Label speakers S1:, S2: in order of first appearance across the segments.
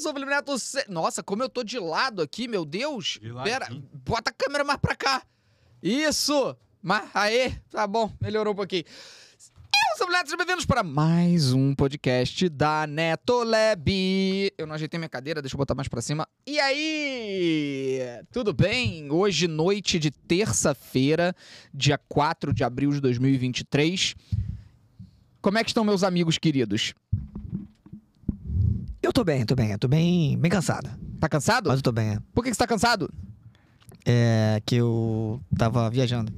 S1: Seattle. Se... Nossa, como eu tô de lado aqui, meu Deus.
S2: De ladinho.
S1: Pera, bota a câmera mais pra cá. Isso! Mas, aê, tá bom, melhorou um pouquinho. Eu sou o Neto, sejam bem-vindos para mais um podcast da Netolab. Eu não ajeitei minha cadeira, deixa eu botar mais pra cima. E aí? Tudo bem? Hoje, noite de terça-feira, dia 4 de abril de 2023. Como é que estão meus amigos queridos?
S3: Eu tô bem, tô bem. Eu tô bem, bem cansado.
S1: Tá cansado?
S3: Mas eu tô bem.
S1: Por que, que você tá cansado?
S3: É que eu tava viajando.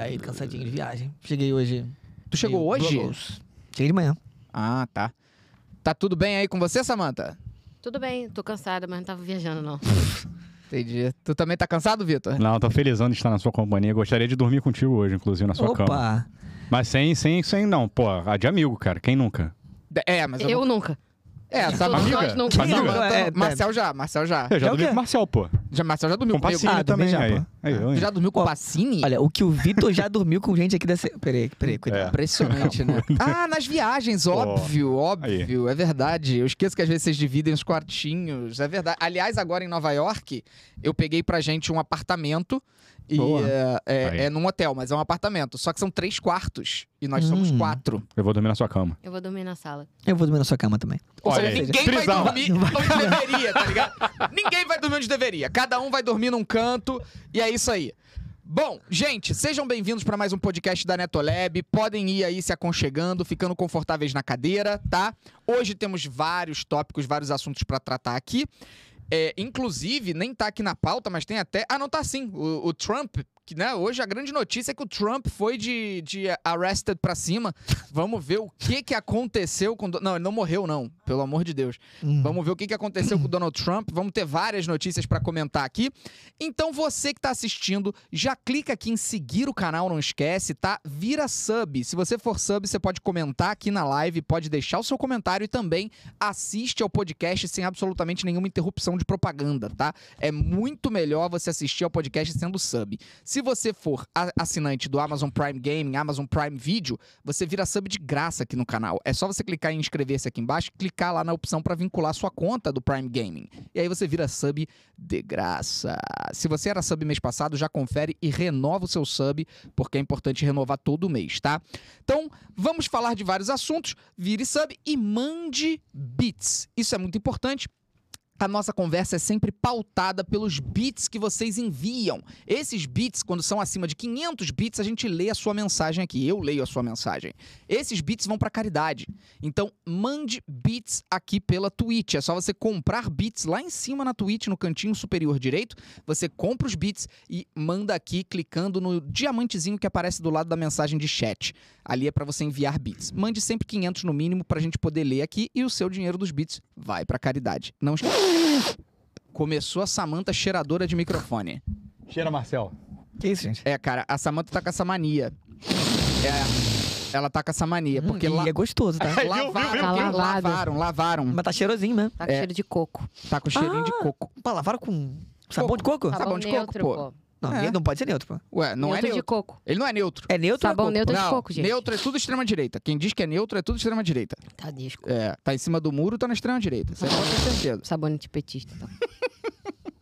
S3: Aí, cansadinho de viagem. Cheguei hoje.
S1: Tu chegou
S3: Ah, meio
S1: hoje?
S3: blogoso. Cheguei de manhã.
S1: Ah, tá. Tá tudo bem aí com você, Samantha?
S4: Tudo bem, tô cansada, mas não tava viajando, não.
S1: Entendi. Tu também tá cansado, Vitor?
S2: Não, tô felizão de estar na sua companhia. Gostaria de dormir contigo hoje, inclusive, na sua
S3: Opa!
S2: cama. Mas sem, sem, sem, não. Pô, a de amigo, cara. Quem nunca?
S1: É, mas eu.
S4: Eu nunca.
S1: É,
S4: Todos
S1: Samantha.
S2: Amiga?
S4: nós não
S2: Amiga?
S3: Não,
S1: Samantha-
S3: é, é.
S1: Marcel já, Marcel já.
S2: Eu já
S3: É o
S2: dormi
S3: quê?
S2: com o Marcel, pô.
S1: já. Marcel já dormiu
S2: Com o
S1: comigo.
S2: Pacini
S3: Ah,
S2: também,
S3: também já,
S2: aí.
S3: pô.
S2: Aí, eu,
S1: Tu
S2: hein?
S1: já dormiu com o Pacini?
S3: Olha, o que o Vitor já dormiu com gente aqui dessa. Peraí, peraí, cuidado.
S1: Impressionante, né? Ah, nas viagens, óbvio, óbvio, é verdade. Eu esqueço que às vezes vocês dividem os quartinhos, é verdade. Aliás, agora em Nova York, eu peguei pra gente um apartamento e
S3: Boa.
S1: é,
S2: Aí.
S1: é, é num hotel, mas é um apartamento. Só que são três quartos e nós somos
S3: Hum.
S1: quatro.
S2: eu vou dormir na sua cama.
S4: Eu vou dormir na sala.
S1: É.
S3: Eu vou dormir na sua cama também.
S1: Ou
S2: Olha
S1: seja,
S2: aí.
S1: ninguém
S2: Prisão.
S1: vai dormir onde deveria, tá ligado? ninguém vai dormir onde deveria. Cada um vai dormir num canto e é isso aí. Bom, gente, sejam bem-vindos para mais um podcast da Netolab. Podem ir aí se aconchegando, ficando confortáveis na cadeira, tá? Hoje temos vários tópicos, vários assuntos para tratar aqui. É, inclusive, nem tá aqui na pauta, mas tem até. Ah, não tá sim. O, o Trump, que né, hoje a grande notícia é que o Trump foi de, de arrested pra cima. Vamos ver o que que aconteceu com. do- Não, ele não morreu, não. Pelo amor de Deus.
S3: Hum.
S1: Vamos ver o que que aconteceu com o Donald Trump. Vamos ter várias notícias para comentar aqui. Então, você que tá assistindo, já clica aqui em seguir o canal, não esquece, tá? Vira sub. Se você for sub, você pode comentar aqui na live, pode deixar o seu comentário e também assiste ao podcast sem absolutamente nenhuma interrupção de propaganda, tá? É muito melhor você assistir ao podcast sendo sub. Se você for a- assinante do Amazon Prime Gaming, Amazon Prime Video, você vira sub de graça aqui no canal. É só você clicar em inscrever-se aqui embaixo, clicar lá na opção para vincular sua conta do Prime Gaming. E aí você vira sub de graça. Se você era sub mês passado, já confere e renova o seu sub, porque é importante renovar todo mês, tá? Então, vamos falar de vários assuntos. Vire sub e mande bits. Isso é muito importante. A nossa conversa é sempre pautada pelos bits que vocês enviam. Esses bits, quando são acima de 500 bits, a gente lê a sua mensagem aqui. Eu leio a sua mensagem. Esses bits vão para caridade. Então, mande bits aqui pela Twitch. É só você comprar bits lá em cima na Twitch, no cantinho superior direito. Você compra os bits e manda aqui clicando no diamantezinho que aparece do lado da mensagem de chat. Ali é para você enviar bits. Mande sempre 500 no mínimo para a gente poder ler aqui e o seu dinheiro dos bits vai para caridade. Não esque- Começou a Samanta cheiradora de microfone.
S2: Cheira, Marcel.
S3: Que isso, gente?
S1: É, cara, a Samanta tá com essa mania. É, ela tá com essa mania, porque
S3: Hum,
S1: lá,
S3: e é gostoso, tá?
S1: lavaram,
S4: viu? Tá lavado.
S1: lavaram, lavaram.
S3: Mas tá cheirosinho, né?
S4: Tá com
S1: É.
S4: cheiro de coco.
S1: Tá com cheirinho
S4: Ah!
S1: de coco.
S3: Pô, lavaram com sabão de coco?
S1: Sabão de coco,
S4: neutro,
S1: pô.
S3: Não,
S1: É.
S3: não pode ser neutro, pô.
S1: Ué, não
S4: neutro
S1: é
S4: de
S1: neutro.
S4: coco.
S1: Ele não é neutro.
S3: É neutro? ou é
S4: Sabão
S3: coco?
S4: neutro de
S1: não,
S4: coco, gente.
S1: neutro é tudo extrema-direita. Quem diz que é neutro é tudo extrema-direita.
S4: Tá disco.
S1: É, tá em cima do muro, tá na extrema-direita. Você pode ter certeza.
S4: Sabonete petista. Então.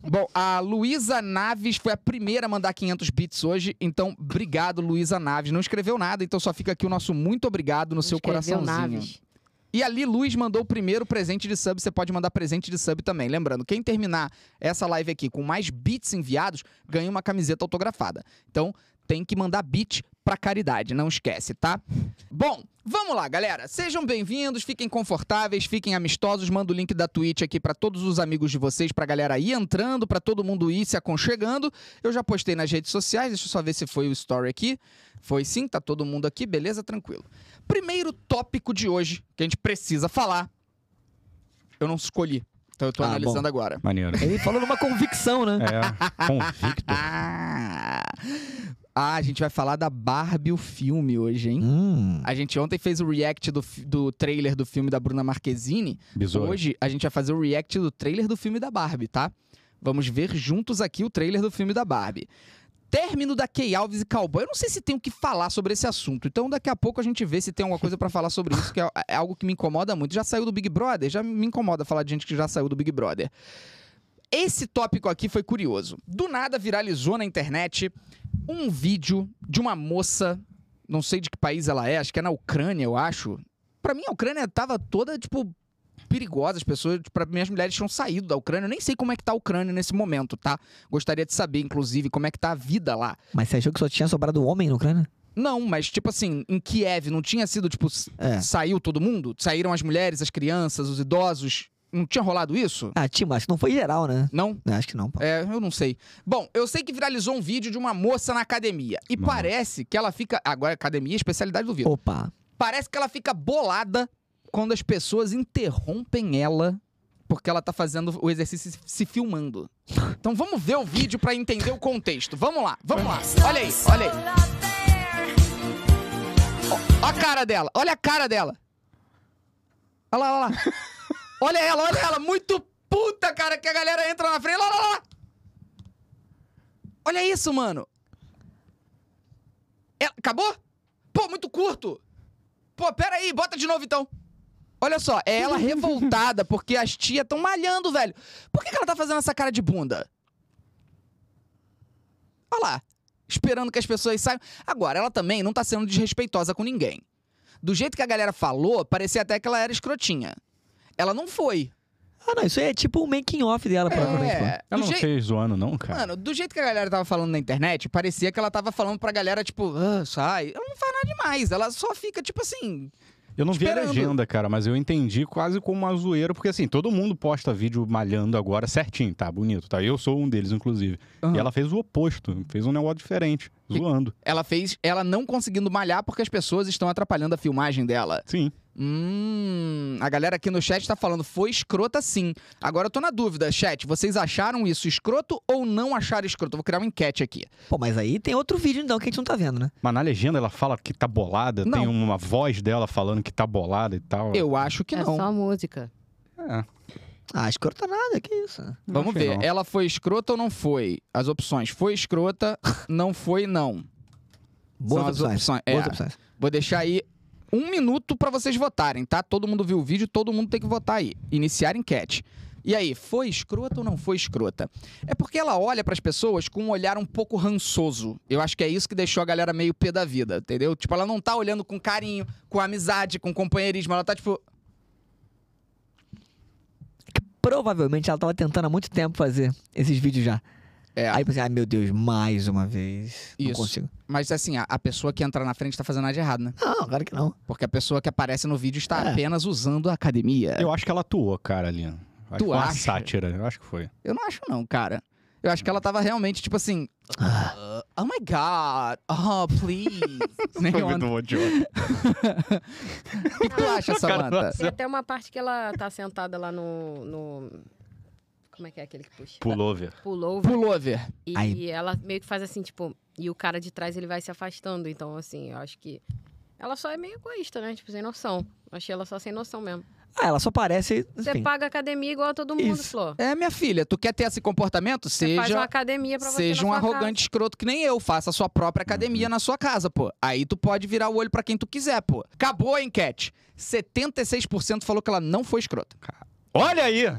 S1: Bom, a Luísa Naves foi a primeira a mandar 500 bits hoje, então obrigado, Luísa Naves. Não escreveu nada, então só fica aqui o nosso muito obrigado no seu
S4: Escreveu
S1: coraçãozinho.
S4: naves.
S1: E ali, Luiz mandou o primeiro presente de sub. Você pode mandar presente de sub também. Lembrando, quem terminar essa live aqui com mais bits enviados, ganha uma camiseta autografada. Então, tem que mandar bit pra caridade, não esquece, tá? Bom, vamos lá, galera. Sejam bem-vindos, fiquem confortáveis, fiquem amistosos. Manda o link da Twitch aqui pra todos os amigos de vocês, pra galera ir entrando, pra todo mundo ir se aconchegando. Eu já postei nas redes sociais, deixa eu só ver se foi o story aqui. Foi sim, tá todo mundo aqui, beleza? Tranquilo. Primeiro tópico de hoje que a gente precisa falar. Eu não escolhi, então eu tô
S3: Ah,
S1: analisando agora.
S2: Maneiro.
S3: Ele falou numa convicção, né?
S2: É, convicto.
S1: Ah! ah, a gente vai falar da Barbie, o filme hoje, hein?
S3: Hum.
S1: A gente ontem fez o react do, fi- do trailer do filme da Bruna Marquezine.
S2: Besouro.
S1: Hoje a gente vai fazer o react do trailer do filme da Barbie, tá? Vamos ver juntos aqui o trailer do filme da Barbie. término da Key Alves e Cowboy. Eu não sei se tem o que falar sobre esse assunto. Então, daqui a pouco a gente vê se tem alguma coisa pra falar sobre isso, que é, é algo que me incomoda muito. Já saiu do Big Brother? Já me incomoda falar de gente que já saiu do Big Brother. Esse tópico aqui foi curioso. Do nada viralizou na internet um vídeo de uma moça, não sei de que país ela é, acho que é na Ucrânia, eu acho. Pra mim, a Ucrânia tava toda, tipo, perigosa. As pessoas, tipo, pra mim, as mulheres tinham saído da Ucrânia. Eu nem sei como é que tá a Ucrânia nesse momento, tá? Gostaria de saber, inclusive, como é que tá a vida lá.
S3: Mas você achou que só tinha sobrado homem na Ucrânia?
S1: Não, mas, tipo assim, em Kiev não tinha sido, tipo, s-
S3: É.
S1: saiu todo mundo? Saíram as mulheres, as crianças, os idosos? Não tinha rolado isso?
S3: Ah, Timo, acho que não foi geral, né?
S1: Não?
S3: Acho que não, pô.
S1: É, eu não sei. Bom, eu sei que viralizou um vídeo de uma moça na academia. E
S2: Nossa.
S1: parece que ela fica. Agora, academia é especialidade do Vitor.
S3: Opa.
S1: Parece que ela fica bolada quando as pessoas interrompem ela porque ela tá fazendo o exercício se- se filmando. Então vamos ver o vídeo pra entender o contexto. Vamos lá, vamos lá. Olha aí, olha aí. Ó, ó a cara dela, olha a cara dela. Olha lá, olha lá. Olha ela, olha ela, muito puta, cara, que a galera entra na frente. Olha lá, olha lá. Olha isso, mano. Ela- acabou? Pô, muito curto. Pô, pera aí, bota de novo então. Olha só, é ela revoltada porque as tias estão malhando, velho. Por que, que ela tá fazendo essa cara de bunda? Olha lá, esperando que as pessoas saiam. Agora, ela também não tá sendo desrespeitosa com ninguém. Do jeito que a galera falou, parecia até que ela era escrotinha. Ela não foi.
S3: Ah, não, isso aí é tipo o making off dela, provavelmente, pô.
S1: É, do
S2: Ela não
S1: jeito-
S2: fez zoando, não, cara.
S1: Mano, do jeito que a galera tava falando na internet, parecia que ela tava falando pra galera, tipo, "Ah, sai. Ela não faz nada demais, ela só fica, tipo assim.
S2: Eu não vi
S1: Esperando.
S2: a legenda, cara, mas eu entendi quase como uma zoeira, porque assim, todo mundo posta vídeo malhando agora certinho, tá? Bonito, tá? Eu sou um deles, inclusive.
S1: Aham.
S2: E ela fez o oposto, fez um negócio diferente, zoando.
S1: Ela fez ela não conseguindo malhar porque as pessoas estão atrapalhando a filmagem dela.
S2: Sim.
S1: Hum, a galera aqui no chat tá falando, foi escrota sim. Agora eu tô na dúvida, chat, vocês acharam isso escroto ou não acharam escroto? Eu vou criar uma enquete aqui.
S3: Pô, mas aí tem outro vídeo então que a gente não tá vendo, né?
S2: Mas na legenda ela fala que tá bolada,
S1: Não.
S2: tem uma voz dela falando que tá bolada e tal.
S1: Eu acho que
S4: é
S1: não.
S4: só música.
S2: É,
S3: Ah, escrota nada, que isso.
S2: não
S1: Vamos
S2: achei,
S1: ver,
S2: não.
S1: ela foi escrota ou não foi? As opções, foi escrota, não foi não.
S3: Boas
S1: São as
S3: opções.
S1: opções, é.
S3: Boas opções.
S1: Vou deixar aí um minuto pra vocês votarem, tá? Todo mundo viu o vídeo, todo mundo tem que votar aí. Iniciar enquete. E aí, foi escrota ou não foi escrota? É porque ela olha pras pessoas com um olhar um pouco rançoso. Eu acho que é isso que deixou a galera meio pé da vida, entendeu? Tipo, ela não tá olhando com carinho, com amizade, com companheirismo. Ela tá tipo,
S3: Provavelmente ela tava tentando há muito tempo fazer esses vídeos já.
S1: É.
S3: Aí eu pensei, ai meu Deus, mais uma vez. Não
S1: Isso.
S3: consigo.
S1: mas assim, a, a pessoa que entra na frente tá fazendo nada de errado, né?
S3: Não, claro que não.
S1: Porque a pessoa que aparece no vídeo está
S3: É.
S1: apenas usando a academia. Eu...
S2: Eu acho que ela atuou, cara, ali. Acho que foi uma
S1: É, acha?
S2: sátira, eu acho que foi.
S1: não acho não, cara. Eu acho que ela tava realmente tipo assim,
S3: Ah,
S1: oh my god, oh please. Nem eu
S2: do idiota.
S1: O que que tu acha,
S2: Cara,
S1: Samanta?
S2: nossa.
S5: Tem até uma parte que ela tá sentada lá no. no- Como é que é aquele que puxa?
S2: Pullover.
S5: Pullover.
S1: Pullover.
S5: E,
S3: Ai.
S5: e ela meio que faz assim, tipo. E o cara de trás ele vai se afastando. Então, assim, eu acho que. Ela só é meio egoísta, né? Tipo, sem noção. Achei ela só sem noção mesmo.
S3: Ah, ela só parece.
S5: Você
S3: Enfim.
S5: paga academia igual a todo mundo,
S3: Isso.
S5: Flor.
S1: É, minha filha, tu quer ter esse comportamento?
S5: Você faz uma
S1: Seja,
S5: academia pra você.
S1: seja
S5: na
S1: um
S5: sua casa.
S1: arrogante escroto que nem eu. Faça a sua própria
S2: Uhum.
S1: academia na sua casa, pô. Aí tu pode virar o olho pra quem tu quiser, pô. Acabou a enquete. 76% falou que ela não foi escrota.
S2: Olha aí!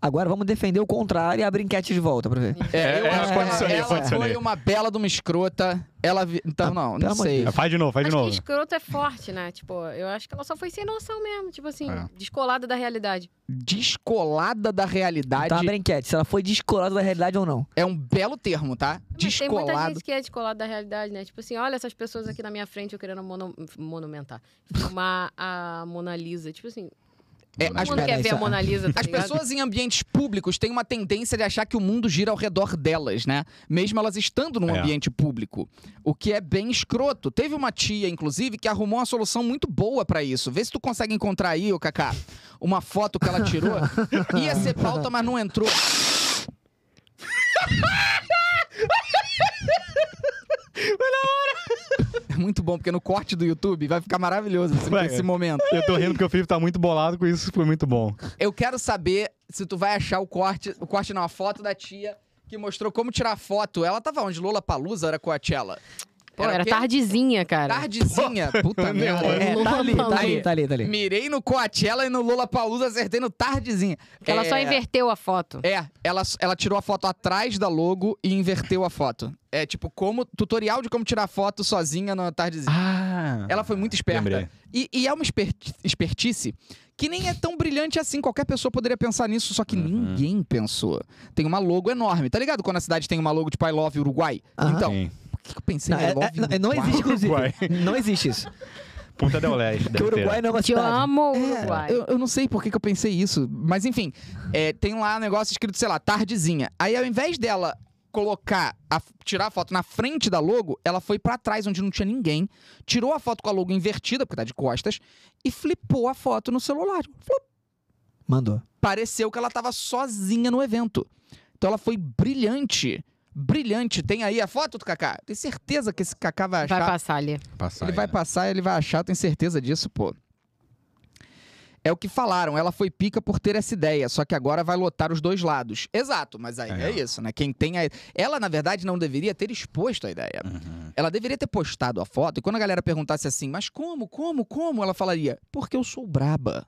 S3: Agora vamos defender o contrário e abrir enquete de volta pra ver.
S2: É, é,
S1: acho que
S2: condicionei,
S1: ela, ela
S2: condicionei.
S1: foi uma bela de uma escrota. Ela vi- Então, não,
S3: Ah, pelo
S1: não
S3: amor de
S1: sei.
S3: Deus.
S2: Faz de novo, faz de
S5: Acho
S2: novo.
S5: que escroto é forte, né? Tipo, eu acho que ela só foi sem noção mesmo. Tipo assim,
S2: É.
S5: descolada da realidade.
S1: Descolada da realidade
S3: Então abre a enquete, se ela foi descolada da realidade ou não.
S1: é um belo termo, tá?
S5: Mas tem muita
S1: Descolado.
S5: gente que é descolada da realidade, né? Tipo assim, olha essas pessoas aqui na minha frente, eu querendo mono- monumentar. Filmar a Mona Lisa. Tipo assim,
S1: É,
S5: todo
S1: as
S5: mundo
S1: pe-
S5: quer
S3: peraí,
S5: ver
S3: só-
S5: a Mona Lisa, tá
S1: As
S5: ligado?
S1: pessoas em ambientes públicos têm uma tendência de achar que o mundo gira ao redor delas, né? Mesmo elas estando num
S2: É.
S1: ambiente público. O que é bem escroto. Teve uma tia, inclusive, que arrumou uma solução muito boa pra isso. Vê se tu consegue encontrar aí, ô Kaká, uma foto que ela tirou. Ia ser pauta, mas não entrou. É muito bom, porque no corte do YouTube vai ficar maravilhoso esse-
S2: Vai,
S1: esse
S2: é.
S1: momento.
S2: Eu tô rindo porque o Felipe tá muito bolado com isso, foi muito bom.
S1: Eu quero saber se tu vai achar o corte, o corte não, a foto da tia que que mostrou como tirar foto. Ela tava onde? Lola Palusa era Coachella.
S5: Pô, era,
S1: o quê?
S5: tardezinha, cara.
S1: Tardezinha. Puta merda. É.
S2: Meu,
S3: É, tá ali, tá
S1: né?
S3: ali, tá ali, tá ali.
S1: Mirei no Coachella e no Lola Palusa acertei no tardezinha.
S5: Ela só
S1: É,
S5: inverteu a foto.
S1: É, ela, ela tirou a foto atrás da logo e inverteu a foto. É tipo como tutorial de como tirar foto sozinha na tardezinha.
S2: Ah!
S1: Ela foi muito esperta.
S2: Lembrei.
S1: E, e é uma esper- espertice que nem é tão brilhante assim. Qualquer pessoa poderia pensar nisso, só que ninguém pensou. Tem uma logo enorme. Tá ligado quando a cidade tem uma logo tipo I Love Uruguai?
S3: Aham.
S1: Então,
S2: Sim.
S1: por que que eu pensei
S3: Não,
S1: em I
S3: é-
S1: Love
S3: é- não
S1: Uruguai?
S3: existe, inclusive.
S2: Uruguai.
S3: Não existe isso.
S2: Punta del Leste.
S3: Porque o Uruguai não é uma
S5: Te
S3: cidade.
S5: amo,
S1: É,
S5: Uruguai.
S1: eu, eu não sei por que, que eu pensei isso, mas enfim, é, tem lá um negócio escrito, sei lá, tardezinha. Aí ao invés dela colocar, a- tirar a foto na frente da logo, ela foi pra trás, onde não tinha ninguém, tirou a foto com a logo invertida, porque tá de costas, e flipou a foto no celular. Flup.
S3: Mandou.
S1: Pareceu que ela tava sozinha no evento. Então ela foi brilhante. Brilhante. Tem aí a foto do Kaká. Tem certeza que esse Kaká vai achar
S5: Vai passar ali.
S2: Passar,
S1: ele vai passar, ele vai achar, eu tenho certeza disso, pô. É o que falaram, ela foi pica por ter essa ideia, só que agora vai lotar os dois lados. Exato, mas aí é,
S2: É.
S1: isso, né? Quem tem a... Ela, na verdade, não deveria ter exposto a ideia.
S2: Uhum.
S1: Ela deveria ter postado a foto, e quando a galera perguntasse assim, mas como, como, como? Ela falaria, porque eu sou braba.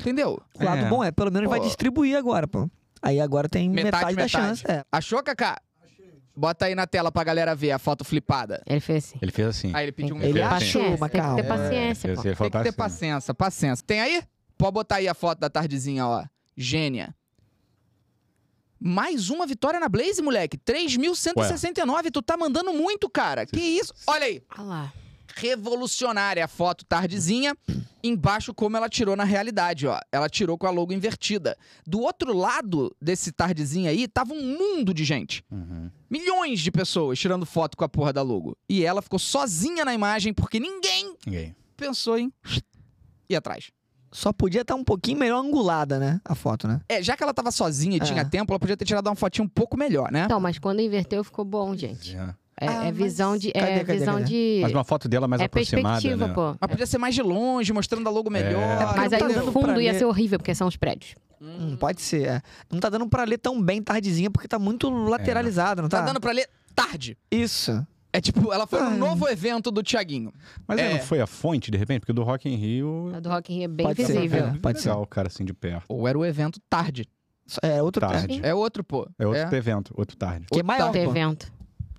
S1: Entendeu?
S3: O lado
S2: É.
S3: bom é, pelo menos vai
S1: Pô.
S3: distribuir agora, pô. Aí agora tem
S1: Metade,
S3: metade, da
S1: metade.
S3: chance. É.
S1: Achou, Kaká? Bota aí na tela pra galera ver a foto flipada.
S5: Ele fez assim.
S2: Ele fez assim.
S1: Aí ele pediu um
S2: Ele
S1: milhão.
S2: Paciência,
S3: achou, Macau.
S4: Tem que ter
S2: É,
S4: paciência, pô.
S2: ele
S1: Tem
S2: falou
S1: que ter
S2: assim.
S1: paciência, paciência. Tem aí? Pode botar aí a foto da tardezinha, ó. Gênia. Mais uma vitória na Blaze, moleque. 3.169. Tu tá mandando muito, cara. Que isso? Olha aí.
S5: Olha lá.
S1: Revolucionária a foto tardezinha. Embaixo, como ela tirou na realidade, ó. Ela tirou com a logo invertida. Do outro lado desse tardezinha aí, tava um mundo de gente.
S2: Uhum.
S1: Milhões de pessoas tirando foto com a porra da logo. E ela ficou sozinha na imagem porque ninguém
S2: Ninguém.
S1: pensou em ir atrás.
S3: Só podia estar um pouquinho melhor angulada, né? A foto, né?
S1: É, já que ela tava sozinha e
S3: É.
S1: tinha tempo, ela podia ter tirado uma fotinha um pouco melhor, né?
S4: Então, mas quando inverteu ficou bom, gente.
S2: Já.
S4: É,
S1: Ah,
S4: é
S1: mas-
S4: visão de. É
S3: Cadê, cadê,
S4: visão
S3: cadê?
S4: de.
S2: Mas uma foto dela mais
S4: é
S2: aproximada.
S4: perspectiva,
S2: né?
S4: pô.
S1: Mas podia ser mais de longe, mostrando a
S2: É.
S1: logo melhor.
S4: Mas
S3: não
S4: aí
S3: tá
S4: o
S3: dando
S4: fundo
S3: pra
S4: ia
S3: ler.
S4: ser horrível, porque são os prédios.
S1: Uhum.
S3: Hum, pode ser. é. Não tá dando pra ler tão bem tardezinha, porque tá muito lateralizado, não tá?
S1: Tá dando pra ler tarde.
S3: Isso.
S1: É tipo, ela foi no
S3: Ah.
S1: novo evento do Tiaguinho.
S2: Mas aí
S1: É.
S2: não foi a fonte, de repente? Porque do Rock in Rio...
S4: A do Rock in Rio é bem
S3: Pode ser,
S4: visível.
S3: é. pode
S2: legal, cara, assim, de perto.
S1: Ou era o evento tarde.
S3: Só- É outro
S2: Tarde.
S3: tarde.
S1: É outro, pô.
S2: É outro evento, outro tarde.
S3: Que é
S1: Então,
S3: maior,
S4: Tem
S3: pô.
S4: evento.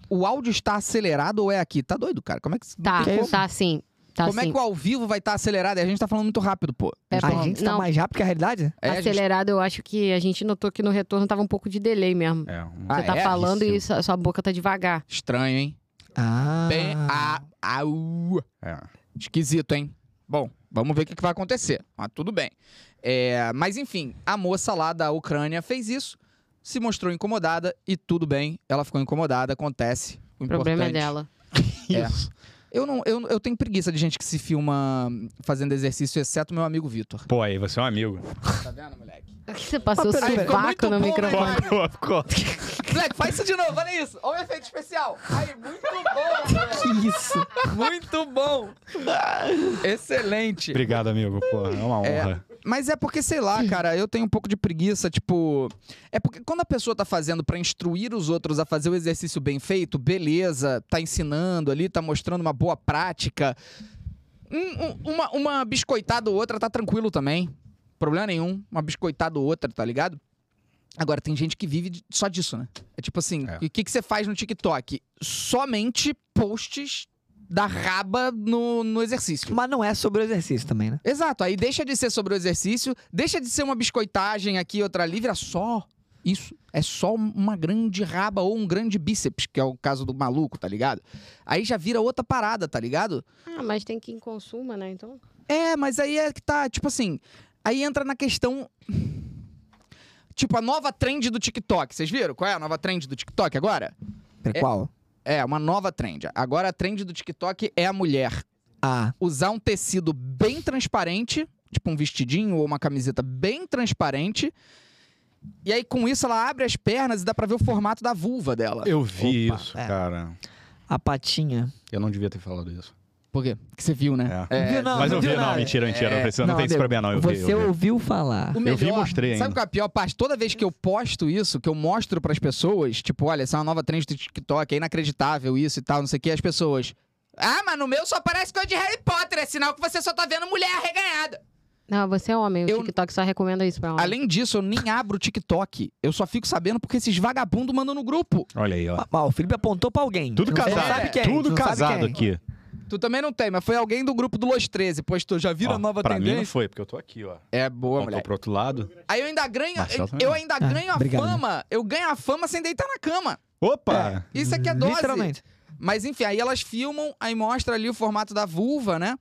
S1: O áudio está acelerado ou é aqui? Tá doido, cara? Como é que. não
S4: Tá,
S1: tem como
S4: tá assim. Tá
S1: como é
S4: assim.
S1: que o ao vivo vai estar acelerado? E a gente tá falando muito rápido, pô.
S4: É,
S3: A gente tá
S4: Não.
S3: mais rápido que a realidade?
S1: É, a gente-
S4: Acelerado, eu acho que a gente notou que no retorno tava um pouco de delay mesmo.
S2: É, um-
S1: Ah,
S4: Você tá
S1: é?
S4: falando e
S2: Isso.
S4: sua, sua boca tá devagar.
S1: Estranho, hein?
S3: Ah.
S1: Bem, a, au.
S2: é.
S1: Esquisito, hein? Bom, vamos ver o que, que vai acontecer. Mas tudo bem. É, mas enfim, a moça lá da Ucrânia fez isso, se mostrou incomodada e tudo bem. Ela ficou incomodada, acontece. O
S4: O problema é
S1: importante-
S4: dela.
S1: É.
S2: Isso.
S1: Eu, não, eu, eu tenho preguiça de gente que se filma fazendo exercício, exceto meu amigo Vitor.
S2: Pô, aí você é um amigo.
S1: Tá vendo, moleque?
S4: O que você passou
S3: Mas peraí, peraí.
S4: sovaco
S1: Ficou
S4: no
S1: muito bom,
S4: microfone?
S1: né?
S2: Pô, ficou-
S1: Moleque, faz isso de novo, olha isso. Olha o efeito especial. Aí, muito bom, moleque.
S3: Que isso?
S1: Muito bom. Excelente.
S2: Obrigado, amigo. Pô, é uma
S1: É.
S2: honra.
S1: Mas é porque, sei lá, cara, eu tenho um pouco de preguiça, tipo. É porque quando a pessoa tá fazendo pra instruir os outros a fazer o exercício bem feito, beleza, tá ensinando ali, tá mostrando uma boa prática. Um- um- uma, uma biscoitada ou outra tá tranquilo também. Problema nenhum. Uma biscoitada ou outra, tá ligado? Agora, tem gente que vive de- só disso, né? É tipo assim,
S2: É.
S1: o que, que você faz no TikTok? Somente posts da raba no, no exercício.
S3: Mas não é sobre o exercício também, né?
S1: Exato, aí deixa de ser sobre o exercício, deixa de ser uma biscoitagem aqui, outra ali, vira só isso. É só uma grande raba ou um grande bíceps, que é o caso do maluco, tá ligado? Aí já vira outra parada, tá ligado?
S5: Ah, mas tem que ir em consuma, né? Então.
S1: É, mas aí é que tá, tipo assim, aí entra na questão. Tipo, a nova trend do TikTok. Vocês viram qual é a nova trend do TikTok agora?
S3: Pra Qual?
S1: É, uma nova trend. Agora a trend do TikTok é a mulher
S3: Ah.
S1: usar um tecido bem transparente, tipo um vestidinho ou uma camiseta bem transparente. E aí, com isso, ela abre as pernas e dá pra ver o formato da vulva dela.
S2: Eu vi
S3: Opa,
S2: isso,
S3: é.
S2: cara.
S3: A patinha.
S2: Eu não devia ter falado isso.
S1: Por quê? Que você viu, né?
S2: É. Mas eu vi, não, mentira, mentira.
S1: É.
S2: Não, precisa, não,
S3: Não,
S2: tem isso
S3: Diego,
S2: pra mim, não. Eu vi,
S3: Você é
S2: eu vi.
S3: ouviu falar.
S1: O
S2: Eu vi e mostrei
S1: Sabe
S2: ainda.
S1: qual é a pior parte? Toda vez que eu posto isso, que eu mostro pras pessoas, tipo, olha, essa é uma nova trend do TikTok, é inacreditável isso e tal, não sei o que, as pessoas. Ah, mas no meu só parece coisa de Harry Potter, é sinal que você só tá vendo mulher arreganhada.
S4: Não, você é homem. O
S1: Eu-
S4: TikTok só recomenda isso
S2: Ah.
S4: pra homem.
S1: Além disso, eu nem abro o TikTok. Eu só fico sabendo porque esses vagabundos mandam no grupo.
S2: Olha aí, ó.
S3: Ah, mas o Felipe apontou pra alguém.
S2: Tudo
S3: Não sei-
S2: casado.
S3: sabe quem,
S2: Tudo
S3: não sabe
S2: casado
S3: quem. é.
S2: aqui.
S1: Tu também não tem, mas foi alguém do grupo do Los 13. Pois tu já vira
S2: Ó,
S1: a nova
S2: pra mim
S1: tendência?
S2: não foi, porque eu tô aqui, ó.
S1: É boa,
S2: Apontou
S1: mulher.
S2: pro outro lado.
S1: Aí eu ainda ganho,
S2: Marcelo também
S1: eu
S2: não.
S1: ainda
S3: Ah,
S1: ganho a
S3: obrigado.
S1: fama. Eu ganho a fama sem deitar na cama.
S2: Opa!
S1: Isso aqui é dose.
S3: Literalmente.
S1: Mas enfim, aí elas filmam, aí mostra ali o formato da vulva, né?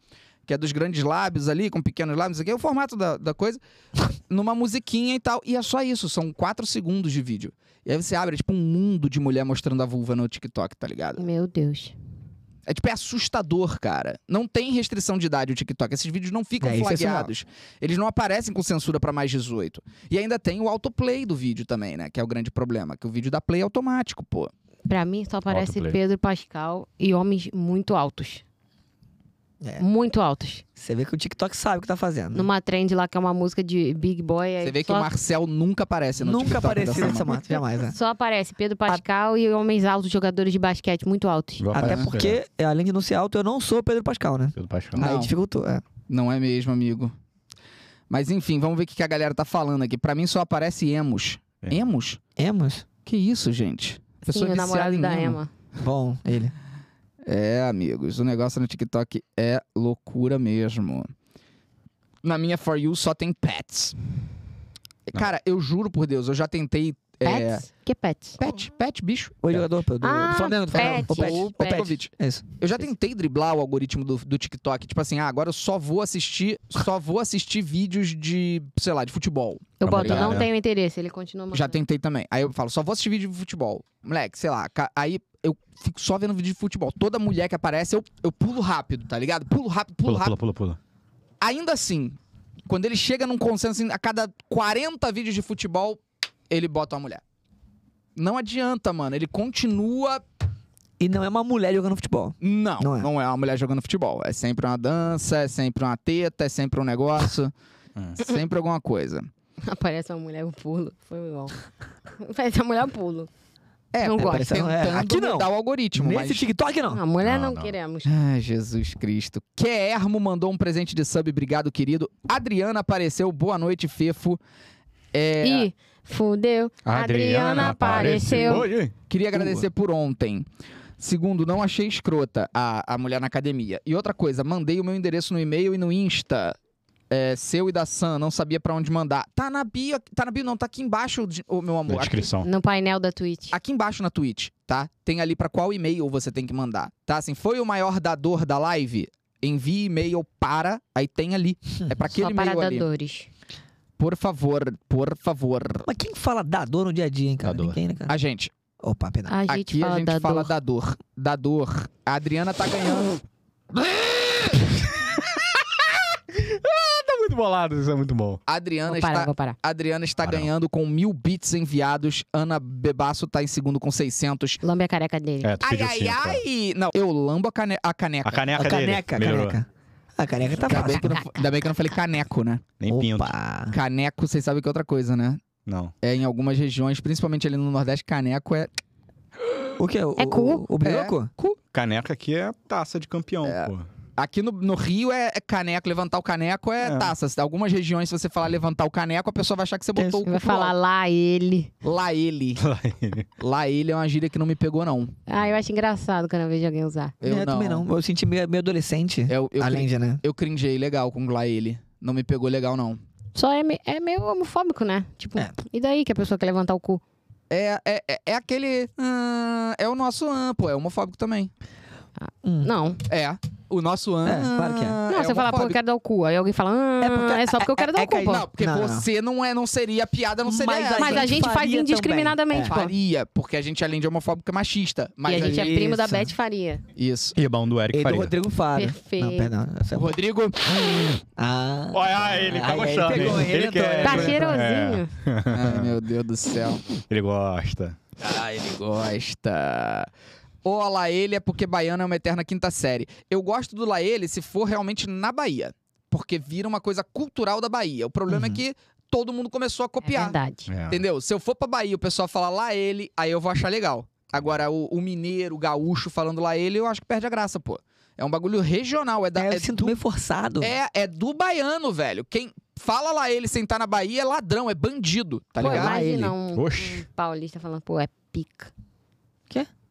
S1: Que é dos grandes lábios ali, com pequenos lábios, isso aqui é o formato da, da coisa, numa musiquinha e tal. E é só isso, são quatro segundos de vídeo. E aí você abre, é tipo um mundo de mulher mostrando a vulva no TikTok, tá ligado?
S4: Meu Deus.
S1: É tipo, é assustador, cara. Não tem restrição de idade o TikTok. Esses vídeos não ficam
S3: É, isso é
S1: flagueados. Eles não aparecem com censura pra mais 18. E ainda tem o autoplay do vídeo também, né? Que é o grande problema. Que o vídeo dá play automático, pô.
S4: Pra mim só aparece
S2: Autoplay.
S4: Pedro Pascal e homens muito altos.
S3: É.
S4: Muito altos.
S3: Você vê que o TikTok sabe o que tá fazendo.
S4: Numa trend lá que é uma música de Big Boy. aí
S1: Você vê que
S4: só,
S1: o Marcel nunca aparece no
S3: É, Nunca
S1: TikTok
S3: apareceu
S1: dessa
S3: nessa
S1: mão.
S3: mata, jamais, né?
S4: só aparece Pedro Pascal e homens altos, jogadores de basquete muito altos.
S2: Igual
S3: Até
S2: aparece no Instagram.
S3: porque, é, além de não ser alto, eu não sou o Pedro Pascal, né?
S2: Pedro Paixão.
S1: Não.
S3: Aí dificultou. É.
S1: Não é mesmo, amigo. Mas enfim, vamos ver o que que a galera tá falando aqui. Pra mim só aparece emos.
S2: É.
S1: Emos?
S3: Emos?
S1: Que isso, gente?
S4: Sim, o
S1: viciada
S4: namorado
S1: em
S4: da
S1: emo.
S4: Emma.
S3: Bom, ele.
S1: É, amigos, o negócio no TikTok é loucura mesmo. Na minha For You só tem pets. Cara, eu juro por Deus, eu já tentei. é,
S4: Pets? Que pets?
S1: Pet, pet, bicho.
S3: O jogador pô, do,
S4: Ah,
S3: do Flamengo, do Flamengo.
S4: Pet.
S3: O Pet.
S4: Ou
S3: O Pet.
S1: Petkovic.
S3: É isso.
S1: Eu já tentei driblar o algoritmo do, do TikTok, tipo assim, ah, agora eu só vou assistir, só vou assistir vídeos de, sei lá, de futebol.
S4: Eu boto,
S2: Obrigado.
S4: não tenho interesse. Ele continua mandando.
S1: É Já
S5: Uhum.
S1: tentei também. Aí eu falo, só vou assistir vídeo de futebol. Moleque, sei lá, ca- aí eu fico só vendo vídeo de futebol. Toda mulher que aparece, eu, eu pulo rápido, tá ligado? Pulo rápido, pulo
S2: Pula,
S1: rápido.
S2: pula, pula, pula.
S1: Ainda assim, quando ele chega num consenso, assim, a cada 40 vídeos de futebol, ele bota uma mulher. Não adianta, mano. Ele continua.
S3: E não é uma mulher jogando futebol.
S1: Não, não
S3: Não
S1: é,
S3: é.
S1: uma mulher jogando futebol. É sempre uma dança, é sempre uma teta, é sempre um negócio.
S2: Hum.
S1: sempre alguma coisa.
S4: Aparece uma mulher, eu pulo. Foi igual. Aparece uma mulher, eu pulo.
S1: É,
S4: Não
S1: é,
S4: gosto.
S1: parece- tentando
S3: É, aqui não.
S1: mudar o algoritmo,
S3: Nesse
S1: Tipo, mas...
S3: TikTok, não.
S4: Não, mulher
S2: Não,
S4: não,
S2: não.
S4: queremos.
S1: Ai, Jesus Cristo. Quermo mandou um presente de sub, obrigado, querido. Adriana apareceu, boa noite, Fefo. É,
S4: E fudeu. Adriana apareceu.
S2: Oi,
S1: Queria agradecer por ontem. Segundo, não achei escrota a, a mulher na academia. E outra coisa, mandei o meu endereço no e-mail e no Insta. É, seu e da Sam, não sabia pra onde mandar. Tá na bio, tá na bio não, tá aqui embaixo, de- ô, meu
S2: Na
S1: amor. Aqui,
S2: descrição.
S4: No painel da Twitch.
S1: aqui embaixo na Twitch, tá? Tem ali pra qual e-mail você tem que mandar, tá? Assim, foi o maior dador da live? Envie e-mail para, aí tem ali. É pra aquele
S4: Só
S1: e-mail ali.
S4: paradadores.
S1: Por favor, por favor.
S3: Mas quem fala da dor no dia a dia, hein, cara?
S2: Dador.
S3: Ninguém, né, cara?
S1: A gente,
S3: Opa, perdão.
S4: A gente
S1: né? aqui
S4: fala
S1: a gente
S4: da
S1: fala
S4: dor.
S1: da dor. Da dor. A Adriana tá ganhando.
S2: Tá muito bolado, isso é muito bom.
S1: A Adriana
S4: Vou
S1: está,
S4: parar, vou parar.
S1: a Adriana está
S2: Para não.
S1: ganhando com mil bits enviados. Ana Bebaço tá em segundo com 600.
S4: Lambe a careca dele.
S2: É, tu
S1: Ai,
S2: pediu
S1: ai,
S2: cinco, é.
S1: ai! Não, eu lambo a, cane a caneca.
S2: A caneca
S3: a
S2: dele.
S3: caneca, a
S2: melhorou.
S3: caneca. A caneca Ah. tá
S1: Ainda bem,
S3: fácil.
S1: que eu não, ainda bem que eu não falei caneco, né?
S2: Nem pinto.
S3: Opa.
S1: Caneco, vocês sabem que é outra coisa, né?
S2: Não.
S1: É em algumas regiões, principalmente ali no Nordeste, caneco é.
S3: O que? O,
S4: É cu.
S3: O, o brioco?
S2: Caneca aqui é taça de campeão, pô.
S1: Aqui no, no Rio é é caneco, levantar o caneco é,
S2: É.
S1: taça. Algumas regiões, se você falar levantar o caneco, a pessoa vai achar que você botou
S4: Vai
S1: o cu pro
S4: falar lá ele.
S1: alto. Lá ele. Lá ele é uma gíria que não me pegou, não.
S4: Ah, eu acho engraçado quando eu vejo alguém usar.
S1: Eu não.
S3: é, também não. Eu senti meio, meio adolescente.
S1: Eu, eu, crin-
S3: além de, né?
S1: eu cringei legal com lá ele. Não me pegou legal, não.
S4: Só é, me- é meio homofóbico, né? Tipo,
S3: É.
S4: e daí que a pessoa quer levantar o cu?
S1: É, é, é, é aquele. ah, é o nosso an, pô. É homofóbico também.
S3: Hum.
S4: Não.
S1: É. O nosso an. "Ah,
S3: É, claro que é.
S4: Não, você fala, pô, eu quero dar o cu. Aí alguém fala, ah, é,
S3: É porque-
S4: só porque eu quero
S3: é-
S4: dar
S3: é
S4: o cu,
S3: que aí-
S4: pô.
S1: Não, porque
S3: Não, não.
S1: você não. é, não seria piada, não seria.
S3: Mas é,
S1: essa.
S4: Mas a gente faz
S3: faria
S4: indiscriminadamente, pô.
S1: faria, porque a gente, além de homofóbico, é machista. Mas
S4: e a gente é
S1: gente-
S4: primo da
S3: Isso.
S4: Beth Faria.
S1: Isso.
S2: Ribão é do Eric
S3: E É. do
S2: Faria.
S3: Rodrigo Faro.
S4: Perfeito.
S3: Não, perdão. essa é-
S1: Rodrigo.
S3: Ah.
S2: Olha, ele tá
S3: Aí, aí
S2: gostando.
S3: pegou,
S2: hein?
S3: ele
S2: Ele
S3: entrou,
S2: quer.
S1: É
S2: É,
S3: ele
S4: tá
S3: entrou.
S4: cheirosinho.
S1: Ai, meu Deus do céu.
S2: Ele gosta.
S1: Ah, ele gosta. Ou a Laele é porque baiana é uma eterna quinta série. Eu gosto do Laele se for realmente na Bahia. Porque vira uma coisa cultural da Bahia. O problema é
S3: Uhum.
S1: que todo mundo começou a
S5: É
S1: copiar.
S5: verdade.
S2: É.
S1: Entendeu? Se eu for pra Bahia e o pessoal falar lá ele, aí eu vou achar legal. Agora, o, o mineiro, o gaúcho falando lá ele, eu acho que perde a graça, pô. É um bagulho regional, é da.
S3: É, eu
S1: é
S3: sinto
S1: do-
S3: meio forçado.
S1: é, é do baiano, velho. Quem fala lá ele sem tá na Bahia é ladrão, é bandido, tá
S5: pô,
S1: ligado?
S3: Lá ele.
S5: imagina um,
S2: Oxi.
S5: um paulista falando, pô, é pica.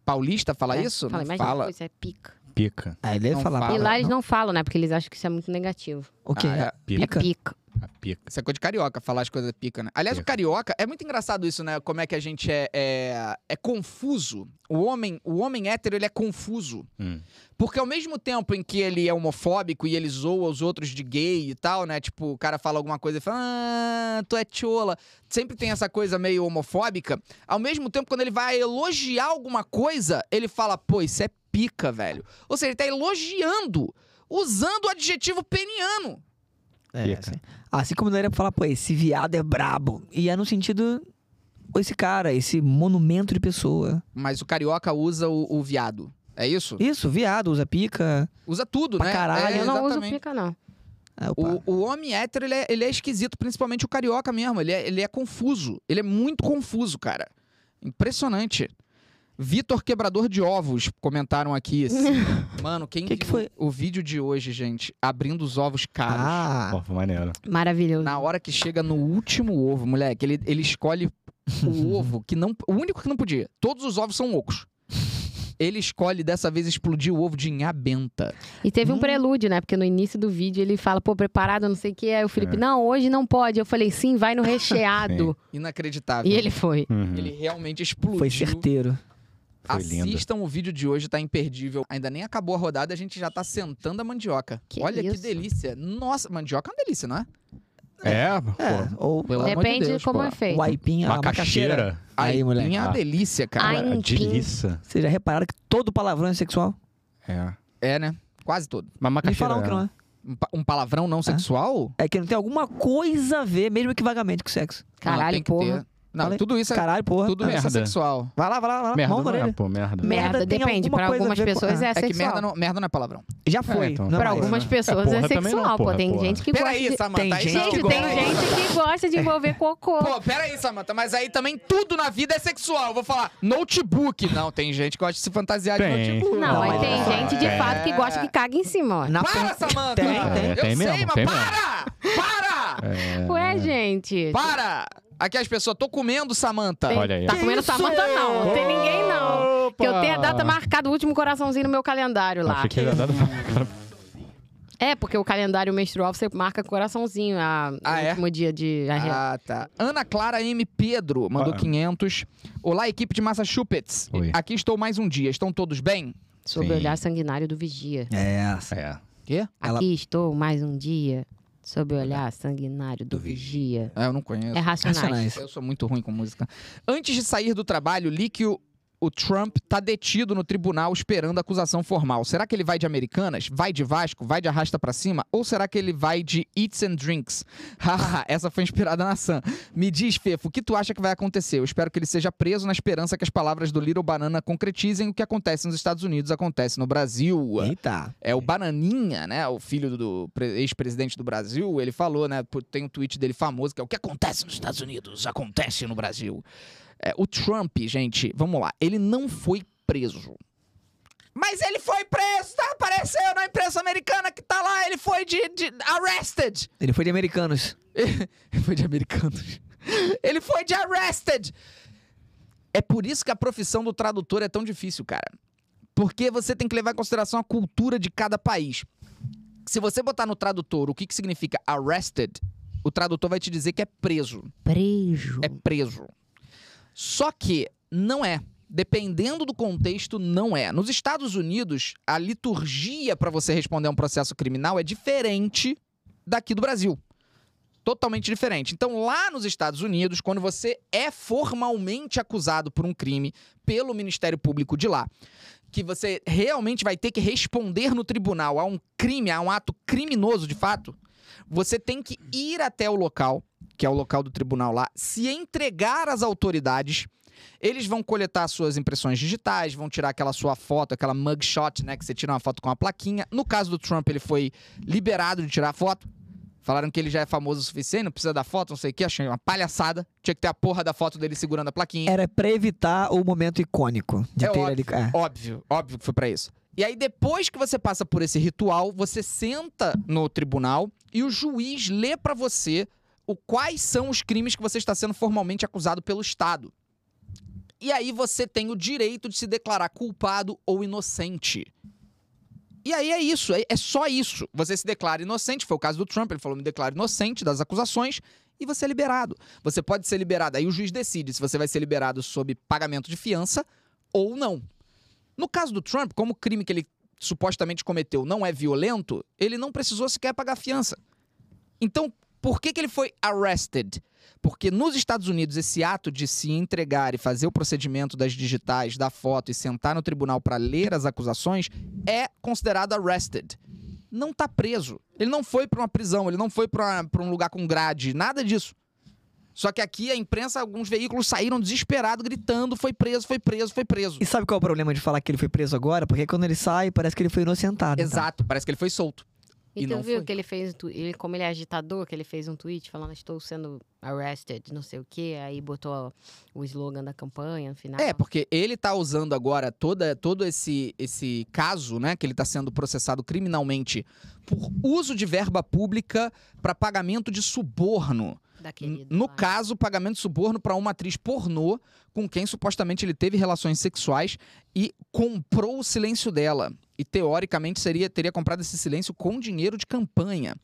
S1: Paulista fala
S5: né?
S1: isso?
S5: Fala,
S1: Não
S5: imagina
S1: fala.
S5: Coisa, é pica.
S2: Pica.
S3: Aí deve
S1: Não
S3: Ah, falar.
S1: fala.
S5: e
S3: pô,
S5: lá eles não falam, né? Porque eles acham que isso é muito negativo.
S3: O quê?
S1: Ah,
S5: É
S2: Pica.
S5: pica.
S2: A pica.
S1: Isso é coisa de carioca, falar as coisas pica, né? Aliás, o
S2: Pica.
S1: carioca, é muito engraçado isso, né? Como é que a gente é, é, é confuso. O homem, o homem hétero, ele é confuso.
S2: Hum.
S1: Porque ao mesmo tempo em que ele é homofóbico e ele zoa os outros de gay e tal, né? Tipo, o cara fala alguma coisa e fala, ah, tu é tchola. Sempre tem essa coisa meio homofóbica. Ao mesmo tempo, quando ele vai elogiar alguma coisa, ele fala, pô, isso é pica, velho. Ou seja, ele tá elogiando, usando o adjetivo peniano.
S3: É,
S2: Pica.
S3: assim. Assim como não era pra falar, pô, esse viado é brabo. E é no sentido, "Ô, esse cara, esse monumento de pessoa.
S1: Mas o carioca usa o, o viado. É isso?
S3: Isso, viado, usa pica.
S1: Usa tudo,
S3: Pra
S1: né?
S3: caralho.
S1: é,
S5: eu não uso
S1: exatamente.
S5: pica, não.
S3: Ah, opa.
S1: O, o homem hétero, ele é, ele é esquisito, principalmente o carioca mesmo. Ele é, ele é confuso. Ele é muito confuso, cara. Impressionante. Vitor Quebrador de Ovos comentaram aqui. assim. Mano, quem
S3: Que que
S1: viu
S3: foi?
S1: o vídeo de hoje, gente, abrindo os ovos caros.
S3: Ah,
S2: Ó, maneiro.
S5: Maravilhoso.
S1: Na hora que chega no último ovo, moleque, ele, ele escolhe o ovo que não. O único que não podia. Todos os ovos são ocos. Ele escolhe dessa vez explodir o ovo de Inha Benta.
S5: E teve
S3: Hum.
S5: um prelúdio, né? Porque no início do vídeo ele fala, pô, preparado, não sei o que. é." Aí o Felipe, não, hoje não pode. Eu falei, sim, vai no recheado.
S1: Inacreditável.
S5: e ele foi.
S2: Uhum.
S1: Ele realmente explodiu.
S3: foi certeiro.
S2: Foi lindo.
S1: Assistam o vídeo de hoje, tá imperdível. Ainda nem acabou a rodada, a gente já tá sentando a mandioca.
S5: Que
S1: Olha que
S5: isso?
S1: delícia. Nossa, mandioca é uma delícia, não é?
S2: É, pô.
S3: É, ou
S1: Pelo amor
S5: Depende de
S1: Deus,
S5: como
S1: pô.
S5: é feito.
S3: o aipim, a macaxeira.
S2: Macaxeira.
S3: Aí, moleque.
S1: Aipim é uma
S2: Ah.
S1: delícia, cara.
S5: Ai.
S2: Cara,
S5: Aipim.
S2: delícia.
S3: Vocês já repararam que todo palavrão é sexual?
S2: É.
S1: É, né? Quase todo.
S2: Mas
S3: Me
S2: macaxeira.
S3: falaram que não é.
S1: Um, pa- um palavrão não sexual?
S3: É que não tem alguma coisa a ver, mesmo que vagamente, com sexo.
S1: não,
S5: Caralho,
S1: tem que
S5: porra.
S1: ter. Não,
S3: Falei-
S1: tudo isso é,
S3: Caralho, porra.
S1: tudo isso é
S2: merda.
S1: sexual.
S3: Vai lá, vai lá, vai lá.
S2: Merda
S3: Mão na
S2: não é,
S3: orelha.
S2: pô, merda.
S3: Merda
S5: Merda,
S3: tem
S5: depende.
S3: alguma
S5: Pra
S3: coisa a
S5: algumas
S3: ver com-
S5: pessoas é,
S1: É que merda
S5: sexual.
S1: não, merda não é palavrão.
S3: Já foi.
S2: então.
S3: não
S5: Pra
S3: é mais,
S5: algumas
S3: né?
S5: pessoas
S2: É,
S5: é,
S2: porra, também
S5: sexual,
S2: não,
S5: pô.
S2: porra.
S5: Tem gente que gosta
S1: Peraí,
S5: de...
S1: Samanta.
S3: tem
S1: aí
S3: gente
S1: não
S5: Gente,
S1: gosta.
S5: tem gente que gosta de envolver cocô.
S1: Pô, peraí, Samanta, mas aí também tudo na vida é sexual. Eu vou falar notebook. Não, tem gente que gosta de se fantasiar
S2: Tem.
S1: de notebook.
S5: Não,
S3: Não,
S5: mas
S3: mas
S5: tem
S3: é.
S5: gente de
S2: É.
S5: fato que gosta que caga em cima, ó.
S3: Na
S1: Para,
S3: pen-
S1: Samanta!
S3: Tem, tem.
S1: Eu
S2: tem
S1: sei,
S2: mesmo,
S1: mas
S2: tem mesmo. É
S1: para! Para!
S5: Ué, é, gente.
S1: Para! Aqui as pessoas, tô comendo, Samanta.
S5: Tem-
S2: Olha aí.
S5: Tá
S3: Que
S5: comendo
S3: isso?
S5: Samanta, não. Não tem ninguém, não. Porque eu tenho a data marcada, o último coraçãozinho no meu calendário lá.
S2: Achei que era dado
S5: É, porque o calendário menstrual você marca coraçãozinho a,
S1: Ah,
S5: o
S1: é?
S5: último dia de. a-
S1: Ah, tá. Ana Clara M. Pedro mandou
S2: Ah.
S1: 500. Olá, equipe de Massachusetts.
S2: Oi.
S1: Aqui estou mais um dia. Estão todos bem?
S5: sobre
S2: Sim.
S5: o olhar sanguinário do vigia.
S3: É.
S2: É.
S1: Quê?
S3: Ela-
S5: Aqui estou mais um dia sobre o olhar sanguinário do,
S2: Do
S5: vigia.
S1: Ah, eu não conheço.
S5: É racionais.
S3: Racionais.
S1: Eu sou muito ruim com música. Antes de sair do trabalho, li que o, o Trump tá detido no tribunal esperando a acusação formal. Será que ele vai de Americanas? Vai de Vasco? Vai de Arrasta Pra Cima? Ou será que ele vai de Eats and Drinks? Haha, essa foi inspirada na Sam. Me diz, Fefo, o que tu acha que vai acontecer? Eu espero que ele seja preso na esperança que as palavras do Little Banana concretizem o que acontece nos Estados Unidos, acontece no Brasil.
S3: Eita.
S1: É o Bananinha, né? O filho do- do pre- ex-presidente do Brasil, ele falou, né? pô, Tem um tweet dele famoso que é o que acontece nos Estados Unidos, acontece no Brasil. É, o Trump, gente, vamos lá, ele não foi preso. Mas ele foi preso, tá? Apareceu na imprensa americana que tá lá, ele foi de, de arrested.
S3: Ele foi de americanos.
S1: Ele foi de americanos. Ele foi de arrested. É por isso que a profissão do tradutor é tão difícil, cara. Porque você tem que levar em consideração a cultura de cada país. Se você botar no tradutor o que, que significa arrested, o tradutor vai te dizer que é preso.
S5: Prejo.
S1: É preso. Só que não é. Dependendo do contexto, não é. Nos Estados Unidos, a liturgia para você responder a um processo criminal é diferente daqui do Brasil. Totalmente diferente. Então, lá nos Estados Unidos, quando você é formalmente acusado por um crime pelo Ministério Público de lá, que você realmente vai ter que responder no tribunal a um crime, a um ato criminoso de fato, você tem que ir até o local, que é o local do tribunal lá, se entregar às autoridades Eles vão coletar suas impressões digitais, vão tirar aquela sua foto, aquela mugshot, né? Que você tira uma foto com uma plaquinha. No caso do Trump, ele foi liberado de tirar a foto. Falaram que ele já é famoso o suficiente, não precisa da foto, não sei o que. Achei uma palhaçada. Tinha que ter a porra da foto dele segurando a plaquinha.
S3: Era pra evitar o momento icônico de
S1: É
S3: ter
S1: óbvio.
S3: ele. é.
S1: Óbvio, óbvio que foi pra isso. E aí, depois que você passa por esse ritual, você senta no tribunal e o juiz lê pra você o quais são os crimes que você está sendo formalmente acusado pelo Estado. E aí você tem o direito de se declarar culpado ou inocente. E aí é isso, é, é só isso. Você se declara inocente, foi o caso do Trump, ele falou: me declaro inocente das acusações, e você é liberado. Você pode ser liberado, aí o juiz decide se você vai ser liberado sob pagamento de fiança ou não. No caso do Trump, como o crime que ele supostamente cometeu não é violento, ele não precisou sequer pagar fiança. Então, por que, que ele foi arrested? Porque nos Estados Unidos, esse ato de se entregar e fazer o procedimento das digitais, da foto e sentar no tribunal para ler as acusações é considerado arrested. Não tá preso. Ele não foi para uma prisão, ele não foi para um lugar com grade, nada disso. Só que aqui a imprensa, alguns veículos saíram desesperados, gritando: foi preso, foi preso, foi preso.
S3: E sabe qual é o problema de falar que ele foi preso agora? Porque quando ele sai, parece que ele foi inocentado. então.
S1: Exato, parece que ele foi solto.
S5: E,
S1: E
S5: tu
S1: não
S5: viu
S1: foi.
S5: que ele fez, tu- ele, como ele é agitador, que ele fez um tweet falando estou sendo arrested, não sei o quê, aí botou o slogan da campanha no final.
S1: É, porque ele tá usando agora toda, todo esse, esse caso, né, que ele tá sendo processado criminalmente por uso de verba pública para pagamento de suborno.
S5: daquele
S1: no
S5: lá.
S1: caso, pagamento de suborno para uma atriz pornô com quem supostamente ele teve relações sexuais e comprou o silêncio dela. E teoricamente seria teria comprado esse silêncio com dinheiro de campanha.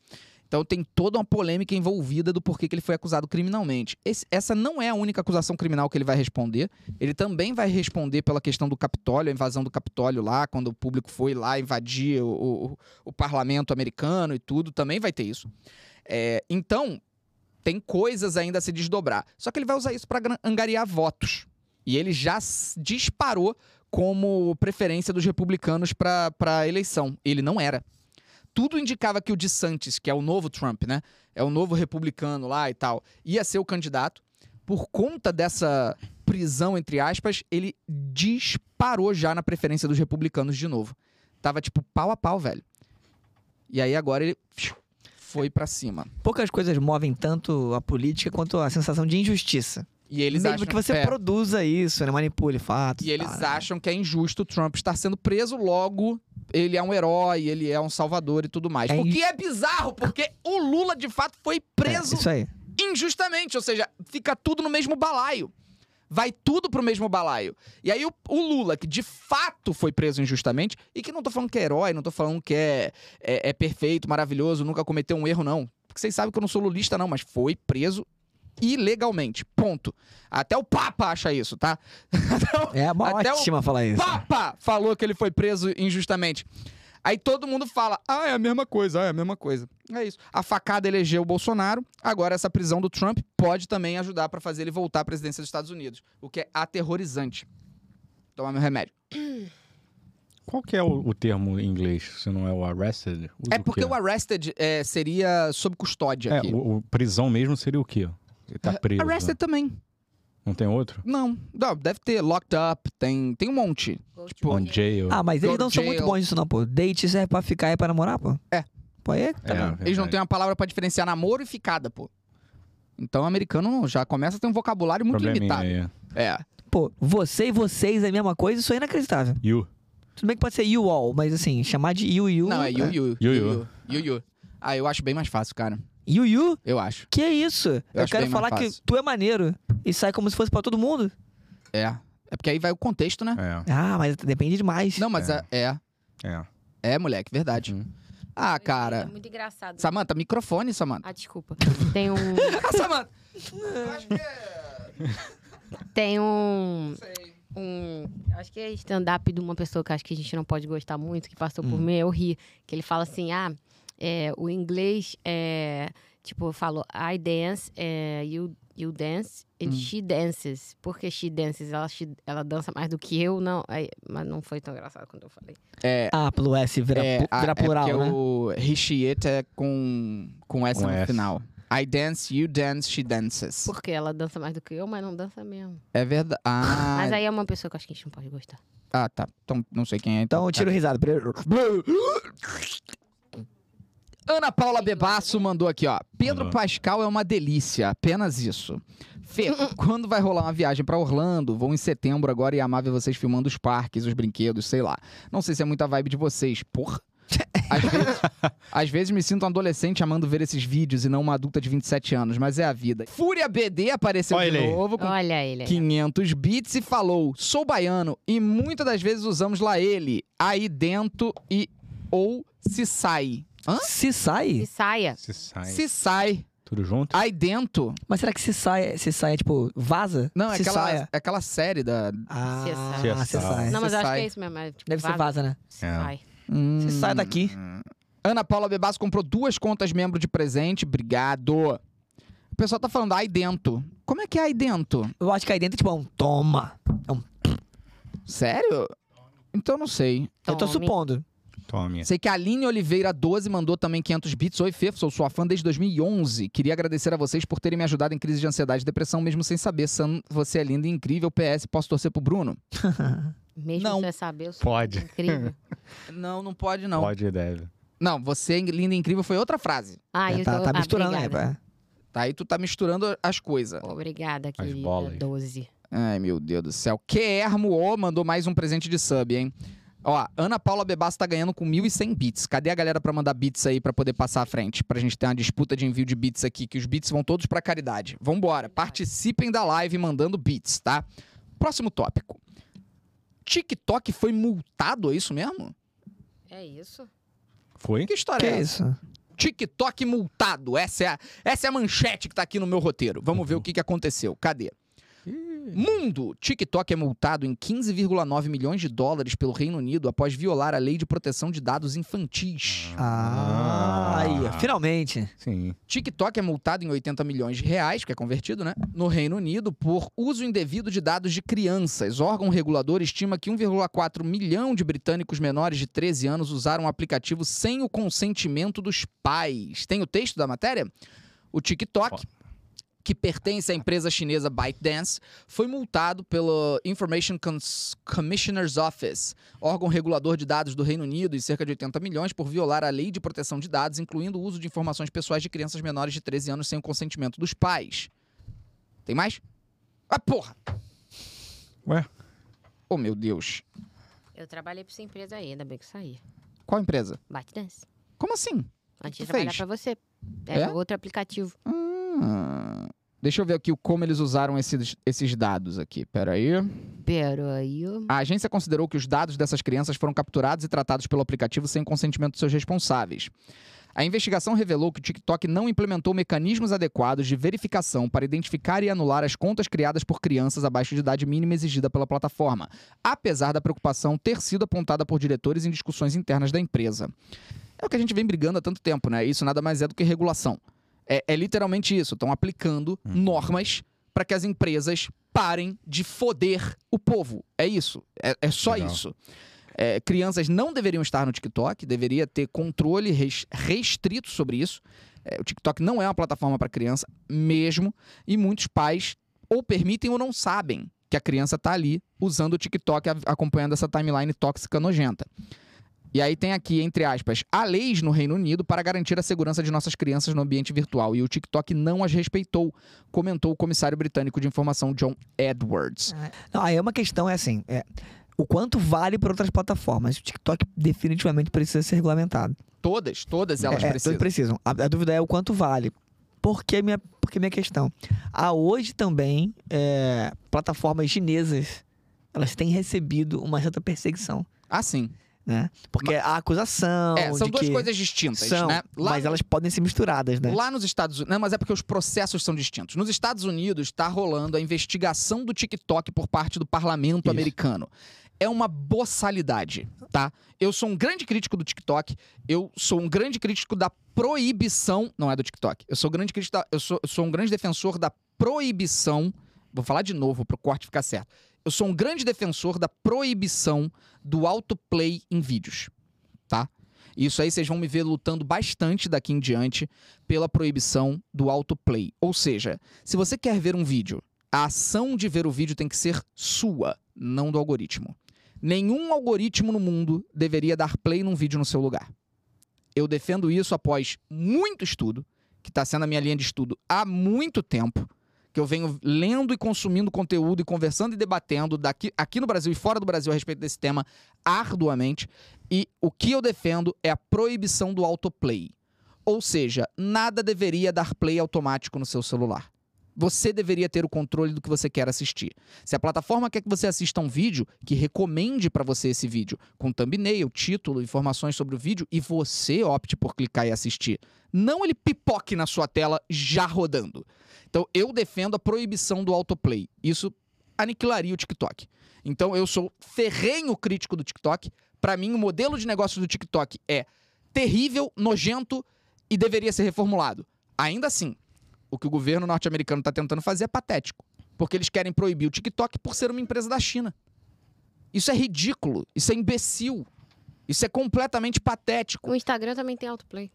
S1: Então tem toda uma polêmica envolvida do porquê que ele foi acusado criminalmente. Esse- essa não é a única acusação criminal que ele vai responder. Ele também vai responder pela questão do Capitólio, a invasão do Capitólio lá, quando o público foi lá invadir o, o- o parlamento americano e tudo. Também vai ter isso. É, então, tem coisas ainda a se desdobrar. Só que ele vai usar isso para angariar votos. E ele já s- disparou como preferência dos republicanos para a eleição. Ele não era. Tudo indicava que o DeSantis, que é o novo Trump, né? É o novo republicano lá e tal, ia ser o candidato. Por conta dessa prisão, entre aspas, ele disparou já na preferência dos republicanos de novo. Tava tipo pau a pau, velho. E aí agora ele fiu, foi pra cima.
S3: Poucas coisas movem tanto a política quanto a sensação de injustiça.
S1: E eles
S3: Mesmo
S1: acham
S3: que você
S1: é.
S3: produza isso, né? Manipule fatos.
S1: E eles
S3: tal, né?
S1: acham que é injusto o Trump estar sendo preso, logo ele é um herói, ele é um salvador e tudo mais.
S3: É
S1: o que é bizarro, porque o Lula de fato foi
S3: É,
S1: preso
S3: isso aí.
S1: injustamente, ou seja, fica tudo no mesmo balaio. Vai tudo pro mesmo balaio. E aí o, o Lula, que de fato foi preso injustamente, e que não tô falando que é herói, não tô falando que é, é, é perfeito, maravilhoso, nunca cometeu um erro, não. Porque vocês sabem que eu não sou lulista, não, mas foi preso ilegalmente. Ponto. Até o Papa acha isso, tá? Até o
S3: É uma
S1: Até o
S3: ótima falar isso.
S1: Papa falou que ele foi preso injustamente. Aí todo mundo fala, ah, é a mesma coisa, ah, é a mesma coisa. É isso. A facada elegeu o Bolsonaro, agora essa prisão do Trump pode também ajudar pra fazer ele voltar à presidência dos Estados Unidos, o que é aterrorizante. Tomar meu remédio.
S2: Qual que é o, o termo em inglês, se não é o arrested? Usa
S1: É porque
S2: quê?
S1: o arrested é, seria sob custódia
S2: É,
S1: aqui.
S2: o, o prisão mesmo seria o quê? Ele tá preso. né?
S1: Arrested também.
S2: Não tem outro?
S1: Não, não, deve ter locked up, tem, tem um monte.
S5: Go to
S1: tipo,
S2: On
S5: jail.
S2: jail.
S3: Ah, mas
S1: Go
S3: eles
S1: to
S3: não são muito
S1: jail.
S3: bons nisso, não, pô. Date serve pra ficar e pra namorar, pô.
S1: É.
S3: Pô, aí é-
S2: É,
S1: Eles não
S2: verdade.
S1: têm uma palavra pra diferenciar namoro e ficada, pô. Então o americano já começa a ter um vocabulário muito
S2: Probleminha
S1: limitado.
S2: aí.
S1: É.
S3: pô, você e vocês é a mesma coisa, isso é inacreditável.
S2: You.
S3: Tudo bem que pode ser you all, mas assim, chamar de you you.
S1: Não, é Yu Yu.
S2: Yu Yu.
S1: Yu Yu. Ah, eu acho bem mais fácil, cara.
S3: You you?
S1: Eu acho.
S3: Que é isso? Eu,
S1: acho
S3: quero
S1: bem mais
S3: falar que
S1: fácil.
S3: tu é maneiro e sai como se fosse pra todo mundo.
S1: É. É porque aí vai o contexto, né?
S2: É,
S3: Ah, mas depende demais.
S1: Não, mas
S2: É.
S1: é. É,
S2: é.
S1: é moleque, verdade.
S2: Uhum.
S1: Ah,
S5: É
S1: cara.
S5: muito engraçado.
S1: Samanta, microfone, Samanta.
S5: Ah, desculpa. Tem um.
S1: Ah, Samanta!
S5: Tem um. Um, acho que é stand-up de uma pessoa que acho que a gente não pode gostar muito, que passou por mim, eu ri. Que ele fala assim: ah, é, o inglês é. Tipo, eu falo I dance, é, you, you dance, and she dances. Porque she dances, ela, she- ela dança mais do que eu, não. aí- mas não foi tão engraçado quando eu falei.
S1: É.
S3: Ah, pelo S vira,
S1: É,
S3: pu-
S1: a-
S3: vira
S1: é
S3: plural,
S1: porque
S3: né?
S1: o Richieta é com, com S
S2: Com
S1: no
S2: S.
S1: final. I dance, you dance, she dances.
S5: Porque ela dança mais do que eu, mas não dança mesmo.
S1: É verdade. Ah,
S5: Mas aí é uma pessoa que eu acho que a gente não pode gostar.
S1: ah, tá. Então, não sei quem é.
S3: Então eu tiro risada. Primeiro.
S1: Ana Paula Bebasso mandou aqui, ó. Pedro
S2: Mandou.
S1: Pascal é uma delícia, apenas isso. Fê,
S5: Uh-uh.
S1: quando vai rolar uma viagem pra Orlando? Vão em setembro agora e amar ver vocês filmando os parques, os brinquedos, sei lá. Não sei se é muita vibe de vocês, porra. Às vezes, às vezes me sinto um adolescente amando ver esses vídeos e não uma adulta de 27 anos, mas é a vida. Fúria BD apareceu
S2: Olha
S1: de
S2: ele aí.
S1: novo com
S5: Olha ele. aí.
S1: 500 bits e falou: sou baiano e muitas das vezes usamos lá ele, aí dentro e ou se sai. Hã?
S3: Se sai?
S5: Se saia.
S2: Se sai.
S1: Se Ah. sai,
S2: Tudo junto?
S1: aí dentro.
S3: Mas será que se sai, se sai é tipo, vaza?
S1: Não, é
S3: se
S1: aquela,
S3: saia.
S1: é aquela série da.
S3: Ah,
S5: Se
S2: sai.
S3: se sai.
S5: Não, mas
S1: se
S5: eu acho
S1: sai.
S5: que é isso mesmo. é tipo,
S3: Deve ser vaza, né?
S5: Se
S2: É.
S5: sai.
S3: Se sai daqui.
S1: Hum. Ana Paula Bebasso comprou duas contas membro de presente. Obrigado. O pessoal tá falando aí dentro. Como é que é aí dentro?
S3: Eu acho que aí dentro, tipo, é um toma.
S1: Sério? Então não sei.
S3: Eu tô
S5: Tome.
S3: supondo.
S2: Tome.
S1: Sei que a Aline Oliveira 12 mandou também 500 bits. Oi, Fefo, sou sua fã desde 2011. Queria agradecer a vocês por terem me ajudado em crise de ansiedade e depressão, mesmo sem saber. Sam, você é linda e incrível. PS, posso torcer pro Bruno?
S5: Mesmo
S1: Não.
S5: sem saber, eu sou
S2: Pode.
S5: incrível.
S1: Não, não pode não.
S2: Pode e deve.
S1: Não, você é linda e incrível foi outra frase.
S5: Ah,
S3: É,
S5: eu
S3: tá,
S5: tô...
S3: tá
S5: ah,
S3: misturando, né?
S5: obrigada.
S3: pá?
S1: Tá aí tu tá misturando as coisas.
S5: Obrigada,
S2: bolas.
S5: querida. 12.
S1: Ai, meu Deus do céu. Quermo O mandou mais um presente de sub, hein? Ó, Ana Paula Bebasso tá ganhando com 1.100 bits. Cadê a galera pra mandar bits aí pra poder passar à frente? Pra gente ter uma disputa de envio de bits aqui, que os bits vão todos pra caridade. Vambora, participem da live mandando bits, tá? Próximo tópico. TikTok foi multado, é isso mesmo?
S5: É isso?
S2: Foi?
S1: Que história
S3: Que
S1: é essa?
S3: isso?
S1: TikTok multado. Essa é, a, essa é a manchete que tá aqui no meu roteiro. Vamos ver o que, que aconteceu. Cadê? Mundo! TikTok é multado em 15,9 milhões de dólares pelo Reino Unido após violar a lei de proteção de dados infantis.
S3: Ah, aí, ó, finalmente.
S2: Sim.
S1: TikTok é multado em 80 milhões de reais, que é convertido, né? No Reino Unido, por uso indevido de dados de crianças. Órgão regulador estima que 1,4 milhão de britânicos menores de 13 anos usaram o aplicativo sem o consentimento dos pais. Tem o texto da matéria? O TikTok. Que pertence à empresa chinesa ByteDance, foi multado pelo Information Cons- Commissioner's Office, órgão regulador de dados do Reino Unido, e cerca de 80 milhões por violar a lei de proteção de dados, incluindo o uso de informações pessoais de crianças menores de 13 anos sem o consentimento dos pais. Tem mais? Ah, porra!
S2: Ué?
S1: Oh, meu Deus.
S5: Eu trabalhei pra essa empresa aí, ainda bem que saí.
S1: Qual empresa?
S5: Bate dance.
S1: Como assim?
S5: Antes
S1: que tu
S5: de trabalhar
S1: fez?
S5: pra você. Era
S1: É?
S5: outro aplicativo.
S1: Ah, deixa eu ver aqui o- como eles usaram esses, esses dados aqui. Peraí.
S5: Pera aí.
S1: A agência considerou que os dados dessas crianças foram capturados e tratados pelo aplicativo sem consentimento dos seus responsáveis. A investigação revelou que o TikTok não implementou mecanismos adequados de verificação para identificar e anular as contas criadas por crianças abaixo de idade mínima exigida pela plataforma, apesar da preocupação ter sido apontada por diretores em discussões internas da empresa. É o que a gente vem brigando há tanto tempo, né? Isso nada mais é do que regulação. É, é literalmente isso. Estão aplicando normas para que as empresas parem de foder o povo. É isso. É, é só
S2: Legal.
S1: isso. É, crianças não deveriam estar no TikTok, deveria ter controle res- restrito sobre isso. É, o TikTok não é uma plataforma para criança mesmo, e muitos pais ou permitem ou não sabem que a criança tá ali usando o TikTok, a- acompanhando essa timeline tóxica nojenta. E aí tem aqui, entre aspas, há leis no Reino Unido para garantir a segurança de nossas crianças no ambiente virtual, e o TikTok não as respeitou, comentou o comissário britânico de informação John Edwards.
S3: Não, aí é uma questão, é assim, é, o quanto vale para outras plataformas. O TikTok definitivamente precisa ser regulamentado.
S1: Todas, todas elas
S3: é, é,
S1: precisam.
S3: todos precisam. A, a dúvida é o quanto vale. Porque minha, porque minha questão. Ah, hoje também, é, plataformas chinesas, elas têm recebido uma certa perseguição,
S1: Ah, sim.
S3: né? Porque a acusação
S1: É, são
S3: de
S1: duas
S3: que
S1: coisas distintas,
S3: são,
S1: né? Lá
S3: mas elas podem ser misturadas, né?
S1: Lá nos Estados Unidos. Não, mas é porque os processos são distintos. Nos Estados Unidos está rolando a investigação do TikTok por parte do parlamento
S2: Isso.
S1: americano. É uma boçalidade, tá? Eu sou um grande crítico do TikTok, eu sou um grande crítico da proibição. Não é do TikTok. Eu sou grande crítico da- eu, sou, eu sou um grande defensor da proibição. Vou falar de novo para o corte ficar certo. Eu sou um grande defensor da proibição do autoplay em vídeos. Tá? Isso aí vocês vão me ver lutando bastante daqui em diante pela proibição do autoplay. Ou seja, se você quer ver um vídeo, a ação de ver o vídeo tem que ser sua, não do algoritmo. Nenhum algoritmo no mundo deveria dar play num vídeo no seu lugar. Eu defendo isso após muito estudo, que está sendo a minha linha de estudo há muito tempo, que eu venho lendo e consumindo conteúdo e conversando e debatendo daqui, aqui no Brasil e fora do Brasil a respeito desse tema arduamente. E o que eu defendo é a proibição do autoplay. Ou seja, nada deveria dar play automático no seu celular. Você deveria ter o controle do que você quer assistir. Se a plataforma quer que você assista um vídeo, que recomende para você esse vídeo, com thumbnail, título, informações sobre o vídeo, e você opte por clicar e assistir. Não ele pipoque na sua tela já rodando. Então eu defendo a proibição do autoplay. Isso aniquilaria o TikTok. Então eu sou ferrenho crítico do TikTok. Para mim, o modelo de negócio do TikTok é terrível, nojento e deveria ser reformulado. Ainda assim, o que o governo norte-americano está tentando fazer é patético. Porque eles querem proibir o TikTok por ser uma empresa da China. Isso é ridículo, isso é imbecil, isso é completamente patético.
S5: O Instagram também tem autoplay.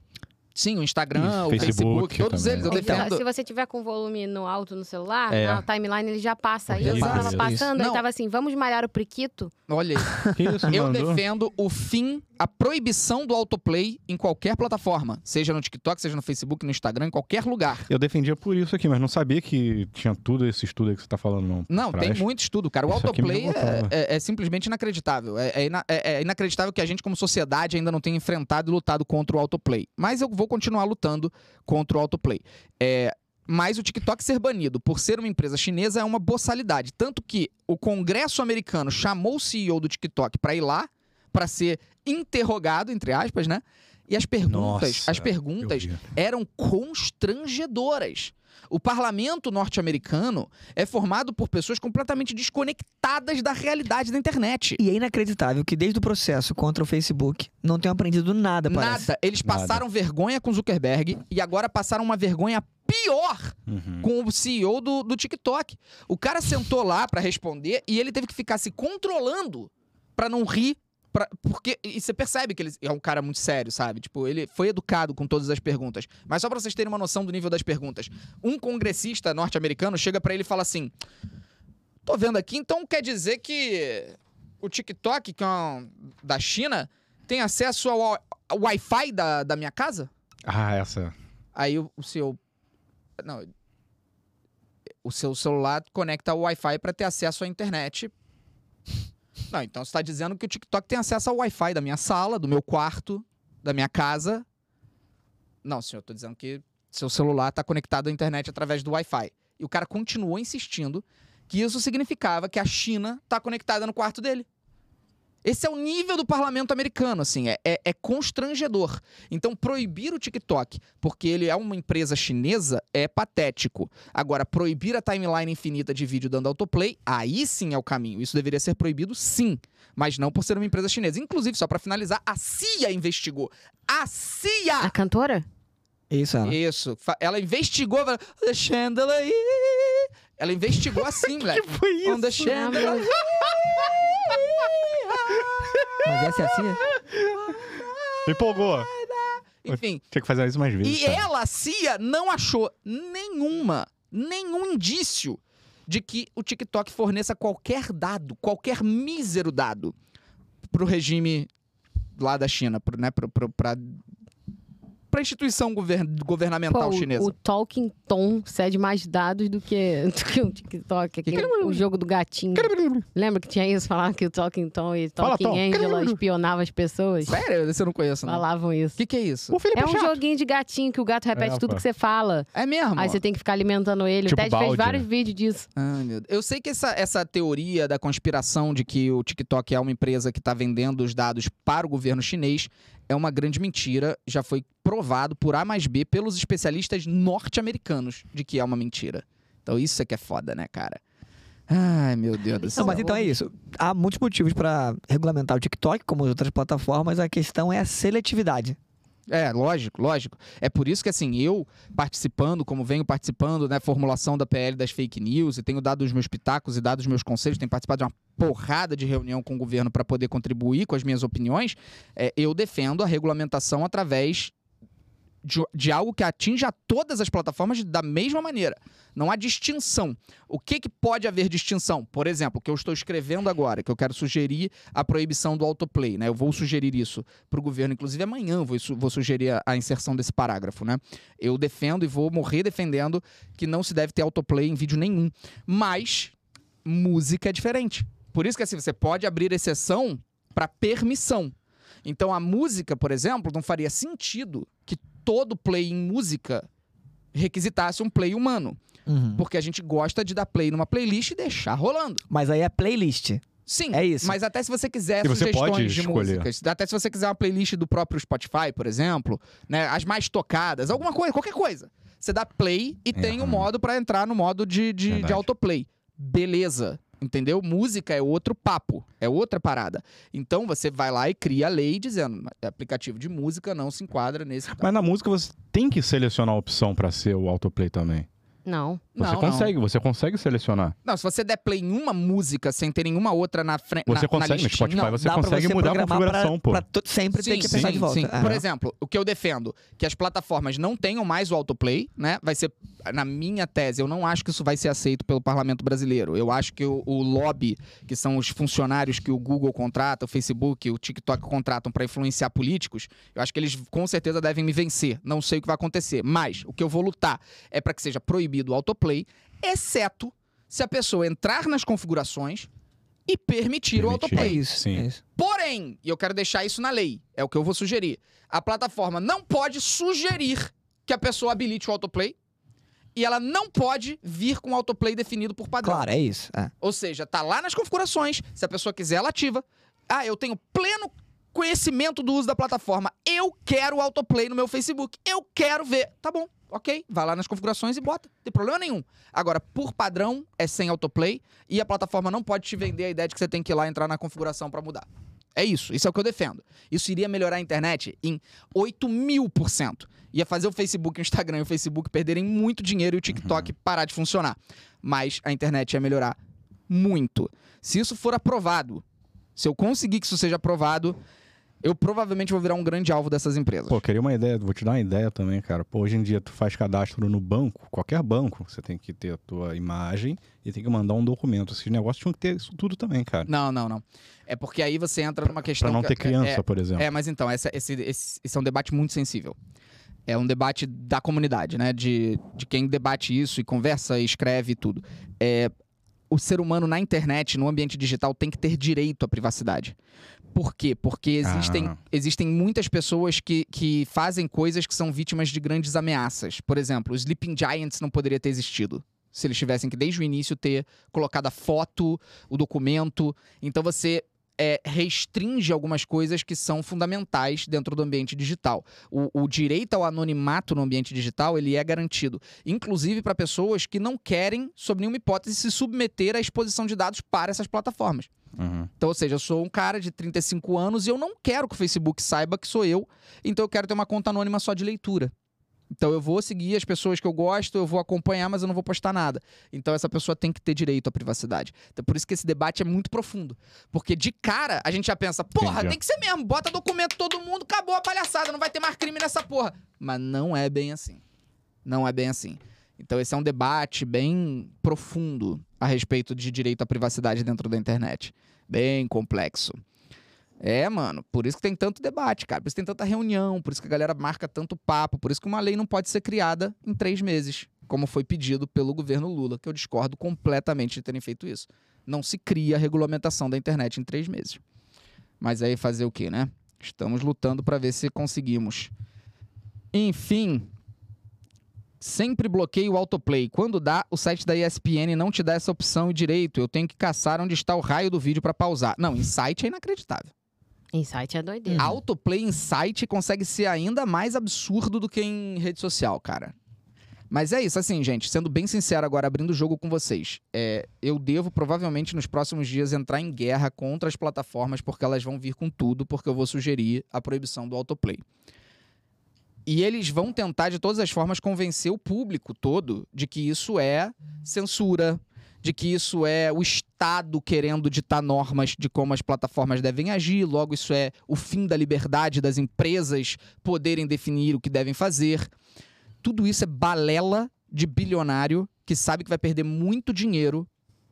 S1: Sim, o Instagram,
S2: Isso,
S1: o
S2: Facebook
S1: Facebook, todos
S2: também.
S1: eles. Eu
S5: Ele já-
S1: defendo.
S5: Então, se você tiver com volume no alto no celular,
S2: É.
S5: na timeline ele já passa. Aí
S2: Já
S5: eu só tava
S2: passa.
S5: passando,
S1: Isso.
S5: ele
S1: Não.
S5: tava assim, vamos malhar o priquito.
S1: Olha aí.
S2: Que isso,
S1: Eu
S2: mandou?
S1: defendo o fim, a proibição do autoplay em qualquer plataforma. Seja no TikTok, seja no Facebook, no Instagram, em qualquer lugar.
S2: Eu defendia por isso aqui, mas não sabia que tinha tudo esse estudo aí que você tá falando, não.
S1: Não,
S2: Pra
S1: tem
S2: esta-
S1: muito estudo, cara. O
S2: Isso aqui me né?
S1: autoplay é,
S2: revoltava.
S1: é- é simplesmente inacreditável. É, é ina- é- é inacreditável que a gente, como sociedade, ainda não tenha enfrentado e lutado contra o autoplay. Mas eu vou continuar lutando contra o autoplay. É, mas o TikTok ser banido por ser uma empresa chinesa é uma boçalidade. Tanto que o Congresso americano chamou o CEO do TikTok para ir lá, para ser interrogado, entre aspas, né? E as perguntas,
S2: Nossa,
S1: as perguntas
S2: Eu vi.
S1: eram constrangedoras. O parlamento norte-americano é formado por pessoas completamente desconectadas da realidade da internet.
S3: E é inacreditável que desde o processo contra o Facebook não tenham aprendido nada, parece.
S1: Nada. Eles
S2: Nada.
S1: passaram vergonha com Zuckerberg e agora passaram uma vergonha pior
S2: Uhum.
S1: com o CEO do, do TikTok. O cara sentou lá pra responder e ele teve que ficar se controlando pra não rir. pra- porque e você percebe que ele é um cara muito sério, sabe? Tipo, ele foi educado com todas as perguntas. Mas só pra vocês terem uma noção do nível das perguntas, um congressista norte-americano chega pra ele e fala assim: "Tô vendo aqui, então quer dizer que o TikTok que é um, da China tem acesso ao, ao Wi-Fi da, da minha casa?"
S2: Ah, essa.
S1: Aí o, o seu. Não. O seu celular conecta ao Wi-Fi para ter acesso à internet. Não, então você está dizendo que o TikTok tem acesso ao Wi-Fi da minha sala, do meu quarto, da minha casa. Não, senhor, eu tô dizendo que seu celular está conectado à internet através do Wi-Fi. E o cara continuou insistindo que isso significava que a China está conectada no quarto dele. Esse é o nível do parlamento americano, assim, é- é- é constrangedor. Então, proibir o TikTok, porque ele é uma empresa chinesa, é patético. Agora, proibir a timeline infinita de vídeo dando autoplay, aí sim é o caminho. Isso deveria ser proibido, sim. Mas não por ser uma empresa chinesa. Inclusive, só pra finalizar, a CIA investigou. A
S5: A
S1: CIA!
S5: cantora?
S3: É Isso, ela.
S1: Isso. Fa- Ela investigou. ela- On the chandelier. Ela investigou assim, moleque.
S3: Foi
S1: On the chandelier.
S3: Mas essa é assim? é?
S2: Me empolgou.
S1: Enfim,
S2: Tinha que fazer isso mais vezes. tá?
S1: E
S5: Tá.
S1: é
S2: cara.
S1: ela, a CIA, não achou nenhuma, nenhum indício de que o TikTok forneça qualquer dado, qualquer mísero dado pro regime lá da China, pro, né, pro, pro, pra, pra instituição govern-
S5: Pô,
S1: governamental chinesa.
S5: o, o Talking Tom cede mais dados do que, do que o TikTok. Aquele, o jogo do gatinho. Lembra que tinha isso? Falavam que o Talking Tom e
S2: Fala,
S5: Talking
S2: Tom.
S5: Angela espionavam as pessoas.
S1: Sério? Esse eu não conheço, não.
S5: Falavam
S1: O
S5: isso.
S1: que, que é isso?
S2: O Felipe
S5: É um
S2: chato.
S5: joguinho de gatinho que o gato repete
S2: É,
S5: tudo
S2: pô.
S5: que você fala.
S1: É mesmo?
S5: Aí você tem que ficar alimentando ele.
S2: Tipo
S5: o Ted
S2: balde,
S5: fez vários
S2: né?
S5: vídeos disso.
S1: Ai, meu Deus. Eu sei que essa, essa teoria da conspiração de que o TikTok é uma empresa que está vendendo os dados para o governo chinês é uma grande mentira. Já foi provado por A mais B pelos especialistas norte-americanos de que é uma mentira. Então isso é que é foda, né, cara? Ai, meu Deus do
S3: Não,
S1: céu.
S3: mas então é isso. Há muitos motivos pra regulamentar o TikTok, como as outras plataformas. A questão é a seletividade.
S1: É, lógico, lógico. É por isso que, assim, eu participando, como venho participando, né, formulação da PL das fake news, e tenho dado os meus pitacos e dado os meus conselhos, tenho participado de uma porrada de reunião com o governo para poder contribuir com as minhas opiniões, é, eu defendo a regulamentação através de, de algo que atinja todas as plataformas da mesma maneira. Não há distinção. O que, que pode haver distinção? Por exemplo, o que eu estou escrevendo agora, que eu quero sugerir a proibição do autoplay, né? Eu vou sugerir isso para o governo, inclusive amanhã eu vou, su- vou sugerir a, a inserção desse parágrafo, né? Eu defendo e vou morrer defendendo que não se deve ter autoplay em vídeo nenhum. Mas música é diferente. Por isso que assim, você pode abrir exceção para permissão. Então a música, por exemplo, não faria sentido que todo play em música requisitasse um play humano.
S3: Uhum.
S1: Porque a gente gosta de dar play numa playlist e deixar rolando.
S3: Mas aí é playlist.
S1: Sim.
S3: É isso.
S1: Mas até se você quiser
S2: E você
S1: sugestões
S2: pode
S1: de
S2: escolher.
S1: músicas, até se você quiser uma playlist do próprio Spotify, por exemplo, né, as mais tocadas, alguma coisa, qualquer coisa. Você dá play e tem um
S2: aham.
S1: modo pra entrar no modo de, de, de
S2: É, hum. Verdade.
S1: autoplay. Beleza. Entendeu? Música é outro papo, é outra parada. Então você vai lá e cria a lei dizendo: aplicativo de música não se enquadra nesse.
S2: Mas na música você tem que selecionar a opção pra ser o autoplay também.
S5: Não.
S2: Você
S1: não, não.
S2: consegue, você consegue selecionar.
S1: Não, se você der play em uma música sem ter nenhuma outra na frente.
S2: Você
S1: na, na
S2: consegue no
S1: listinha,
S2: Spotify,
S1: não.
S2: você
S3: Dá pra
S2: consegue
S3: você
S2: mudar a
S3: programar
S2: configuração,
S3: pra,
S2: pô.
S3: pra tu- sempre ter que
S1: Sim,
S3: apertar de volta.
S1: sim.
S3: É.
S1: Por exemplo, o que eu defendo, que as plataformas não tenham mais o autoplay, né? Vai ser, na minha tese, eu não acho que isso vai ser aceito pelo parlamento brasileiro. Eu acho que o, o lobby, que são os funcionários que o Google contrata, o Facebook, o TikTok contratam para influenciar políticos, eu acho que eles com certeza devem me vencer. Não sei o que vai acontecer. Mas o que eu vou lutar é para que seja proibido o autoplay, exceto se a pessoa entrar nas configurações e permitir o
S2: Permitir.
S3: é
S1: autoplay.
S3: isso.
S2: Sim.
S3: é isso.
S1: Porém, e eu quero deixar isso na lei, é o que eu vou sugerir. A plataforma não pode sugerir que a pessoa habilite o autoplay e ela não pode vir com o autoplay definido por padrão.
S3: Claro, é isso. é.
S1: Ou seja, tá lá nas configurações, se a pessoa quiser, ela ativa. Ah, eu tenho pleno conhecimento do uso da plataforma. Eu quero o autoplay no meu Facebook. Eu quero ver. Tá bom, ok. Vai lá nas configurações e bota. Não tem problema nenhum. Agora, por padrão, é sem autoplay e a plataforma não pode te vender a ideia de que você tem que ir lá entrar na configuração pra mudar. É isso, isso é o que eu defendo. Isso iria melhorar a internet em 8 mil por cento. Ia fazer o Facebook, o Instagram e o Facebook perderem muito dinheiro e o
S2: Uhum.
S1: TikTok parar de funcionar. Mas a internet ia melhorar muito. Se isso for aprovado, se eu conseguir que isso seja aprovado, eu provavelmente vou virar um grande alvo dessas empresas.
S2: Pô, queria uma ideia, vou te dar uma ideia também, cara. Pô, hoje em dia tu faz cadastro no banco, qualquer banco, você tem que ter a tua imagem e tem que mandar um documento. Esses negócios tinham que ter isso tudo também, cara.
S1: Não, não, não. É porque aí você entra numa questão.
S2: Pra não
S1: que-
S2: ter
S1: é-
S2: criança,
S1: é-
S2: por exemplo.
S1: É, mas então, essa- esse, esse- esse é um debate muito sensível. É um debate da comunidade, né? De, de quem debate isso e conversa e escreve e tudo. É, o ser humano na internet, no ambiente digital, tem que ter direito à privacidade. Por quê? Porque existem,
S2: Ah.
S1: existem muitas pessoas que, que fazem coisas que são vítimas de grandes ameaças. Por exemplo, o Sleeping Giants não poderia ter existido. Se eles tivessem que, desde o início, ter colocado a foto, o documento. Então você é, restringe algumas coisas que são fundamentais dentro do ambiente digital. O, o direito ao anonimato no ambiente digital ele é garantido, inclusive para pessoas que não querem, sob nenhuma hipótese, se submeter à exposição de dados para essas plataformas.
S2: Uhum.
S1: Então, ou seja, eu sou um cara de 35 anos e eu não quero que o Facebook saiba que sou eu, então eu quero ter uma conta anônima só de leitura. Então eu vou seguir as pessoas que eu gosto, eu vou acompanhar, mas eu não vou postar nada. Então essa pessoa tem que ter direito à privacidade. Então por isso que esse debate é muito profundo. Porque de cara a gente já pensa, porra,
S2: Entendi.
S1: tem que ser mesmo, bota documento todo mundo, acabou a palhaçada, não vai ter mais crime nessa porra. Mas não é bem assim. Não é bem assim. Então esse é um debate bem profundo a respeito de direito à privacidade dentro da internet. Bem complexo. É, mano, por isso que tem tanto debate, cara. Por isso que tem tanta reunião, por isso que a galera marca tanto papo, por isso que uma lei não pode ser criada em três meses, como foi pedido pelo governo Lula, que eu discordo completamente de terem feito isso. Não se cria a regulamentação da internet em três meses. Mas aí fazer o quê, né? Estamos lutando para ver se conseguimos. Enfim, Sempre bloqueio o autoplay. Quando dá, o site da ESPN não te dá essa opção e direito. Eu tenho que caçar onde está o raio do vídeo para pausar. Não, em site é inacreditável.
S5: Insight é doideira.
S1: Autoplay em site consegue ser ainda mais absurdo do que em rede social, cara. Mas é isso, assim, gente, sendo bem sincero agora, abrindo o jogo com vocês. é, eu devo, provavelmente, nos próximos dias, entrar em guerra contra as plataformas, porque elas vão vir com tudo, porque eu vou sugerir a proibição do autoplay. E eles vão tentar, de todas as formas, convencer o público todo de que isso é censura, de que isso é o Estado querendo ditar normas de como as plataformas devem agir, logo, isso é o fim da liberdade das empresas poderem definir o que devem fazer. Tudo isso é balela de bilionário que sabe que vai perder muito dinheiro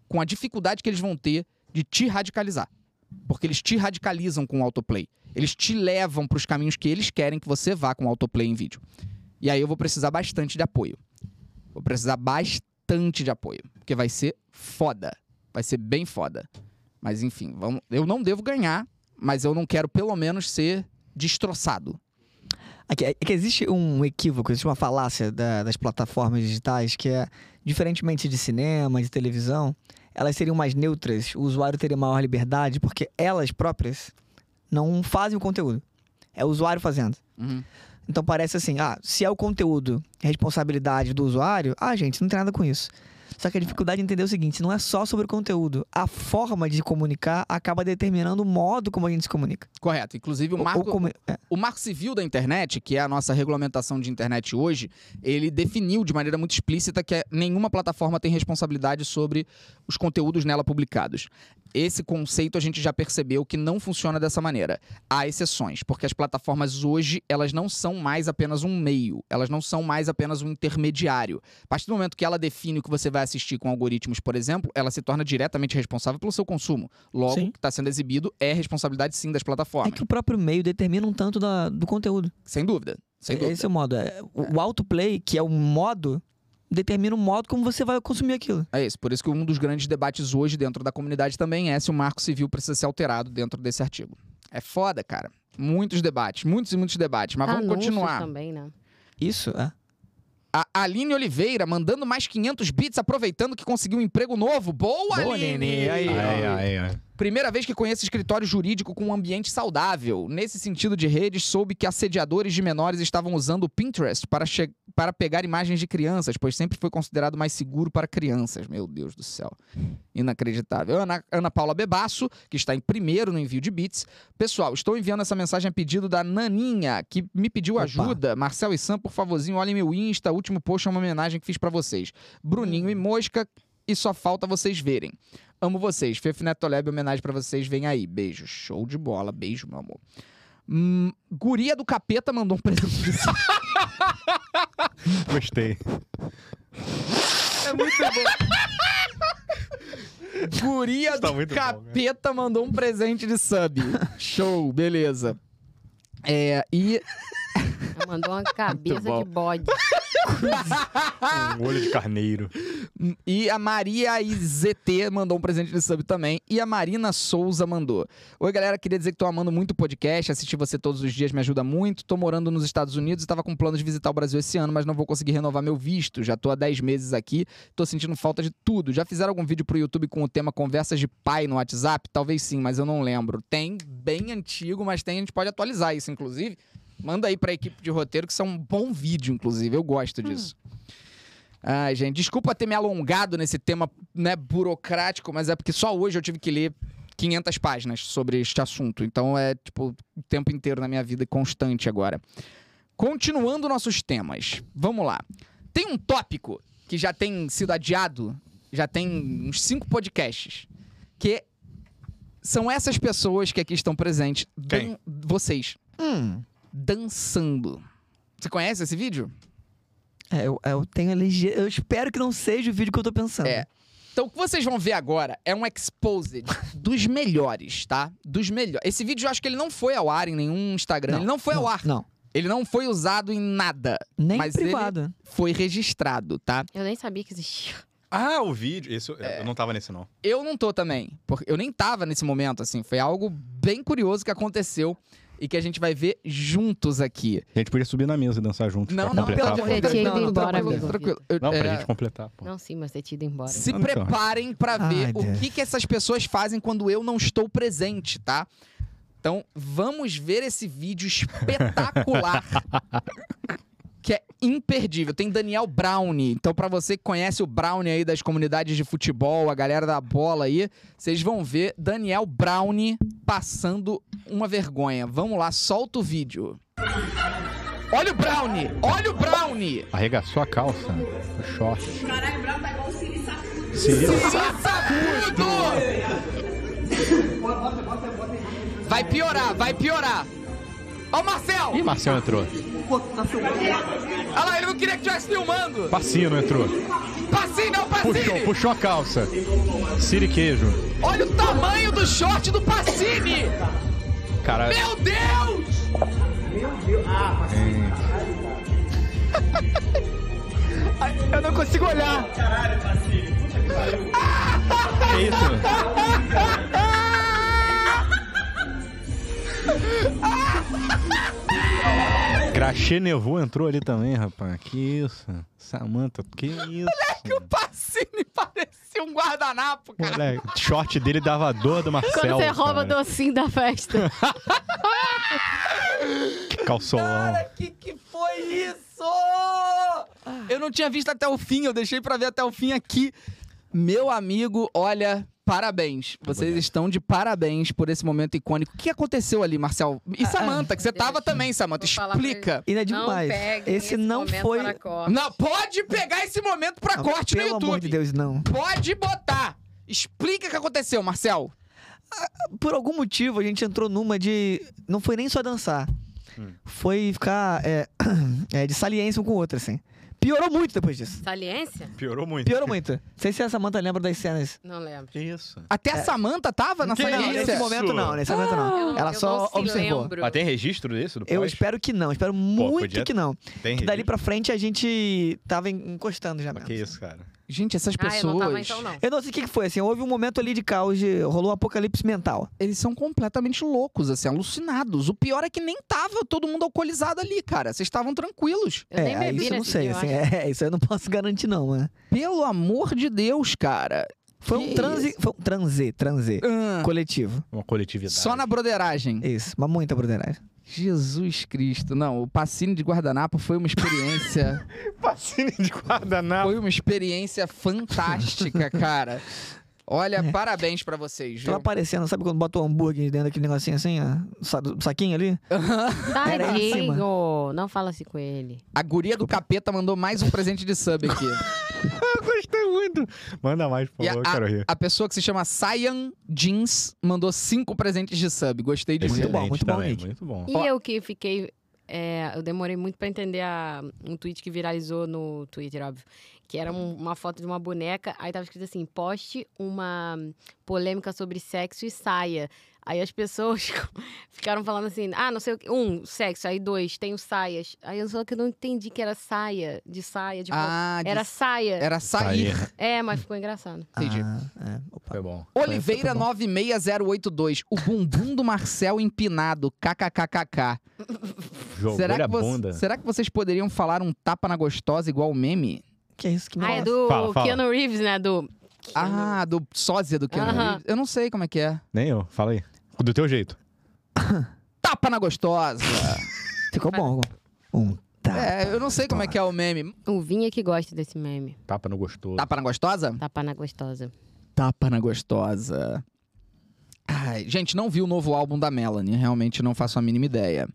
S1: com a dificuldade que eles vão ter de te radicalizar. Porque eles te radicalizam com o autoplay. Eles te levam para os caminhos que eles querem que você vá com o autoplay em vídeo. E aí eu vou precisar bastante de apoio. Vou precisar bastante de apoio. Porque vai ser foda. Vai ser bem foda. Mas enfim, vamos... eu não devo ganhar, mas eu não quero pelo menos ser destroçado.
S3: É que, é que existe um equívoco, existe uma falácia da- das plataformas digitais que é, diferentemente de cinema, de televisão, elas seriam mais neutras, o usuário teria maior liberdade, porque elas próprias não fazem o conteúdo. É o usuário fazendo.
S1: Uhum.
S3: Então parece assim, ah, se é o conteúdo responsabilidade do usuário, ah, gente, não tem nada com isso. Só que a dificuldade de entender é o seguinte, não é só sobre o conteúdo. A forma de comunicar acaba determinando o modo como a gente se comunica.
S1: Correto. Inclusive, o
S3: Ou- ou
S1: Marco,
S3: como- é.
S1: O Marco Civil da Internet, que é a nossa regulamentação de internet hoje, ele definiu de maneira muito explícita que é, nenhuma plataforma tem responsabilidade sobre os conteúdos nela publicados. Esse conceito a gente já percebeu que não funciona dessa maneira. Há exceções, porque as plataformas hoje, elas não são mais apenas um meio, elas não são mais apenas um intermediário. A partir do momento que ela define o que você vai assistir com algoritmos, por exemplo, ela se torna diretamente responsável pelo seu consumo. Logo,
S3: Sim.
S1: o que está sendo exibido é responsabilidade sim das plataformas.
S3: É que o próprio meio determina um tanto da- do conteúdo.
S1: Sem dúvida, sem dúvida.
S3: Esse é o modo. É, o o autoplay, que é o modo, determina o modo como você vai consumir aquilo.
S1: É isso. Por isso que um dos grandes debates hoje dentro da comunidade também é se o marco civil precisa ser alterado dentro desse artigo. É foda, cara. Muitos debates, muitos e muitos debates. Mas vamos
S5: Anúncios
S1: continuar.
S5: também, né?
S3: Isso, é.
S1: A Aline Oliveira mandando mais 500 bits, aproveitando que conseguiu um emprego novo. Boa,
S3: Boa,
S1: Aline!
S3: Nene. Aí,
S2: Ai, ai, ai.
S1: Primeira vez que conheço escritório jurídico com um ambiente saudável. Nesse sentido de redes, soube que assediadores de menores estavam usando o Pinterest para, che- para pegar imagens de crianças, pois sempre foi considerado mais seguro para crianças. Meu Deus do céu. Inacreditável. Ana, Ana Paula Bebasso, que está em primeiro no envio de bits. Pessoal, estou enviando essa mensagem a pedido da Naninha, que me pediu
S3: Opa.
S1: ajuda. Marcel e Sam, por favorzinho, olhem meu Insta. O último post é uma homenagem que fiz para vocês. Bruninho e Mosca, e só falta vocês verem. Amo vocês. Fefe Neto Leb, homenagem pra vocês. Vem aí. Beijo. Show de bola. Beijo, meu amor. Hum, guria do Capeta mandou um presente. de São-
S2: Gostei.
S1: é muito bom. Guria
S2: Tá
S1: do
S2: muito bom,
S1: Capeta mandou um presente de sub. Show, beleza. É, e
S5: Ela Mandou uma cabeça
S2: bom.
S5: de bode.
S1: Ah.
S2: Um olho de carneiro.
S1: E a Maria IZT mandou um presente de sub também. E a Marina Souza mandou. Oi, galera. Queria dizer que tô amando muito o podcast. Assistir você todos os dias me ajuda muito. Tô morando nos Estados Unidos e tava com plano de visitar o Brasil esse ano, mas não vou conseguir renovar meu visto. Já tô há 10 meses aqui. Tô sentindo falta de tudo. Já fizeram algum vídeo pro YouTube com o tema Conversas de Pai no WhatsApp? Talvez sim, mas eu não lembro. Tem bem antigo, mas tem. A gente pode atualizar isso, inclusive. Manda aí pra equipe de roteiro, que isso é um bom vídeo, inclusive. Eu gosto disso. Ai, gente, desculpa ter me alongado nesse tema né, burocrático, mas é porque só hoje eu tive que ler 500 páginas sobre este assunto. Então é, tipo, o tempo inteiro na minha vida constante agora. Continuando nossos temas, vamos lá. Tem um tópico que já tem sido adiado, já tem uns cinco podcasts, que são essas pessoas que aqui estão presentes, dan- vocês,
S3: Hum.
S1: dançando. Você conhece esse vídeo?
S3: É, eu, eu tenho alergia. Eu espero que não seja o vídeo que eu tô pensando.
S1: É. Então, o que vocês vão ver agora é um exposed dos melhores, tá? Dos melhores. Esse vídeo eu acho que ele não foi ao ar em nenhum Instagram. ele não foi ao ar.
S3: Não.
S1: Ele não foi usado em nada.
S3: Nem
S1: Mas
S3: privado.
S1: Foi registrado, tá?
S5: Eu nem sabia que existia.
S2: Ah, o vídeo. Esse, eu-
S1: É.
S2: Eu não tava nesse, não.
S1: Eu não tô também. Porque eu nem tava nesse momento, assim. Foi algo bem curioso que aconteceu e que a gente vai ver juntos aqui.
S2: A gente podia subir na mesa e dançar junto.
S1: Não,
S2: pra
S1: não,
S2: completar.
S1: pelo
S2: a
S1: amor
S2: foto.
S1: de
S5: Eu tinha ido
S1: Deus. Não,
S5: embora,
S1: tranquilo,
S5: amigo.
S1: tranquilo. Eu-
S2: É Não, pra
S1: é,
S2: gente completar, pô.
S5: Não, sim, mas ter tido embora.
S1: Se
S2: Então.
S1: preparem pra
S3: Ai,
S1: ver o
S3: Deus.
S1: que, que essas pessoas fazem quando eu não estou presente, tá? Então, vamos ver esse vídeo espetacular. que é imperdível. Tem Daniel Browne. Então, pra você que conhece o Browne aí das comunidades de futebol, a galera da bola aí, vocês vão ver Daniel Browne passando uma vergonha. Vamos lá, solta o vídeo. Olha o brownie! Olha o brownie!
S2: Arregaçou a calça, o short.
S1: Siri Sacudo! Vai piorar, vai piorar. Ó o Marcel!
S2: Ih, Marcel entrou.
S1: Olha lá, ele não queria que tivesse filmando.
S2: Passino entrou.
S1: Passinho, não,
S2: Puxou,
S1: Passini!
S2: puxou a calça. Siri queijo.
S1: Olha o tamanho do short do Passini!
S2: Cara,
S1: Meu Deus!
S3: Eu não consigo olhar.
S2: que isso? Graxê Nevu entrou ali também, rapaz. Que isso? Samanta, que isso?
S1: Passini parecia um guardanapo, cara.
S2: Moleque, o short dele dava dor do Marcel.
S5: Quando você rouba o
S2: cara.
S5: docinho da festa.
S2: Calçolão.
S1: Cara, que que foi isso? Ah. Eu não tinha visto até o fim, eu deixei pra ver até o fim aqui. Meu amigo, olha, parabéns. Vocês estão de parabéns por esse momento icônico. O que aconteceu ali, Marcel? E Samanta, que você tava também, Samanta,
S5: Vou falar
S1: explica.
S3: E não é
S5: Não
S3: demais.
S5: peguem
S3: esse não
S5: momento
S3: foi.
S5: para corte.
S1: Não, pode pegar esse momento pra
S3: Ah,
S1: corte no
S3: Pelo amor
S1: YouTube.
S3: de Deus, não.
S1: Pode botar. Explica o que aconteceu, Marcel.
S3: Por algum motivo, a gente entrou numa de. Não foi nem só dançar.
S1: Hum.
S3: Foi ficar é, é, de saliência um com o outro, assim. Piorou muito depois disso.
S5: Saliência?
S2: Piorou muito.
S3: Piorou muito. Não sei se a Samanta lembra das cenas.
S5: Não lembro.
S2: Isso.
S1: Até a Samanta tava na
S2: Que
S3: Não,
S1: saliência.
S2: isso?
S3: nesse momento não, nesse momento não.
S5: Eu não-
S3: Ela
S5: Ah, eu
S3: só
S5: não se
S3: observou.
S5: lembro.
S2: Mas Ah, tem registro disso? Do
S3: Eu
S2: pós?
S3: espero que não, espero muito
S2: podia-
S3: que não.
S2: Tem
S3: Que
S2: registro.
S3: dali pra frente a gente tava en- encostando já
S2: Mas
S3: mesmo.
S2: Ah, que isso, cara.
S1: Gente, essas
S5: Ah, eu não
S1: pessoas,
S5: tava então, não.
S3: Eu não sei o que que foi, assim, houve um momento ali de caos, de- rolou um apocalipse mental.
S1: eles são completamente loucos, assim, alucinados. O pior é que nem tava todo mundo alcoolizado ali, cara. Vocês estavam tranquilos.
S5: Eu nem
S3: é,
S5: bebi
S3: isso eu não
S5: nesse
S3: sei,
S5: dia, eu
S3: assim,
S5: acho.
S3: é, isso eu não posso garantir não, né?
S1: Pelo amor de Deus, cara.
S3: Foi um
S1: Que
S3: transe, foi um transe, transe,
S1: Ahn,
S3: coletivo.
S2: Uma coletividade.
S1: só na broderagem.
S3: Isso, mas muita broderagem.
S1: Jesus Cristo. Não, o passinho de guardanapo foi uma experiência.
S2: Passine de guardanapo.
S1: foi uma experiência fantástica, cara. Olha, parabéns pra vocês, viu?
S3: Tava aparecendo, sabe quando bota o hambúrguer dentro daquele negocinho assim, ó, sa- do saquinho ali? Era é em cima.
S5: Tadinho, não fala assim com ele.
S1: A guria do capeta mandou mais um presente de sub aqui.
S2: Eu gostei muito. Manda mais, por
S1: E a,
S2: favor, eu quero rir.
S1: a pessoa que se chama Cyan Jeans mandou cinco presentes de sub. Gostei
S2: é
S1: de ver.
S3: Muito bom, muito bom,
S2: também,
S3: Nick.
S2: Muito bom.
S5: E eu que fiquei. é, eu demorei muito pra entender a- um tweet que viralizou no Twitter, óbvio. Que era um- uma foto de uma boneca, aí tava escrito assim: poste uma polêmica sobre sexo e saia. Aí as pessoas ficaram falando assim: ah, não sei o que. Um, sexo. Aí dois, tenho saias. Aí eu só que eu não entendi que era saia, de saia, de roupa.
S1: Ah, de-
S5: Era saia.
S1: era sair.
S5: É, mas ficou engraçado.
S1: Entendi.
S3: Ah, é. Opa.
S2: Foi bom.
S1: Oliveira
S3: Foi, foi
S1: 96082. O bumbum do Marcel empinado. KKKKK.
S2: Jogou
S1: Será
S2: ele a
S1: que, vo-
S2: bunda.
S1: será que vocês poderiam falar um tapa na gostosa igual o meme?
S3: Que isso, que
S5: Ah, é
S3: merda.
S5: do
S2: Fala, fala.
S5: Keanu Reeves, né? Do.
S1: Ah, do sósia do Keanu
S5: Aham.
S1: Reeves. Eu não sei como é que é.
S2: Nem eu. Fala aí. Do teu jeito.
S1: Tapa na gostosa.
S3: Ficou bom. Um tapa.
S1: é, eu não sei como é que é o meme.
S5: O Vinha que gosta desse meme.
S2: Tapa no gostoso.
S1: Tapa na gostosa?
S5: Tapa na gostosa.
S1: Tapa na gostosa. Ai, gente, não vi o novo álbum da Melanie. Realmente não faço a mínima ideia.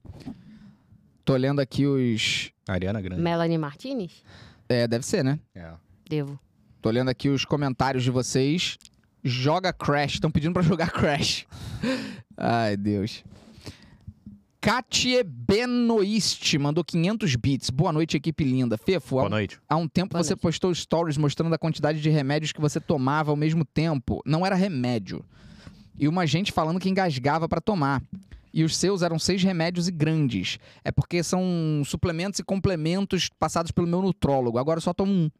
S1: Tô olhando aqui os.
S2: Ariana Grande.
S5: Melanie Martinez?
S1: É, deve ser, né?
S2: É.
S5: Devo.
S1: Tô olhando aqui os comentários de vocês. Joga Crash. Estão pedindo pra jogar Crash. Ai, Deus. Katie Benoist mandou 500 bits. Boa noite, equipe linda. Fefo, há
S2: Boa
S1: um,
S2: noite.
S1: há um tempo
S5: Boa
S1: você
S5: noite.
S1: postou stories mostrando a quantidade de remédios que você tomava ao mesmo tempo. Não era remédio. E uma gente falando que engasgava pra tomar. E os seus eram seis remédios e grandes. É porque são suplementos e complementos passados pelo meu nutrólogo. Agora eu só tomo um.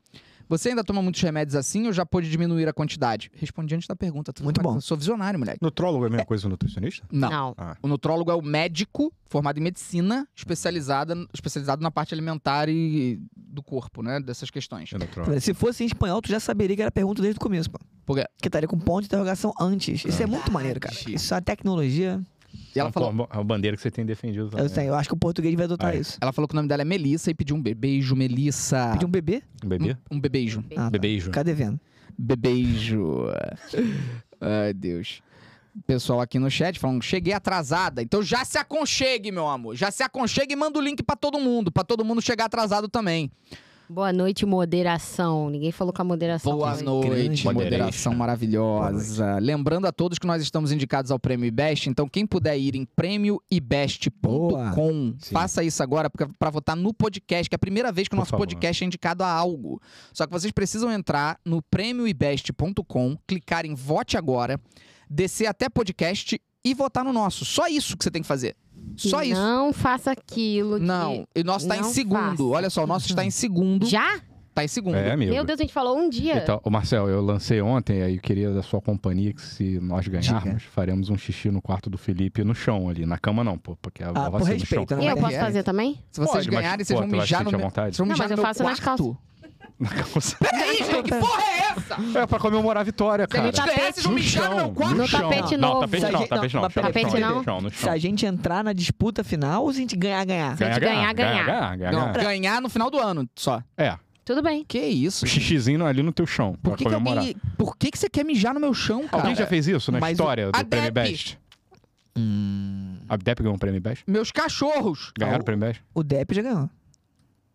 S1: Você ainda toma muitos remédios assim ou já pôde diminuir a quantidade? Respondi antes da pergunta. Tô
S3: Muito bom.
S1: Eu Sou visionário, moleque.
S2: Nutrólogo é a mesma coisa que nutricionista?
S1: Não.
S5: Não.
S1: O nutrólogo é o médico formado em medicina, especializada, especializado na parte alimentar e do corpo, né? Dessas questões.
S2: É nutrólogo.
S3: Pera, Se fosse em espanhol, tu já saberia que era pergunta desde o começo, pô.
S1: Por quê?
S3: Que estaria com ponto de interrogação antes. Isso é muito maneiro, cara.
S1: Verdade.
S3: Isso é uma tecnologia.
S1: E ela falou,
S2: É uma bandeira que você tem defendido também.
S3: Eu, sei, eu acho que o português vai adotar
S2: Aí.
S3: isso.
S1: ela falou que o nome dela é Melissa e pediu um bebeijo, Melissa.
S3: Pedir um bebê?
S2: Um bebê?
S1: Um bebeijo.
S3: Ah, tá.
S2: Bebeijo.
S3: Ficar devendo.
S1: Bebeijo. Ai, Deus. pessoal aqui no chat falando, cheguei atrasada. Então já se aconchegue, meu amor. Já se aconchegue e manda o link pra todo mundo, pra todo mundo chegar atrasado também.
S5: Boa noite, moderação. Ninguém falou com a moderação.
S1: Boa
S5: também.
S1: noite,
S2: Grande
S1: moderação
S2: moderation.
S1: maravilhosa. Lembrando a todos que nós estamos indicados ao Prêmio IBEST, então quem puder ir em prêmioibest.com,
S2: Sim.
S1: faça isso agora porque- pra votar no podcast, que é a primeira vez que o
S2: Por
S1: nosso
S2: favor.
S1: podcast é indicado a algo. Só que vocês precisam entrar no prêmioibest.com, clicar em vote agora, descer até podcast e votar no nosso. Só isso que você tem que fazer. Só isso.
S5: Não faça aquilo que...
S1: Não, e o nosso tá em
S5: não
S1: segundo.
S5: faça.
S1: Olha só, o nosso está em segundo.
S5: Já?
S1: Tá em segundo.
S2: É, amigo.
S5: Meu Deus, a gente falou um dia.
S2: Então, ô Marcel, eu lancei ontem, aí eu queria da sua companhia que se nós ganharmos, faremos um xixi no quarto do Felipe no chão ali. Na cama não, pô, porque a
S3: Ah,
S2: vai
S3: por
S2: ser no
S3: respeito, é,
S2: chão.
S5: E
S3: não
S5: eu
S3: vai
S5: posso
S3: ter-
S5: fazer também?
S1: Se vocês
S2: Pode, mas,
S1: ganharem, vocês
S2: pô,
S1: vão
S2: tu vai
S1: mijar no
S2: sentir à
S1: meu...
S2: vontade?
S1: Vocês vão
S5: Não,
S1: mijar
S5: mas
S1: no
S5: eu
S1: meu
S5: faço nas
S1: quarto.
S2: Na calça.
S1: Peraí, gente, que porra é essa?
S2: É pra comemorar a vitória,
S1: Se a
S2: cara.
S1: gente ganhar, vocês vão
S2: No
S1: mijar no meu
S2: chão,
S1: quarto?
S5: tá No
S2: chão.
S5: tapete
S2: não,
S5: novo.
S2: Tapete
S3: Se a
S2: não,
S3: gente-
S2: tapete não,
S3: não,
S2: chão,
S5: tapete
S2: chão,
S5: não.
S2: chão, no
S3: Se
S2: chão.
S3: a gente entrar na disputa final, ou se a gente ganhar, ganhar.
S5: Se a gente ganhar, ganhar.
S2: ganhar, ganhar,
S1: Não,
S2: ganhar.
S1: ganhar no final do ano só.
S2: É,
S5: Tudo bem.
S1: Que isso?
S2: o xixizinho ali no teu chão,
S1: Por
S2: pra
S1: que, que
S2: comemorar.
S1: alguém. Por que, que você quer mijar no meu chão, cara?
S2: Alguém já fez isso na
S1: mas o-
S2: história
S1: a
S2: do Prêmio
S1: Depp.
S2: Best?
S3: Hum,
S2: A Depp ganhou o Prêmio Best?
S1: Meus cachorros.
S2: Ganharam
S3: o-
S2: o Prêmio Best?
S3: o Depp já ganhou.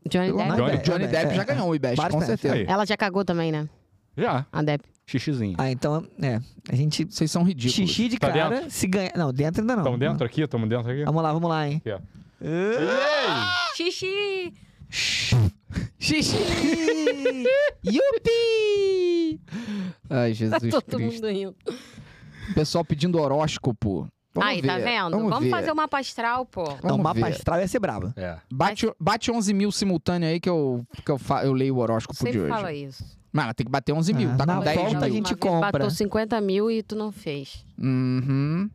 S5: Johnny
S3: Pegou
S5: Depp.
S3: nada.
S2: Johnny-
S3: É,
S1: Johnny
S3: é,
S1: Depp
S3: é,
S1: já
S3: é.
S1: ganhou o IBEST,
S3: Vários
S1: com
S3: Best,
S1: certeza.
S2: Aí,
S5: Ela já cagou também, né?
S2: já,
S5: A Depp.
S2: xixizinho.
S3: Ah, então, é. A gente.
S1: Vocês são ridículos.
S3: Xixi de
S2: Tá
S3: cara,
S2: dentro?
S3: se ganhar. Não, dentro ainda não.
S2: Tamo dentro aqui, tamo dentro aqui.
S3: Vamos lá, vamos lá, hein?
S2: Aqui, ó.
S5: Xixi!
S1: Xixi! Yupi! Ai, Jesus
S5: Tá Todo
S1: Cristo.
S5: mundo rindo.
S1: Pessoal pedindo horóscopo. Vamos
S5: Aí,
S1: ver.
S5: tá vendo?
S1: Vamos,
S5: Vamos,
S1: ver.
S5: fazer o mapa astral, pô.
S3: Não, o
S1: Vamos
S3: mapa
S1: ver.
S3: astral ia ser brabo.
S2: É.
S1: Bate, bate 11 mil simultâneo aí que eu, que eu, fa- eu leio o horóscopo de
S5: Sempre
S1: hoje.
S5: fala isso.
S1: Mas ela tem que bater 11 mil,
S3: Ah,
S1: tá
S3: na
S1: com 10
S3: volta
S1: mil.
S3: a gente
S5: Uma vez
S3: compra.
S5: Bateu 50 mil e tu não fez.
S1: Uhum.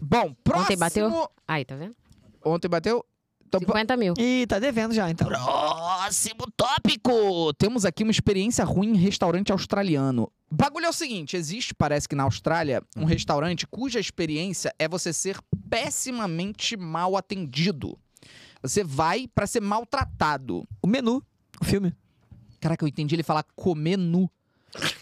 S1: Bom, próximo...
S5: Ontem bateu? Aí, tá vendo?
S1: Ontem bateu? Então,
S5: 50 mil.
S3: Ih, tá devendo já, então.
S1: Próximo tópico! Temos aqui uma experiência ruim em restaurante australiano. Bagulho é o seguinte: existe, parece que na Austrália, um restaurante cuja experiência é você ser pessimamente mal atendido. Você vai pra ser maltratado.
S3: O menu, o filme.
S1: Caraca, eu entendi ele falar comer nu.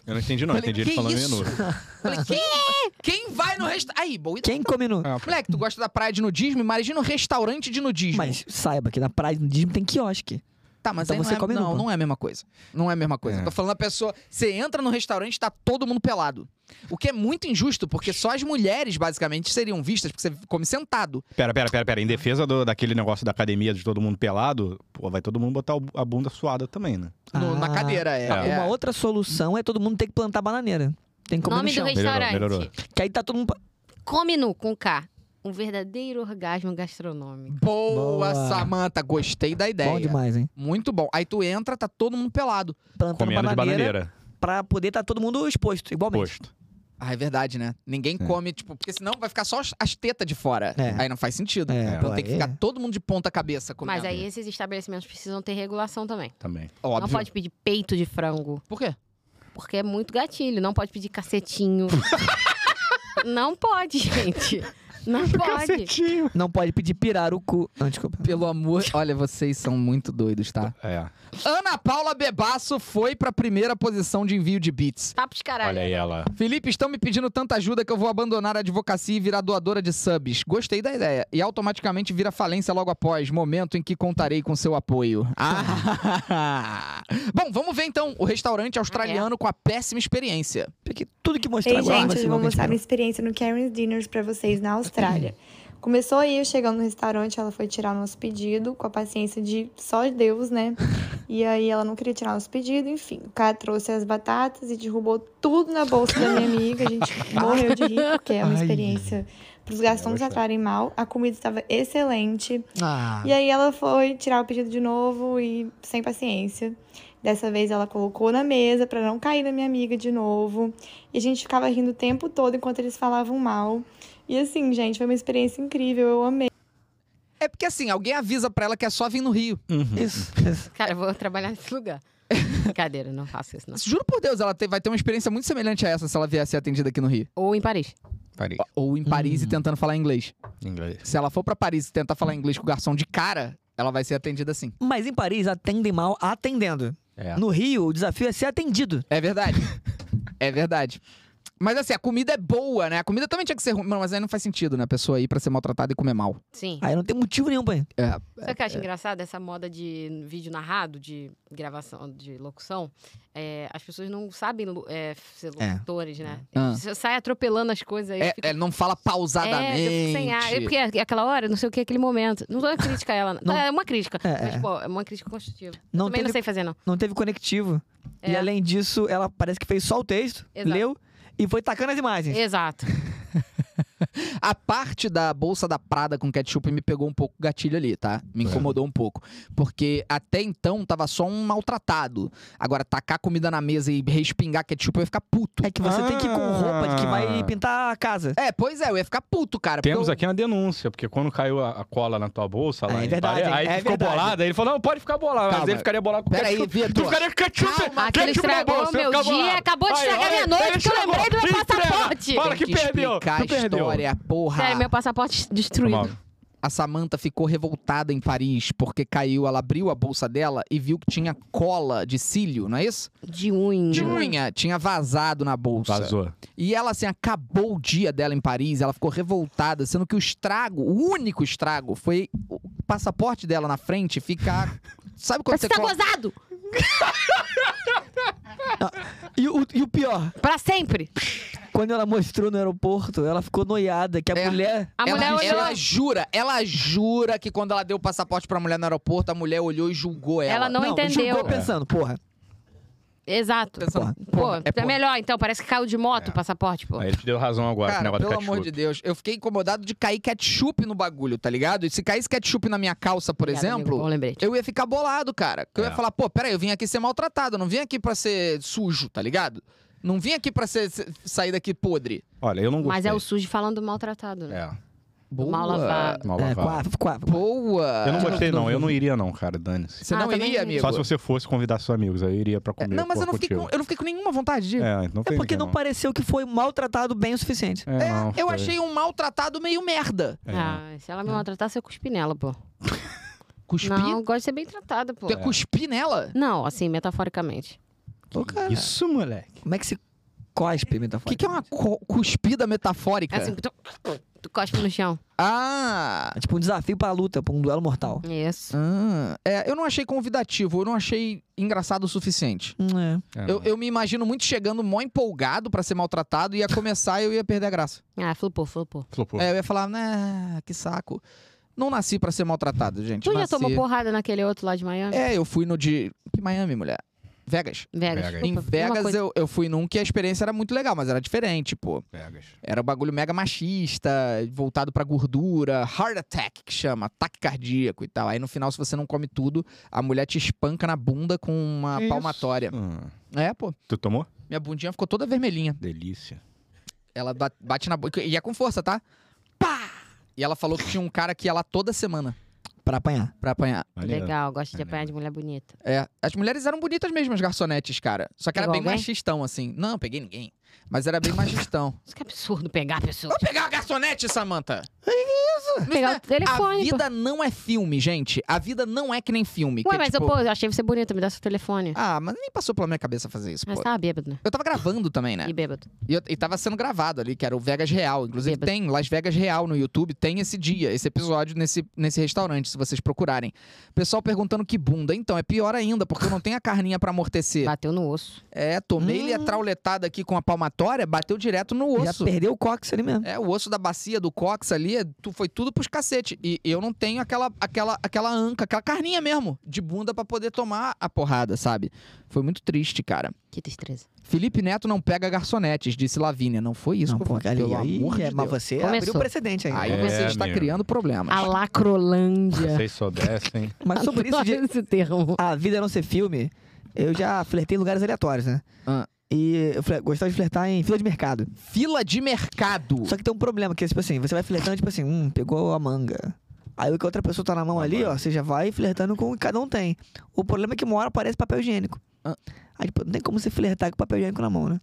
S2: Eu não entendi não, eu
S1: Falei,
S2: entendi
S1: que
S2: ele falando
S1: isso?
S2: menu.
S1: Falei, quem, é?" quem vai no restaurante. Aí, bom, e-
S3: Quem come nu?
S2: Ah, pô.
S1: moleque, tu gosta da praia de nudismo? Imagina um restaurante de nudismo.
S3: Mas saiba que na praia do Disney tem quiosque.
S1: Tá, mas
S3: Então
S1: aí
S3: você
S1: não, é,
S3: come
S1: não,
S3: nu, pô.
S1: não é a mesma coisa. Não é a mesma coisa.
S2: É.
S1: Eu tô falando a pessoa. Você entra no restaurante e tá todo mundo pelado. O que é muito injusto, porque só as mulheres, basicamente, seriam vistas, porque você come sentado.
S2: Pera, pera, pera, pera. Em defesa do- daquele negócio da academia de todo mundo pelado, pô, vai todo mundo botar o- a bunda suada também, né?
S1: no- na
S3: Ah,
S1: cadeira. É,
S2: tá.
S1: é.
S3: Uma outra solução é todo mundo ter que plantar bananeira. Tem que comer
S5: Nome
S3: no
S5: do
S3: chão.
S5: restaurante.
S2: Melhorou, melhorou.
S3: Que aí tá todo mundo.
S5: Come nu com K. Um verdadeiro orgasmo gastronômico.
S1: Boa,
S3: Boa.
S1: Samanta. Gostei da
S3: Bom
S1: ideia.
S3: demais, hein?
S1: muito bom. Aí tu entra, tá todo mundo pelado.
S3: Plantando
S2: Comendo de
S3: bananeira
S2: bananeira.
S3: pra poder estar todo mundo exposto, igualmente.
S2: Posto.
S1: Ah, é verdade, né? Ninguém
S2: É.
S1: come, tipo, porque senão vai ficar só as- as tetas de fora.
S3: É.
S1: Aí não faz sentido.
S3: É,
S1: Então
S3: pô,
S1: tem que
S3: aí-
S1: ficar todo mundo de ponta cabeça comendo.
S5: Mas aí esses estabelecimentos precisam ter regulação também.
S2: Também.
S1: Óbvio.
S5: Não pode pedir peito de frango,
S1: Por quê?
S5: porque é muito gatilho. Não pode pedir cacetinho. não pode, gente. Não pode.
S3: Não pode pedir pirar o cu. Não, desculpa.
S1: Pelo amor. Olha, vocês são muito doidos, tá?
S2: É.
S1: Ana Paula Bebasso foi pra primeira posição de envio de bits.
S5: Papo de caralho.
S2: Olha aí ela.
S1: Felipe, estão me pedindo tanta ajuda que eu vou abandonar a advocacia e virar doadora de subs. Gostei da ideia. E automaticamente vira falência logo após, momento em que contarei com seu apoio. Ah! Bom, vamos ver então o
S5: Ah, é?
S1: restaurante australiano com a péssima experiência.
S3: Porque tudo que mostrar
S6: Ei,
S3: agora
S6: gente,
S3: vai ser
S6: eu vou
S3: igual que a
S6: mostrar minha
S3: gente
S6: experiência no Karen's Dinners pra vocês na Austrália. Começou aí, eu chegando no restaurante, ela foi tirar o nosso pedido, com a paciência de só Deus, né? E aí ela não queria tirar o nosso pedido, enfim. O cara trouxe as batatas e derrubou tudo na bolsa da minha amiga. A gente morreu de rir, porque é uma
S3: Ai.
S6: experiência pros garçons
S2: Vai gostar.
S6: tratarem mal. A comida estava excelente.
S3: esperava.
S6: E aí ela foi tirar o pedido de novo e sem paciência. Dessa vez ela colocou na mesa pra não cair na minha amiga de novo. E a gente ficava rindo o tempo todo enquanto eles falavam mal. E assim, gente, foi uma experiência incrível, eu amei.
S1: É porque assim, alguém avisa pra ela que é só vir no Rio.
S2: Uhum.
S3: Ah, isso, isso.
S5: Cara, eu vou trabalhar nesse lugar. Brincadeira, não faço isso, não.
S1: Juro por Deus, ela te- vai ter uma experiência muito semelhante a essa se ela vier a ser atendida aqui no Rio.
S5: Ou em Paris.
S2: Parei.
S5: Ah.
S1: Ou em Paris
S5: Hum.
S1: e tentando falar inglês.
S2: Inglês.
S1: Se ela for pra Paris e tentar falar inglês com o garçom de cara, ela vai ser atendida assim.
S3: Mas em Paris atendem mal atendendo.
S2: É.
S3: No Rio, o desafio é ser atendido.
S1: É verdade. é verdade. Mas assim, a comida é boa, né? A comida também tinha que ser ruim. Mano, mas aí não faz sentido, né? A pessoa ir pra ser maltratada e comer mal.
S5: Sim.
S3: Aí não tem motivo nenhum pra ir.
S5: Sabe o que eu acho engraçado? Essa moda de vídeo narrado, de gravação, de locução, é, as pessoas não sabem lu- é, ser
S3: É.
S5: locutores, né?
S1: É. Ah.
S5: Você sai atropelando as coisas. aí eu
S1: É,
S5: fico-
S1: é, não fala
S5: É, eu fico sem ar. É
S1: pausadamente.
S5: Porque é aquela hora, não sei o que, aquele momento. Não é uma crítica a ela.
S3: Não-
S5: É uma crítica.
S3: É, é.
S5: Mas, pô, é uma crítica construtiva.
S3: Não
S5: Também
S3: teve,
S5: não sei fazer, não.
S3: não teve conectivo. E
S5: É.
S3: além disso, ela parece que fez só o texto,
S5: Exato.
S3: leu e foi tacando as imagens.
S5: Exato.
S1: A parte da bolsa da Prada com ketchup me pegou um pouco o gatilho ali, tá?
S2: É.
S1: Me incomodou um pouco. Porque até então tava só um maltratado. Agora, tacar comida na mesa e respingar ketchup, eu ia ficar puto.
S3: É que você tem que ir com roupa de que vai pintar a casa.
S1: É, pois é, eu ia ficar puto, cara. porque
S2: Temos
S1: eu-
S2: aqui uma denúncia, porque quando caiu a, a cola na tua bolsa lá,
S3: É
S2: em
S3: verdade,
S2: Bahia, aí
S3: é
S2: tu ficou
S3: verdade.
S2: bolado, aí ele falou, não, pode ficar bolado, mas
S1: Calma.
S2: ele ficaria bolado com
S1: Peraí,
S2: ketchup.
S1: Vitor.
S2: Tu ficaria com ketchup,
S1: Calma,
S5: aquele
S2: ketchup na
S5: estragou
S2: bolsa,
S5: meu
S2: fica
S5: dia,
S2: bolado.
S5: acabou de
S2: Aí,
S5: estragar
S2: olha,
S5: minha noite,
S2: ele
S5: porque eu
S2: estragou.
S5: lembrei do meu
S2: Estrela.
S5: passaporte.
S2: Fala que
S1: Tem que
S2: perdeu,
S1: explicar
S2: tu
S1: a
S2: perdeu.
S1: história, porra.
S5: Sério, É, meu passaporte destruído.
S2: Foi mal.
S1: A Samantha ficou revoltada em Paris porque caiu, ela abriu a bolsa dela e viu que tinha cola de cílio, não é isso?
S5: De unha.
S1: De unha, tinha vazado na bolsa.
S2: Vazou.
S1: E ela, assim, acabou o dia dela em Paris, ela ficou revoltada, sendo que o estrago, o único estrago, foi o passaporte dela na frente ficar. Sabe quando
S5: Você
S1: você
S5: tá
S1: coloca-
S5: gozado!
S3: E o, e o pior,
S5: Pra sempre!
S3: quando ela mostrou no aeroporto, ela ficou noiada que a
S1: É.
S3: mulher.
S5: A
S1: ela,
S5: mulher olhou.
S1: ela é jura, ela jura que quando ela deu o passaporte pra mulher no aeroporto, a mulher olhou e julgou ela.
S5: Ela não entendeu.
S3: Ficou pensando, porra.
S5: Exato.
S1: Pensando,
S5: Pô,
S1: porra,
S5: é,
S1: é porra.
S5: melhor então, parece que caiu de moto
S2: É.
S5: o passaporte, pô.
S2: Aí ele te deu razão agora, com o
S1: Cara,
S2: negócio
S1: pelo
S2: do ketchup.
S1: amor de Deus, eu fiquei incomodado de cair ketchup no bagulho, tá ligado? E se caísse ketchup na minha calça, por
S5: Obrigada, amigo, bom
S1: exemplo,
S5: lembrete.
S1: eu ia ficar bolado, cara. Que eu ia
S2: É.
S1: falar, pô, peraí, eu vim aqui ser maltratado, eu não vim aqui pra ser sujo, tá ligado? Não vim aqui pra ser, ser- sair daqui podre.
S2: Olha, eu não gostei.
S5: Mas é o sujo falando maltratado, né?
S2: É,
S1: Boa.
S5: Mal lavado.
S2: mal
S3: É,
S2: lavado.
S3: quatro, quatro.
S1: Boa.
S2: Eu não gostei não, eu não iria não, cara, dane-se.
S1: Você
S5: Ah,
S1: não
S5: também
S1: iria,
S5: não.
S1: amigo?
S2: Só se você fosse convidar seus amigos, aí eu iria pra
S1: É,
S2: comer.
S1: não, mas eu
S2: porra
S1: não, fiquei com,
S2: contigo.
S1: eu não fiquei com nenhuma vontade de ir.
S2: É, não
S3: É
S2: tem
S3: porque
S2: ninguém,
S3: não pareceu que foi maltratado bem o suficiente.
S2: É, não,
S1: eu
S2: foi.
S1: achei um maltratado meio merda.
S2: É.
S5: Ah, se ela me maltratasse, eu cuspi nela, pô.
S1: Cuspi? Então-
S5: Não, eu gosto de ser bem tratada, pô.
S1: Tu ia cuspir nela?
S5: Não, assim, metaforicamente.
S3: Ô, cara,
S2: Isso, moleque.
S3: como é que se cospe
S1: O
S3: metafórica?
S1: que, que é uma co- cuspida metafórica?
S5: É assim, tu, tu cospe no chão.
S1: Ah!
S3: É tipo um desafio pra luta, pra um duelo mortal.
S5: Isso.
S1: Ah, é, eu não achei convidativo, eu não achei engraçado o suficiente.
S3: Hum, É.
S2: É,
S1: Eu, eu me imagino muito chegando mó empolgado pra ser maltratado, ia começar e eu ia perder a graça.
S5: Ah, flopou, flopou.
S2: Flopou.
S1: É, eu ia falar, né, que saco. Não nasci pra ser maltratado, gente.
S5: Tu já
S1: nasci-
S5: tomou porrada naquele outro lá de Miami?
S1: É, eu fui no de. Que Miami, mulher? Vegas.
S5: Vegas.
S2: Vegas.
S5: desculpa,
S1: em
S5: uma
S1: Vegas
S5: coisa-
S1: eu, eu fui num que a experiência era muito legal, mas era diferente, pô.
S2: Vegas.
S1: Era um bagulho mega machista, voltado pra gordura, heart attack que chama, ataque cardíaco e tal. Aí no final, se você não come tudo, a mulher te espanca na bunda com uma
S2: Isso.
S1: palmatória.
S2: Hum.
S1: É, pô.
S2: Tu tomou?
S1: Minha bundinha ficou toda vermelhinha.
S2: Delícia.
S1: Ela ba- bate na boca. E é com força, tá? Pá! E ela falou que tinha um cara que ia lá toda semana
S3: Pra apanhar.
S1: pra apanhar.
S2: Maneiro.
S5: Legal, gosto de
S2: Maneiro.
S5: apanhar de mulher bonita.
S1: É. As mulheres eram bonitas mesmo, as garçonetes, cara. Só que era
S5: Pegou
S1: bem
S5: alguém?
S1: machistão, assim. Não, peguei ninguém. Mas era bem machistão.
S5: Isso que é absurdo pegar pessoas.
S1: Vou pegar uma garçonete, Samanta!
S5: Pegar o
S1: a
S5: telefone, pô.
S1: vida não é filme, gente. A vida não é que nem filme. que
S5: Ué,
S1: é,
S5: mas eu,
S1: tipo,
S5: pô, eu achei você bonita, me dá seu telefone.
S1: Ah, mas nem passou pela minha cabeça fazer isso,
S5: Mas
S1: pô.
S5: tava bêbado, né?
S1: Eu tava gravando também, né?
S5: E bêbado.
S1: E, eu, e tava sendo gravado ali, que era o Vegas Real. Inclusive,
S5: Bêbado.
S1: tem Las Vegas Real no YouTube, tem esse dia, esse episódio nesse, nesse restaurante, se vocês procurarem. Pessoal perguntando que bunda. Então, é pior ainda, porque eu não tenho a carninha pra amortecer.
S5: Bateu no osso.
S1: É, tomei-lhe
S5: Hum.
S1: a trauletada aqui com a palmatória, bateu direto no
S3: Já
S1: osso.
S3: perdeu o cox ali mesmo.
S1: É, o osso da bacia, do cox ali, é tu- foi tudo pros cacete. E eu não tenho aquela, aquela, aquela anca, aquela carninha mesmo, de bunda pra poder tomar a porrada, sabe? Foi muito triste, cara.
S5: Que tristeza.
S1: Felipe Neto não pega garçonetes, disse Lavínia. Não foi É isso
S3: Não,
S1: que eu
S3: pô,
S1: falei,
S3: ali,
S1: pelo
S3: aí,
S1: amor de
S3: é, mas
S1: Deus.
S3: você
S5: Começou.
S3: abriu o precedente aí.
S1: Aí
S2: É,
S1: você está
S2: amigo.
S1: criando problemas.
S5: A Lacrolândia.
S2: Vocês soubessem.
S3: Mas
S1: é
S3: sobre isso de
S5: Adoro esse termo.
S3: a vida é não ser filme, eu já flertei em lugares aleatórios, né?
S1: Ah.
S3: E eu fle- gostava de flertar em fila de mercado.
S1: Fila de mercado.
S3: Só que tem um problema, que é tipo assim, você vai flertando, tipo assim, hum, pegou a manga. Aí o que a outra pessoa tá na mão ali, ó, você já vai flertando com o que cada um tem. O problema é que uma hora aparece papel higiênico.
S1: Ah.
S3: Aí, tipo, não tem como você flertar com papel higiênico na mão, né?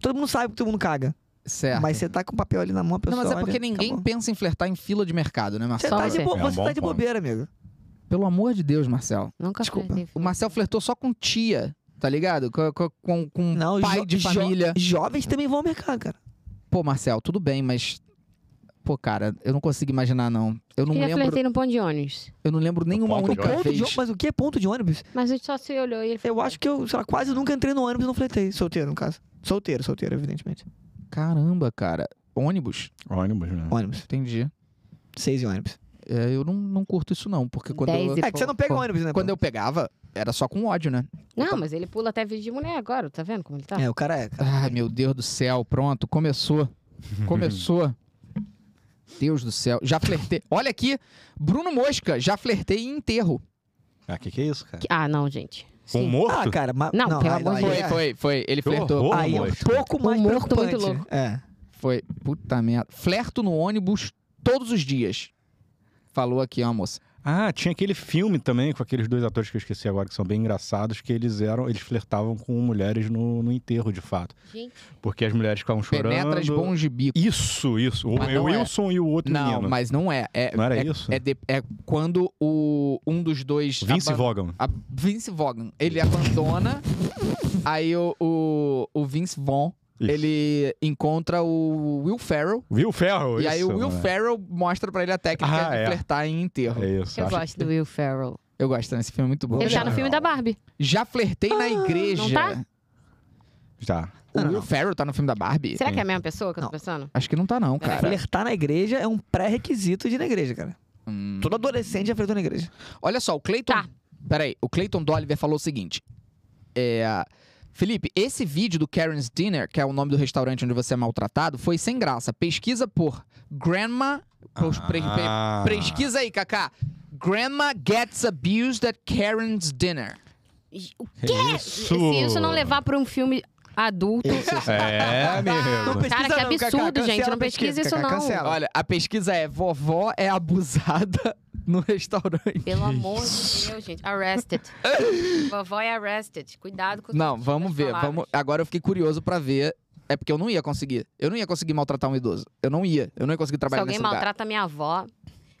S3: Todo mundo sabe que todo mundo caga.
S1: Certo.
S3: Mas você tá com papel ali na mão, a
S1: Não,
S3: pessoa.
S1: mas é
S3: olha,
S1: porque ninguém
S3: acabou.
S1: pensa em flertar em fila de mercado, né,
S3: Você
S1: Marcelo?
S5: Só
S3: tá, de,
S5: você.
S3: bo-
S2: É um
S3: você
S2: bom
S3: tá de
S2: ponto.
S3: bobeira, amigo.
S1: Pelo amor de Deus, Marcel.
S5: Nunca
S3: Desculpa.
S5: flertei.
S1: O Marcel flertou só com tia tá ligado? Com, com- com, com um
S3: Não,
S1: pai
S3: jo-
S1: de
S3: jo-
S1: família.
S3: jovens também vão ao mercado, cara.
S1: Pô, Marcel, tudo bem, mas. Pô, cara, eu não consigo imaginar, não. Eu não
S5: Queria
S1: lembro.
S5: flertei no ponto de ônibus.
S1: Eu não lembro nenhuma
S2: Ponto de
S1: única
S2: ônibus.
S3: Ponto de
S1: vez.
S3: ônibus, mas o que é ponto de ônibus?
S5: Mas a gente só se olhou e ele falou.
S3: Eu acho que eu, sei lá, quase nunca entrei no ônibus e não fletei. Solteiro, no caso. Solteiro, solteiro, evidentemente.
S1: Caramba, cara. Ônibus?
S2: Ônibus, né?
S3: Ônibus.
S1: Entendi.
S3: Seis em ônibus.
S1: É, eu não, não curto isso, não, porque quando
S5: Dez
S1: eu.
S5: e-
S3: É que você não pega
S1: Quando-
S3: ônibus, né?
S1: Quando eu pegava, era só com ódio, né?
S5: Não, mas ele pula até vídeo de mulher agora, tá vendo como ele tá?
S3: É, o cara é. cara.
S1: Ai, meu Deus do céu, pronto, começou. Começou. Deus do céu, já flertei. Olha aqui, Bruno Mosca, já flertei em enterro.
S2: Ah, que que é isso, cara?
S5: Ah, não, gente.
S2: Com um
S5: Sim.
S2: morto?
S3: Ah, cara, mas.
S5: Não, pelo
S3: aí-
S5: amor de
S3: aí
S5: Deus.
S1: Foi,
S3: é-
S1: foi, foi. Ele
S2: Que
S1: flertou.
S2: horror.
S3: Aí é um
S2: Moço.
S3: pouco mais
S5: morto muito
S3: preocupante.
S5: louco.
S3: É.
S1: Foi. Puta merda. Flerto no ônibus todos os dias. Falou aqui, ó, moça.
S2: Ah, tinha aquele filme também com aqueles dois atores que eu esqueci agora, que são bem engraçados, que eles eram, eles flertavam com mulheres no, no enterro, de fato.
S5: Gente.
S2: Porque as mulheres ficavam chorando.
S1: Penetras bons de bico.
S2: Isso, isso. O
S1: Mas não é.
S2: Wilson e o outro
S1: Não,
S2: menino.
S1: mas não é. é
S2: Não era
S1: é,
S2: isso?
S1: É, de- é quando o, um dos dois.
S2: Vince
S1: aban-
S2: Vaughn.
S1: a Vince Vaughn. Ele abandona. aí o, o, o Vince Vaughn.
S2: Isso.
S1: Ele encontra o Will Ferrell.
S2: Will Ferrell,
S1: e aí
S2: isso,
S1: o Will
S2: né?
S1: Ferrell mostra pra ele a técnica
S2: Ah,
S1: de
S2: é.
S1: flertar em enterro.
S2: É isso.
S5: Eu
S2: acho-
S5: gosto do Will Ferrell.
S1: Eu gosto, né? Esse filme é muito bom.
S5: Ele tá no
S2: legal.
S5: filme da Barbie.
S1: Já flertei na igreja.
S5: tá?
S2: Tá.
S1: O
S3: Não, não,
S1: Will
S3: não.
S1: Ferrell tá no filme da Barbie?
S5: Será que é a mesma pessoa que eu tô
S3: Não.
S5: pensando?
S1: Acho que não tá, não, cara.
S3: Flertar na igreja é um pré-requisito de ir na igreja, cara.
S1: Hum.
S3: Todo adolescente já flertou na igreja.
S1: Olha só, o Clayton.
S5: Tá.
S1: Peraí, o Clayton Dolliver falou o seguinte: é, Felipe, esse vídeo do Karen's Dinner, que é o nome do restaurante onde você é maltratado, foi sem graça. Pesquisa por Grandma. Pos- pre- pe-
S2: Ah.
S1: Pesquisa aí, Kaká. Grandma gets abused at Karen's dinner.
S5: O
S2: Que é Isso.
S5: Se isso não levar pra um filme adulto.
S2: É,
S1: Não
S2: meu.
S1: pesquisa
S5: Cara, que
S1: não, Cacá,
S5: absurdo,
S1: cancela
S5: gente,
S1: a
S5: não pesquisa isso
S1: Cacá,
S5: não.
S1: cancela. Olha, a pesquisa é vovó é abusada no restaurante.
S5: Pelo amor de Deus, gente. Arrested. Vovó é arrested. Cuidado com
S1: Não,
S5: as
S1: vamos ver.
S5: palavras.
S1: Vamos... Agora eu fiquei curioso pra ver. É porque eu não ia conseguir. Eu não ia conseguir maltratar um idoso. Eu não ia. Eu não ia conseguir
S5: Se
S1: trabalhar
S5: alguém
S1: nesse lugar.
S5: maltrata minha avó,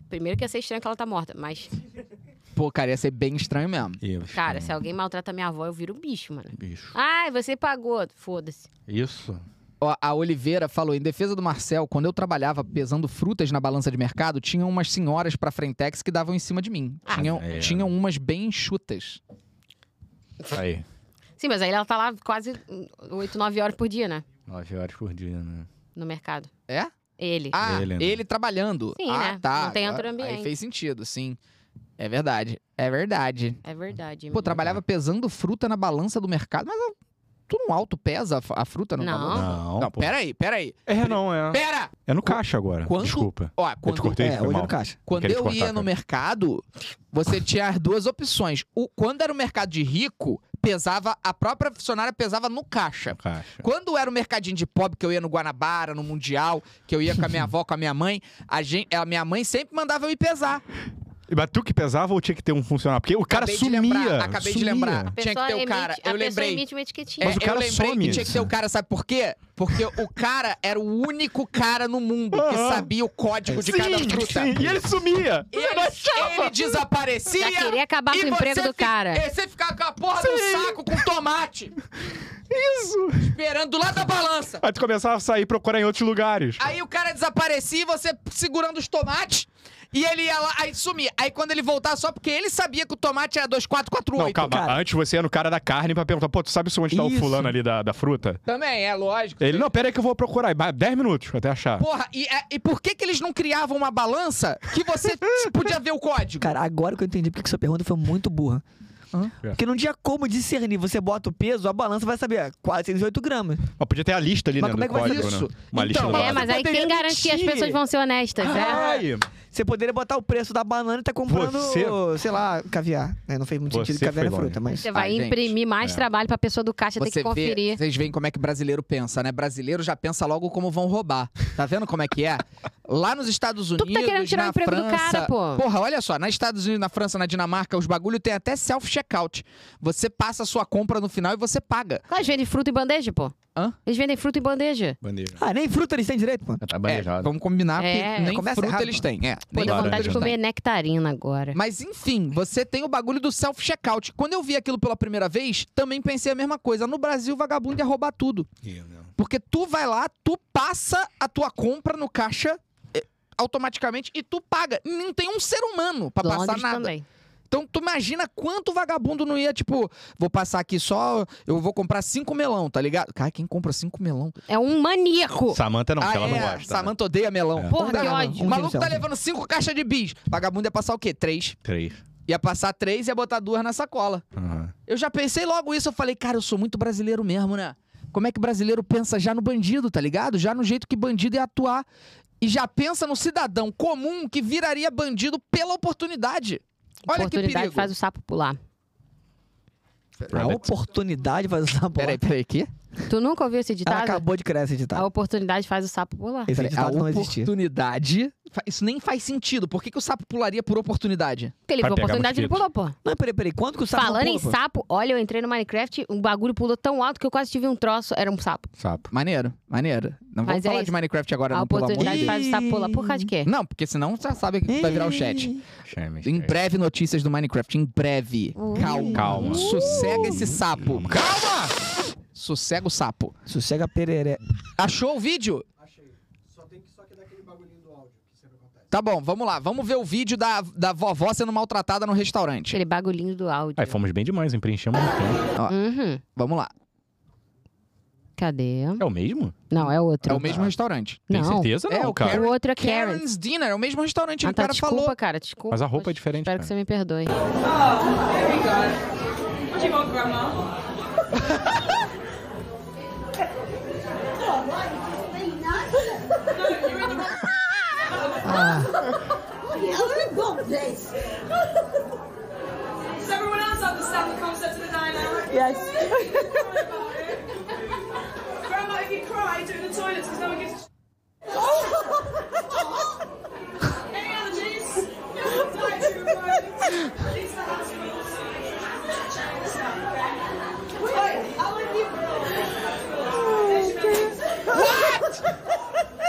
S5: primeiro que ia ser estranho que ela tá morta, mas,
S1: Pô, cara, ia ser bem estranho mesmo.
S2: Isso.
S5: cara, se alguém maltrata minha avó, eu viro bicho, mano.
S2: Bicho.
S5: Ai, você pagou. Foda-se.
S2: Isso.
S1: Ó, a Oliveira falou: em defesa do Marcel, quando eu trabalhava pesando frutas na balança de mercado, tinham umas senhoras pra Frentex que davam em cima de mim.
S5: Ah.
S1: tinham,
S2: É.
S1: tinham umas bem enxutas.
S2: Aí.
S5: Sim, mas aí ela tá lá quase 8, 9 horas por dia, né?
S2: Nove horas por dia, né?
S5: No mercado.
S1: É?
S5: Ele.
S1: Ah,
S2: Ele,
S1: ele,
S2: né?
S1: trabalhando.
S5: Sim,
S1: ah,
S5: né?
S1: tá.
S5: Não tem outro
S1: Aí
S5: ambiente.
S1: fez sentido, sim. É verdade. É verdade.
S5: É verdade.
S1: Pô,
S5: menino.
S1: trabalhava pesando fruta na balança do mercado, mas ah, tu não auto pesa a fruta na
S5: Não.
S1: balança?
S2: Não,
S1: Não,
S2: pô.
S1: peraí, peraí.
S2: É, não, é.
S1: Pera!
S2: É no caixa agora.
S1: Quando-
S2: Desculpa.
S1: Ó,
S2: Eu te
S1: quando,
S2: cortei,
S3: é,
S2: foi
S3: olho
S2: mal.
S3: no caixa.
S1: quando
S2: Queria te
S1: eu
S2: cortar,
S1: ia
S2: cara.
S1: no mercado, você tinha as duas opções. O, quando era o mercado de rico, pesava, a própria funcionária pesava no caixa.
S2: Caixa.
S1: Quando era o mercadinho de pobre, que eu ia no Guanabara, no Mundial, que eu ia com a minha avó, com a minha mãe, a, gente, a minha mãe sempre mandava eu ir pesar.
S2: Mas tu que pesava ou tinha que ter um funcionário? Porque o cara
S1: acabei
S2: sumia.
S1: De lembrar, acabei de
S2: sumia.
S1: lembrar.
S5: A
S1: Tinha que
S5: pessoa
S1: ter o cara. Eu
S5: emite- a pessoa
S1: lembrei.
S5: emite uma etiquetinha.
S1: É,
S2: Mas o cara
S1: eu lembrei
S2: some.
S1: que tinha que ser o cara, sabe por quê? Porque o cara era o único cara no mundo que
S2: Aham.
S1: sabia o código de
S2: Sim,
S1: cada fruta.
S2: sim. E ele sumia.
S1: Ele, ele
S5: Já
S1: desaparecia
S5: queria acabar
S1: e
S5: com o emprego
S1: você
S5: do
S1: fi-
S5: cara.
S1: e você ficava com a porra do saco com tomate. Isso. Esperando do lado da balança.
S2: Aí tu começava a sair procurar em outros lugares.
S1: Aí o cara desaparecia e você segurando os tomates. E ele ia lá, aí sumia. Aí quando ele voltava, só porque ele sabia que o tomate era
S2: Não,
S1: 2448.
S2: calma.
S3: cara.
S2: Antes você ia no cara da carne pra perguntar, pô, tu sabe se onde tá o
S3: Isso.
S2: fulano ali da, da fruta?
S1: Também, é lógico.
S2: Ele, não, pera aí que eu vou procurar. Vai, 10 minutos até achar.
S1: Porra, e, é- e por que que eles não criavam uma balança que você t- podia ver o código?
S3: Cara, agora que eu entendi porque que sua pergunta foi muito burra.
S1: Hã?
S3: Porque não tinha como discernir. Você bota o peso, a balança vai saber é, 408 gramas.
S2: Mas podia ter a lista ali,
S3: Mas
S2: né?
S3: como
S2: do
S3: é que vai
S2: código,
S1: isso?
S2: né? Uma lista
S1: Então, é-
S2: do
S5: É,
S2: lado.
S5: mas aí
S3: Poderia
S5: quem garante que as
S3: mentir.
S5: pessoas vão ser honestas, né?
S2: Ai,
S3: Você poderia botar o preço da banana e tá comprando,
S2: Você-
S3: sei lá, caviar. né? Não fez muito
S2: Você
S3: sentido caviar é
S2: foi longe.
S7: né?
S3: fruta, mas.
S5: Você vai
S1: Ai, gente.
S5: imprimir mais
S2: É.
S5: trabalho pra pessoa do caixa ter que
S1: vê,
S5: conferir.
S1: vocês veem como é que brasileiro pensa, né? Brasileiro já pensa logo como vão roubar. Tá vendo como é que é? Lá nos Estados
S5: Tu
S1: Unidos,
S5: que tá querendo tirar o
S1: na
S5: emprego do
S1: França,
S5: cara, pô.
S1: Porra, olha só, nos Estados Unidos, na França, na Dinamarca, os bagulho tem até self checkout. Você passa a sua compra no final e você paga.
S5: Claro, vende fruta e bandeja, pô.
S1: Hã?
S5: Eles vendem fruta em bandeja.
S2: Bandeja.
S3: Ah, nem fruta eles têm direito, mano.
S7: Tá
S1: É,
S7: bandejado.
S1: vamos combinar, porque
S5: É,
S1: nem
S3: começa
S1: fruta
S3: errado,
S1: eles
S3: mano.
S1: têm. É,
S5: Pô,
S1: nem
S5: deu
S1: fruta
S5: vontade de
S1: eles têm.
S5: comer nectarina agora.
S1: Mas enfim, você tem o bagulho do self-checkout. Quando eu vi aquilo pela primeira vez, também pensei a mesma coisa. No Brasil, vagabundo ia roubar tudo.
S2: Ih, não.
S1: Porque tu vai lá, tu passa a tua compra no caixa eh, automaticamente e tu paga. Não tem um ser humano pra passar
S5: Londres
S1: nada.
S5: também.
S1: Então tu imagina quanto vagabundo não ia, tipo, vou passar aqui só, eu vou comprar cinco melão, tá ligado? Cara, quem compra cinco melão?
S5: É um maníaco.
S7: Samanta não,
S1: ah,
S7: porque ela
S1: é,
S7: não gosta. né?
S1: Samanta odeia melão.
S2: É.
S5: Porra,
S1: Não dá,
S5: que
S1: não.
S5: ódio. Um
S1: O
S3: Não
S1: maluco
S3: tem
S1: tá
S3: noção.
S1: levando cinco caixas de bis. Vagabundo ia passar o quê? Três.
S2: Três.
S1: Ia passar três e ia botar duas na sacola.
S2: Aham.
S1: Eu já pensei logo isso, eu falei, cara, eu sou muito brasileiro mesmo, né? Como é que brasileiro pensa já no bandido, tá ligado? Já no jeito que bandido ia atuar. E já pensa no cidadão comum que viraria bandido pela oportunidade. Olha que
S5: Oportunidade
S1: perigo.
S5: faz o sapo pular.
S3: A oportunidade faz usar a bola.
S1: Peraí, peraí, que?
S5: Tu nunca ouviu esse
S3: Ela
S5: ditado?
S3: acabou de criar esse
S5: A
S3: ditado.
S5: oportunidade faz o sapo pular.
S3: Esse ditado não
S1: a
S3: existia.
S1: oportunidade. Fa- Isso nem faz sentido. Por que, que o sapo pularia por oportunidade?
S5: Porque ele
S7: Vai
S5: viu a
S7: pegar
S5: oportunidade e ele pulou,
S7: mosquito.
S5: pô.
S3: Não, peraí, peraí. Quanto que o sapo
S5: Falando
S3: pula,
S5: em
S3: pô?
S5: sapo, olha, eu entrei no Minecraft, um bagulho pulou tão alto que eu quase tive um troço. Era um sapo.
S2: Sapo.
S1: Maneiro, maneiro. Não
S5: Mas
S1: vamos
S5: é
S1: falar de
S5: isso.
S1: Minecraft agora,
S5: a
S1: não, pelo amor de
S5: oportunidade
S1: Deus.
S5: faz o sapo pular. Por causa de quê?
S1: Não, porque senão já sabe que vai virar o chat.
S2: Chame.
S1: Em breve, notícias do Minecraft. Em breve. Calma.
S2: Calma.
S1: Sossega esse sapo. Calma! Sossega o sapo.
S3: Sossega pereré.
S1: Achou o vídeo? Tá bom, vamos lá. Vamos ver o vídeo da, da vovó sendo maltratada no restaurante.
S5: Aquele bagulhinho do áudio.
S7: Aí fomos bem demais, hein?
S2: um
S7: Preenchemos muito tempo.
S5: Uhum.
S1: Vamos lá. É
S5: Cadê?
S7: É o mesmo?
S5: Não, é outro.
S1: É o mesmo restaurante.
S7: Tem
S5: Não.
S7: certeza?
S1: É,
S7: Não,
S1: o
S7: cara.
S5: O outro é Karen.
S1: Karen's Dinner, é o mesmo restaurante.
S5: Ah,
S1: o
S5: tá,
S1: cara
S5: desculpa,
S1: falou.
S5: cara, desculpa.
S7: Mas a roupa é diferente,
S5: Espero que
S7: cara.
S5: você me perdoe.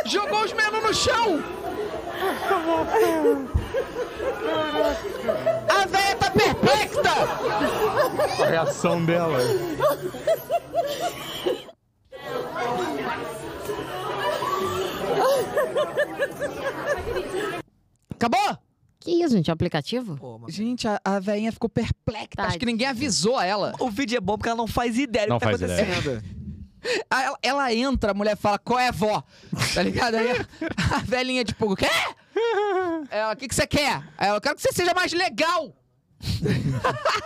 S1: "É, Jogou os meninos no chão! A véia tá perplexa!
S7: A
S2: Tá.
S7: reação dela.
S1: Acabou?
S5: Que isso, gente? É um aplicativo?
S1: Gente, a, a veinha ficou perplexa.
S5: Tadinha.
S1: Acho que ninguém avisou ela.
S3: O vídeo é bom porque ela não faz ideia do
S7: Não
S3: que tá
S7: faz ideia.
S3: acontecendo.
S1: Ah, Ela, ela entra, a mulher fala, qual é, vó? Tá ligado? Aí a, a velhinha, tipo, o quê? Ela, o que, que você quer? Aí ela, eu quero que você seja mais legal.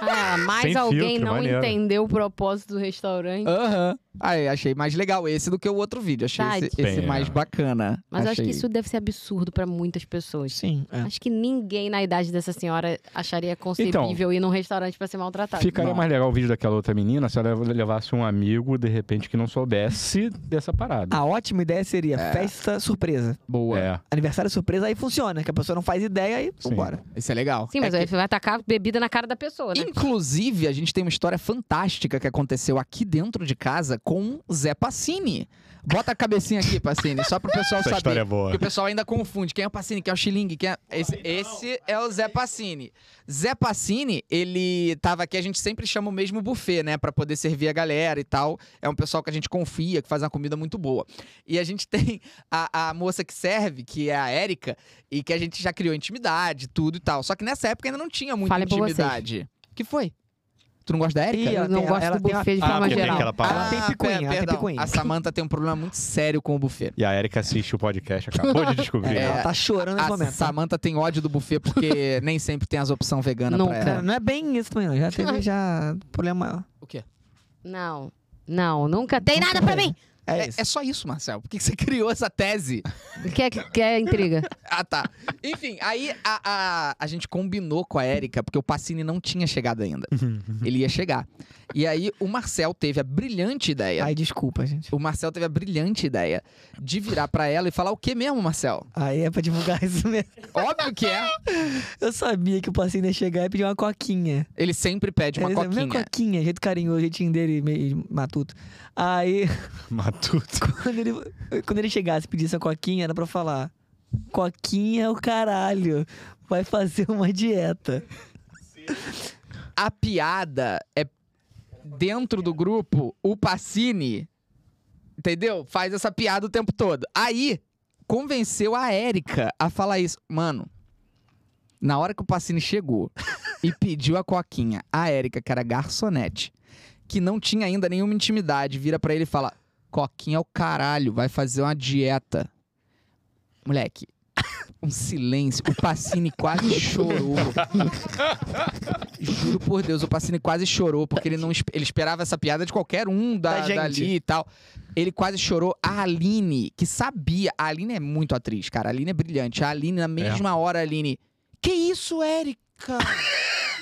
S5: Ah, mais
S7: Sem
S5: alguém
S7: filtro,
S5: não
S7: maneiro.
S5: entendeu o propósito do restaurante.
S1: Aham. Aí, achei mais legal esse do que o outro vídeo. Achei esse,
S5: Tadinha.
S1: esse mais bacana.
S5: Mas eu acho que
S1: Achei.
S5: isso deve ser absurdo pra muitas pessoas.
S3: Sim, é.
S5: Acho que ninguém na idade dessa senhora acharia concebível
S7: Então.
S5: ir num restaurante pra ser maltratado.
S7: Ficaria
S1: Não.
S7: mais legal o vídeo daquela outra menina se ela levasse um amigo, de repente, que não soubesse dessa
S2: Ah,
S7: parada.
S3: A ótima ideia seria festa surpresa.
S1: Boa.
S7: é.
S3: Aniversário surpresa, aí funciona. Que a pessoa não faz ideia, aí
S7: Sim.
S3: vambora.
S1: Isso é legal.
S5: Sim, mas
S1: é
S5: aí você vai tacar bebida na cara da pessoa, né?
S1: Inclusive, a gente tem uma história fantástica que aconteceu aqui dentro de casa com Zé Pacini. Bota a cabecinha aqui, Pacini, só pro pessoal
S7: Essa
S1: saber.
S7: história é boa.
S1: Porque o pessoal ainda confunde. Quem é o Pacini, quem é o Xilingue, quem é... Esse, esse é o Zé Pacini. Zé Pacini, ele tava aqui, a gente sempre chama o mesmo buffet, né? Pra poder servir a galera e tal. É um pessoal que a gente confia, que faz uma comida muito boa. E a gente tem a, a moça que serve, que é a Érica, e que a gente já criou intimidade, tudo e tal. Só que nessa época ainda não tinha muita
S5: Falem por vocês.
S1: intimidade. O que foi? Tu É não gosta da Érica?
S3: Ih,
S5: Eu
S3: ela
S5: não
S3: tem-
S5: gosto
S3: ela
S5: do
S3: tem a-
S5: buffet de
S3: Ah,
S5: forma
S7: porque tem
S5: geral.
S7: aquela parada.
S3: Ela tem picuinha, ela tem
S1: perdão.
S3: picuinha.
S1: A Samanta tem um problema muito sério com o buffet.
S7: E a Erika assiste o podcast, acabou de descobrir.
S3: É,
S1: É,
S3: ela tá chorando nesse
S1: A
S3: momento.
S1: Samanta tem ódio do buffet porque nem sempre tem as opções veganas pra
S5: Nunca.
S1: ela.
S3: Cara, não é bem isso também, não. Já teve já problema.
S1: O quê?
S5: Não, não, nunca tem nada pra mim.
S3: É,
S1: É,
S3: isso.
S1: é só isso, Marcelo. Por que que você criou essa tese?
S5: Quer, quer intriga?
S1: Ah, tá. Enfim, aí a, a, a gente combinou com a Érica, porque o Pacini não tinha chegado ainda. Ele ia chegar. E aí o Marcel teve a brilhante ideia.
S3: Ai, desculpa, gente.
S1: O Marcel teve a brilhante ideia de virar pra ela e falar o que mesmo, Marcel?
S3: Aí é pra divulgar isso mesmo.
S1: Óbvio que é.
S3: Eu sabia que o passinho ia chegar e pedir uma coquinha.
S1: Ele sempre pede uma
S3: Ele dizia, "Minha
S1: coquinha.
S3: coquinha, jeito carinhoso, jeitinho dele, meio matuto. Aí,
S2: Matuto.
S3: quando ele, quando ele chegasse e pedisse a coquinha, era pra falar: Coquinha é o caralho, vai fazer uma dieta.
S1: A piada é dentro do grupo, o Pacini, entendeu? Faz essa piada o tempo todo. Aí convenceu a Érica a falar isso. Mano, na hora que o Pacini chegou e pediu a coquinha, a Érica, que era garçonete, que não tinha ainda nenhuma intimidade, vira pra ele e fala: "Coquinha é o caralho, vai fazer uma dieta". Moleque, um silêncio. O Pacini quase chorou. Juro por Deus, o Pacini quase chorou, porque ele não esp- ele esperava essa piada de qualquer um da,
S3: Da gente.
S1: dali e tal. Ele quase chorou. A Aline, que sabia. A Aline é muito atriz, cara. A Aline é brilhante. A Aline, na mesma hora, a Aline. Que isso, Érica?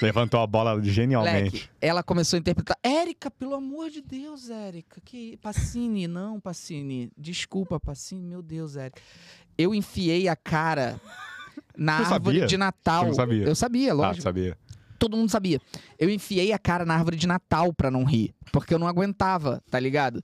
S2: Levantou a bola
S1: Moleque,
S2: genialmente.
S1: ela começou a interpretar. Érica, pelo amor de Deus, Érica. Que... Pacini, não, Pacini. Desculpa, Pacini. Meu Deus, Érica. Eu enfiei a cara na
S2: Você
S1: árvore
S2: sabia?
S1: de Natal.
S2: Você não sabia?
S1: Eu sabia,
S2: Ah,
S1: lógico.
S2: sabia.
S1: Todo mundo sabia. Eu enfiei a cara na árvore de Natal pra não rir. Porque eu não aguentava, tá ligado?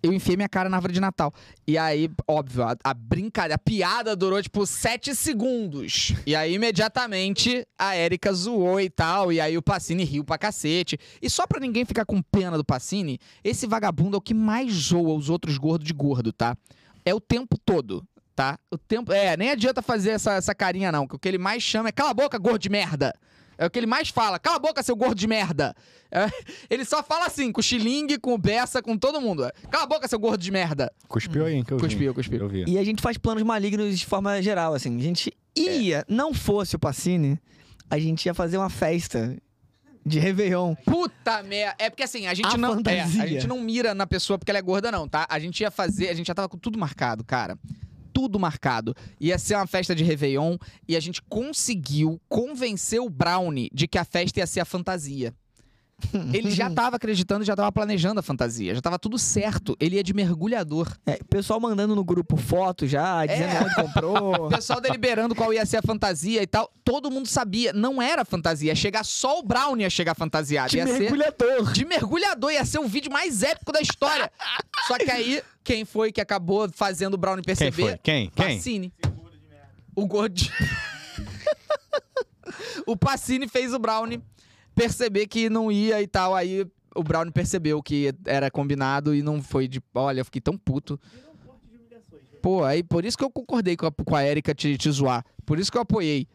S1: Eu enfiei minha cara na árvore de Natal. E aí, óbvio, a, a brincadeira, a piada durou tipo sete segundos. E aí, imediatamente, a Érica zoou e tal. E aí o Pacini riu pra cacete. E só pra ninguém ficar com pena do Pacini, esse vagabundo é o que mais zoa os outros gordos de gordo, tá? É o tempo todo, tá? O tempo. É, nem adianta fazer essa, essa carinha, não. Que o que ele mais chama é cala a boca, gordo de merda. É o que ele mais fala. Cala a boca, seu gordo de merda. É, ele só fala assim, com o xilingue, com o Bessa, com todo mundo. É, Cala a boca, seu gordo de merda.
S2: Cuspiu aí, hein, que eu vi.
S1: Cuspiu, cuspiu.
S2: Eu vi.
S3: E a gente faz planos malignos de forma geral, assim. A gente
S1: É.
S3: ia, não fosse o Pacini, a gente ia fazer uma festa de Réveillon.
S1: Puta merda. É porque assim, a gente
S3: A
S1: não. é,
S3: fantasia.
S1: a gente não mira na pessoa porque ela é gorda, não, tá? A gente ia fazer, a gente já tava com tudo marcado, cara. Tudo marcado. Ia ser uma festa de Réveillon e a gente conseguiu convencer o Brownie de que a festa ia ser a fantasia. Ele já tava acreditando, já tava planejando a fantasia, já tava tudo certo. Ele ia de mergulhador.
S3: É, pessoal mandando no grupo foto já, dizendo onde
S1: O
S3: comprou.
S1: pessoal deliberando qual ia ser a fantasia e tal. Todo mundo sabia. Não era fantasia. Ia chegar só o Brown ia chegar fantasiado.
S3: De
S1: ia
S3: mergulhador.
S1: ser de mergulhador. Ia ser o vídeo mais épico da história. Só que aí, quem foi que acabou fazendo o Brown
S2: Quem
S1: perceber?
S2: foi? Quem? Quem?
S1: Pacini. O gordo de... O Pacini fez o Brownie perceber que não ia e tal. Aí o Brownie percebeu que era combinado e não foi de... Olha, eu fiquei tão puto. Pô, aí por isso que eu concordei com a, com a Erika te, te zoar. Por isso que eu apoiei.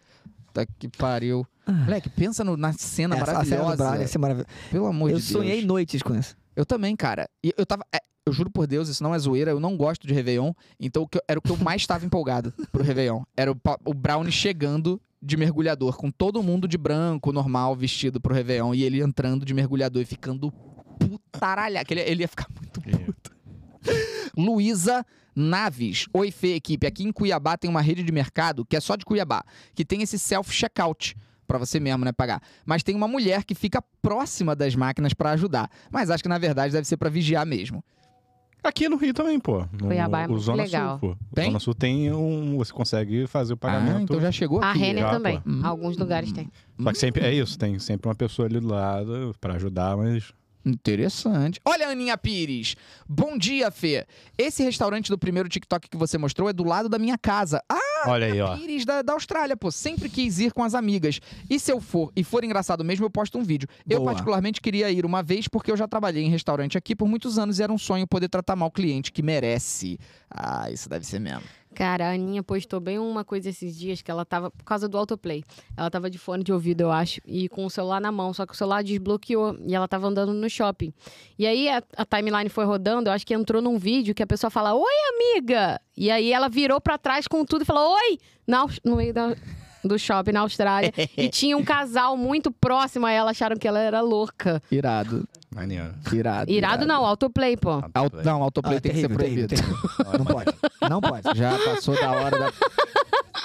S1: Tá que pariu. Moleque, pensa no- na cena
S3: Ah. Essa- a cena do
S1: maravilhosa.
S3: Brian, essa é maravilhosa.
S1: Pelo amor
S3: Eu
S1: de Deus.
S3: sonhei noites com isso.
S1: Eu também, cara. E eu tava. é, eu juro por Deus, isso não é zoeira, eu não gosto de Réveillon. Então o que eu- era o que eu mais tava empolgado pro Réveillon. Era o, pa- o Brownie chegando de mergulhador, com todo mundo de branco, normal, vestido pro Réveillon. E ele entrando de mergulhador e ficando putaralha. Que ele, ele ia ficar muito puto. Luísa Naves. Oi, Fê, equipe. Aqui em Cuiabá tem uma rede de mercado que é só de Cuiabá, que tem esse self-checkout. Pra você mesmo, né, pagar. Mas tem uma mulher que fica próxima das máquinas pra ajudar. Mas acho que, na verdade, deve ser pra vigiar mesmo.
S2: Aqui no Rio também, pô. No,
S5: Cuiabá é
S2: o
S5: muito
S2: Zona
S5: legal.
S2: Sul, pô. O
S1: Tem?
S2: Zona Sul tem um... Você consegue fazer o pagamento.
S1: Ah, então já chegou
S5: A
S1: aqui.
S5: Renner
S2: já,
S5: também.
S1: pô.
S5: Alguns lugares tem.
S2: Só que sempre... É isso, tem sempre uma pessoa ali do lado pra ajudar, mas...
S1: Interessante. Olha a Aninha Pires. Bom dia, Fê. Esse restaurante do primeiro TikTok que você mostrou é do lado da minha casa. Ah,
S2: Olha aí,
S3: Tá.
S2: ó.
S1: Pires da, da Austrália, pô. Sempre quis ir com as amigas. E se eu for e for engraçado mesmo, eu posto um vídeo. Eu,
S3: Boa.
S1: particularmente, queria ir uma vez porque eu já trabalhei em restaurante aqui por muitos anos e era um sonho poder tratar mal o cliente que merece. Ah, isso deve ser mesmo.
S5: Cara, a Aninha postou bem uma coisa esses dias que ela tava, por causa do autoplay, ela tava de fone de ouvido, eu acho, e com o celular na mão, só que o celular desbloqueou e ela tava andando no shopping. E aí a, a timeline foi rodando, eu acho que entrou num vídeo que a pessoa fala: Oi, amiga! E aí ela virou pra trás com tudo e falou: Oi! Na, Aus- no meio da. do shopping na Austrália. e tinha um casal muito próximo a ela, acharam que ela era louca.
S1: Irado,
S2: Maneiro.
S1: irado.
S5: Irado não, autoplay, pô.
S1: Au- não, autoplay
S3: Ah,
S1: tem que ser
S3: terrível, terrível,
S1: proibido.
S3: terrível. Não pode. Não pode.
S1: Já passou da hora da